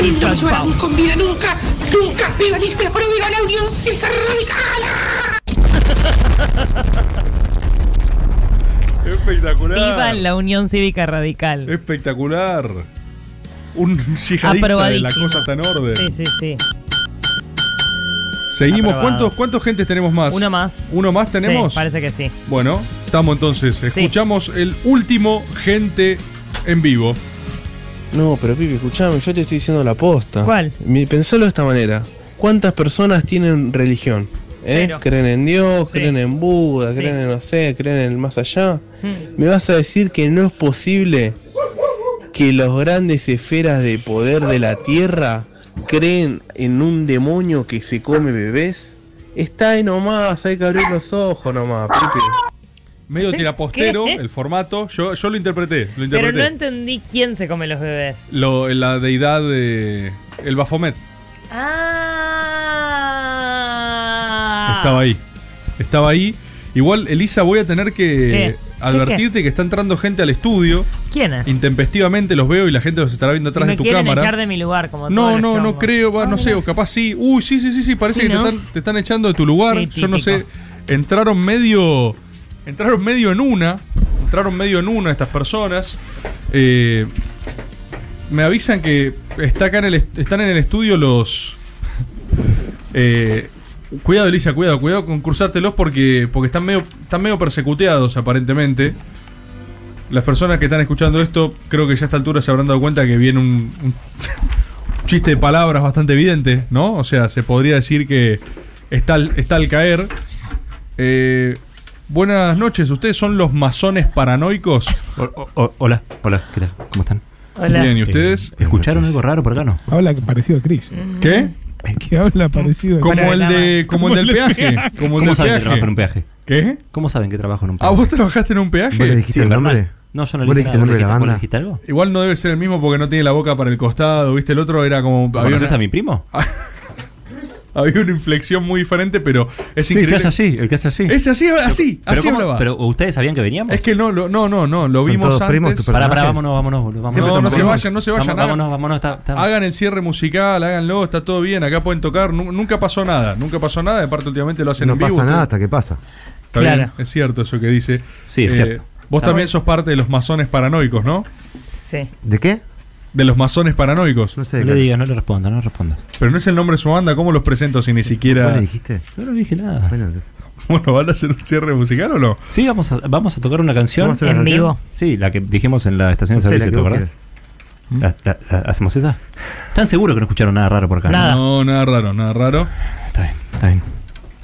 Speaker 9: No me llevarán con vida nunca, nunca. Viva el Isidro, pero viva la Unión Cívica Radical.
Speaker 4: Espectacular.
Speaker 8: Viva la Unión Cívica Radical.
Speaker 4: Espectacular. Un yihadista de la
Speaker 8: Aprobadísimo.
Speaker 4: cosa está en orden.
Speaker 8: Sí, sí, sí.
Speaker 4: Seguimos.
Speaker 8: Aprobado.
Speaker 4: ¿Cuántos, ¿Cuántos gentes tenemos más?
Speaker 8: Uno más.
Speaker 4: ¿Uno más tenemos?
Speaker 8: Sí, parece que sí.
Speaker 4: Bueno, estamos entonces. Escuchamos el último gente en vivo.
Speaker 24: <laughs> No, pero Pipi, escuchame, yo te estoy diciendo la posta.
Speaker 8: ¿Cuál?
Speaker 24: Mi- Pensalo de esta manera. ¿cuántas personas tienen religión? ¿Eh?
Speaker 9: Cero.
Speaker 24: ¿Creen en Dios?
Speaker 9: Sí.
Speaker 24: ¿Creen en Buda?
Speaker 9: Sí.
Speaker 24: ¿Creen en no sé? ¿Creen en el más allá?
Speaker 9: Hmm.
Speaker 24: ¿Me vas a decir que no es posible que los grandes esferas de poder de la tierra creen en un demonio que se come bebés? Está ahí nomás, hay que abrir los ojos nomás, Pipi.
Speaker 4: Medio tirapostero,
Speaker 8: ¿Qué?
Speaker 4: el formato. Yo, yo lo interpreté. Lo
Speaker 8: Pero no
Speaker 4: interpreté.
Speaker 8: entendí quién se come los bebés.
Speaker 4: Lo- la deidad de. El Bafomet.
Speaker 8: Ah.
Speaker 4: Estaba ahí. Estaba ahí. Igual, Elisa, voy a tener que
Speaker 8: ¿Qué?
Speaker 4: advertirte que está entrando gente al estudio.
Speaker 8: ¿Quién es?
Speaker 4: Intempestivamente los veo y la gente los estará viendo atrás
Speaker 8: me
Speaker 4: de tu
Speaker 8: quieren
Speaker 4: cámara.
Speaker 8: echar de mi lugar como
Speaker 4: No,
Speaker 8: todos los
Speaker 4: no, no
Speaker 8: chongos.
Speaker 4: creo, va, no sé, o capaz sí. Uy, sí, sí, sí, sí, parece
Speaker 8: Sí,
Speaker 4: que
Speaker 8: ¿no?
Speaker 4: te, están, te están echando de tu lugar.
Speaker 8: Sí,
Speaker 4: Yo no sé. Entraron medio. Entraron medio en una. Entraron medio en una estas personas. Eh, me avisan que está acá en el est- están en el estudio los. <laughs> eh, cuidado, Elisa, cuidado, cuidado con cruzártelos porque, porque están, medio, están medio persecuteados aparentemente. Las personas que están escuchando esto, creo que ya a esta altura se habrán dado cuenta que viene un- un <laughs> chiste de palabras bastante evidente, ¿no? O sea, se podría decir que está, al- está al caer. Eh, buenas noches, ¿ustedes son los masones paranoicos?
Speaker 7: hola, hola, ¿qué tal? ¿Cómo están?
Speaker 4: Hola. Bien, ¿y ustedes?
Speaker 7: Eh, ¿Escucharon algo raro por acá, no?
Speaker 2: Habla parecido a Chris.
Speaker 4: ¿Qué?
Speaker 2: Que habla parecido a
Speaker 4: Como el de- como el del peaje. Como el
Speaker 7: <laughs> ¿Cómo
Speaker 4: del
Speaker 7: saben que
Speaker 4: peaje.
Speaker 7: trabajo en un peaje?
Speaker 4: ¿Qué?
Speaker 7: ¿Cómo saben que trabajo en un
Speaker 4: ¿A
Speaker 7: peaje?
Speaker 4: Ah, vos trabajaste en un peaje?
Speaker 7: ¿Vos le dijiste Sí, el Bernal. nombre? No, yo no le ¿Vos le dije dijiste el nada. nombre de la ¿Vos le banda? dijiste algo?
Speaker 4: Igual no debe ser el mismo porque no tiene la boca para el costado, ¿viste? El otro era como... había
Speaker 7: ¿Conoces
Speaker 4: una-
Speaker 7: a mi primo?
Speaker 4: <laughs> Había una inflexión muy diferente, pero es
Speaker 7: Sí, el que
Speaker 4: increíble.
Speaker 7: hace así, el que hace así.
Speaker 4: Es así, así,
Speaker 7: Pero
Speaker 4: así
Speaker 7: ¿cómo-
Speaker 4: hablaba.
Speaker 7: Pero ustedes sabían que veníamos.
Speaker 4: Es que no, lo- no, no, no, lo
Speaker 7: Son
Speaker 4: vimos
Speaker 7: todos
Speaker 4: antes.
Speaker 7: primos tus Pará, pará, personajes. vámonos, vámonos, vámonos.
Speaker 4: No, no
Speaker 7: Siempre
Speaker 4: se
Speaker 7: nos
Speaker 4: vayan, no se vayan.
Speaker 7: vamos,
Speaker 4: hagan-
Speaker 7: vámonos, vámonos, está- está-
Speaker 4: Hagan el cierre musical, háganlo, está todo bien, acá pueden tocar. nu- nunca pasó nada, nunca pasó nada. De parte, últimamente lo hacen
Speaker 12: No
Speaker 4: en vivo.
Speaker 12: pasa nada
Speaker 4: ustedes-
Speaker 12: hasta que pasa.
Speaker 4: Está
Speaker 12: Claro.
Speaker 4: bien, es cierto eso que dice.
Speaker 12: Sí, es cierto.
Speaker 4: Eh, Vos
Speaker 12: Está
Speaker 4: también
Speaker 12: bueno.
Speaker 4: sos parte de los masones paranoicos, ¿no?
Speaker 8: Sí.
Speaker 12: ¿De qué?
Speaker 4: De los masones paranoicos.
Speaker 12: No sé,
Speaker 7: No le digas, no le respondas, no le respondas.
Speaker 4: Pero no es el nombre de su banda, ¿cómo los presento si ni siquiera.
Speaker 7: ¿Vos le
Speaker 12: dijiste?
Speaker 7: No le dije nada.
Speaker 4: <laughs> Bueno, ¿van a hacer un cierre musical o no?
Speaker 7: Sí, vamos a, vamos a tocar una canción.
Speaker 4: ¿Vamos a hacer una En canción? vivo.
Speaker 7: Sí, la que dijimos en la estación de
Speaker 4: Sí, la
Speaker 7: servicio,
Speaker 4: que
Speaker 7: ¿te
Speaker 4: vos
Speaker 7: acordás? La- la- la- ¿Hacemos esa? ¿Están seguros que no escucharon nada raro por acá?
Speaker 4: No, nada raro, nada raro.
Speaker 7: Está bien.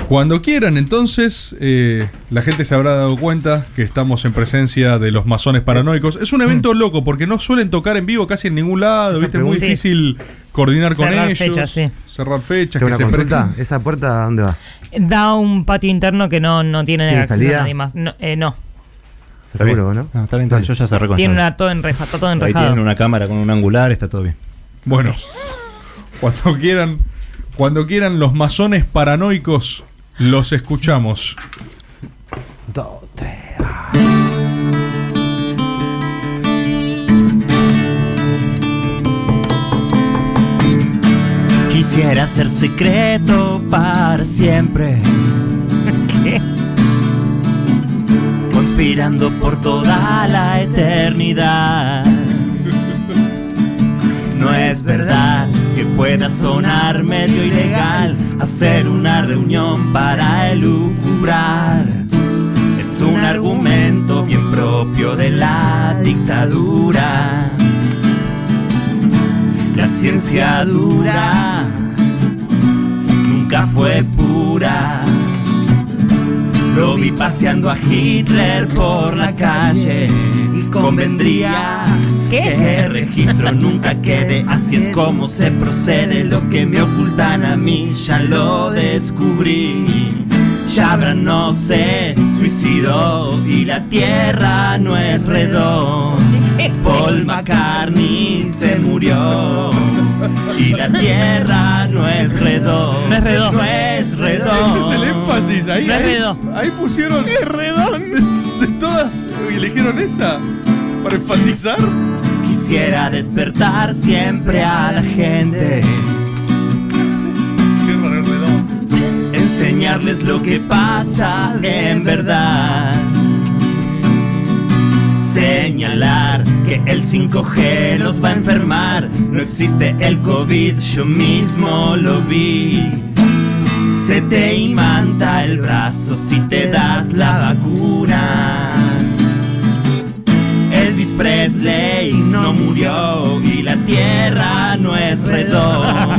Speaker 4: Cuando quieran, entonces, eh, la gente se habrá dado cuenta que estamos en presencia de los masones paranoicos. Es
Speaker 12: Mm.
Speaker 4: un evento loco porque no suelen tocar en vivo casi en ningún lado, ¿viste? Es muy
Speaker 8: pregunta.
Speaker 4: difícil coordinar con
Speaker 8: Cerrar
Speaker 4: ellos.
Speaker 8: fechas, sí.
Speaker 4: Cerrar fechas,
Speaker 12: Tengo
Speaker 4: que
Speaker 12: una
Speaker 4: se
Speaker 12: consulta.
Speaker 4: presten.
Speaker 12: ¿Esa puerta a dónde va?
Speaker 8: Da un patio interno que no, no tiene,
Speaker 12: ¿Tiene
Speaker 8: acceso
Speaker 12: salida?
Speaker 8: a nadie más. No, eh, no.
Speaker 12: ¿Estás seguro, no?
Speaker 7: No, está bien, está bien, yo ya cerré con
Speaker 8: tiene
Speaker 7: llave.
Speaker 8: una todo enreja, está todo
Speaker 7: Ahí
Speaker 8: enrejado.
Speaker 7: tienen una cámara con un angular, está todo bien.
Speaker 4: Bueno, <laughs> cuando quieran, cuando quieran, los masones paranoicos los escuchamos.
Speaker 21: Quisiera ser secreto para siempre. Conspirando por toda la eternidad. No es verdad que pueda sonar medio ilegal hacer una reunión para elucubrar. Es un argumento bien propio de la dictadura. La ciencia dura nunca fue pura. Lo vi paseando a Hitler por la calle y convendría que el registro nunca quede. Así es como se procede. Lo que me ocultan a mí ya lo descubrí. Chabra no se suicidó y la tierra no es
Speaker 4: <laughs>
Speaker 21: redonda. Paul McCartney se murió y la tierra no es redonda.
Speaker 4: No es redonda.
Speaker 21: No es redonda.
Speaker 4: Ese es el énfasis, ahí- ¿eh? No es ahí- redonda. ahí pusieron. ¡Es redón! <laughs> De, todas, eh, eligieron esa para enfatizar.
Speaker 21: Quisiera despertar siempre a la gente. Enseñarles lo que pasa en verdad. Señalar que el 5G los va a enfermar. No existe el COVID, yo mismo lo vi. Se te imanta el brazo si te das la vacuna. Elvis Presley no murió y la tierra no es redonda.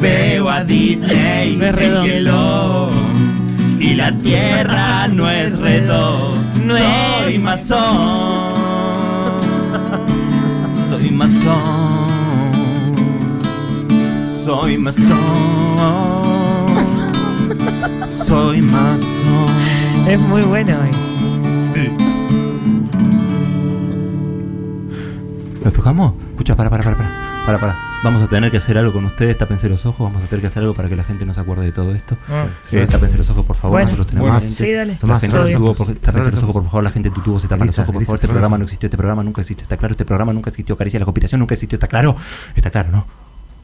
Speaker 21: Veo a Disney en hielo y la tierra no es redonda. Soy masón, soy masón, soy masón, soy masón.
Speaker 1: Es muy bueno, eh.
Speaker 7: ¿Lo tocamos? Escucha, para, para, para, para. Para, para. Vamos a tener que hacer algo con ustedes, tapense los ojos, vamos a tener que hacer algo para que la gente no se acuerde de todo esto.
Speaker 1: Ah.
Speaker 7: Eh, tapense los ojos, por favor,
Speaker 1: Bueno.
Speaker 7: nosotros tenemos
Speaker 1: Bueno.
Speaker 7: lentes.
Speaker 1: Sí, dale.
Speaker 7: La
Speaker 1: Tomás,
Speaker 7: gente
Speaker 1: cerrá los
Speaker 7: tuvo
Speaker 1: ojos,
Speaker 7: por-
Speaker 1: cerrá
Speaker 7: tapense
Speaker 1: los
Speaker 7: los ojos,
Speaker 1: ojos.
Speaker 7: por favor, la gente tuvo, se tapan los
Speaker 1: Elisa,
Speaker 7: ojos, por
Speaker 1: Elisa,
Speaker 7: favor. Este
Speaker 1: cerrá los
Speaker 7: programa
Speaker 1: ojos.
Speaker 7: no existió, este programa nunca existió, está claro, este programa nunca existió, está claro, este programa nunca existió, está claro, está claro, ¿no?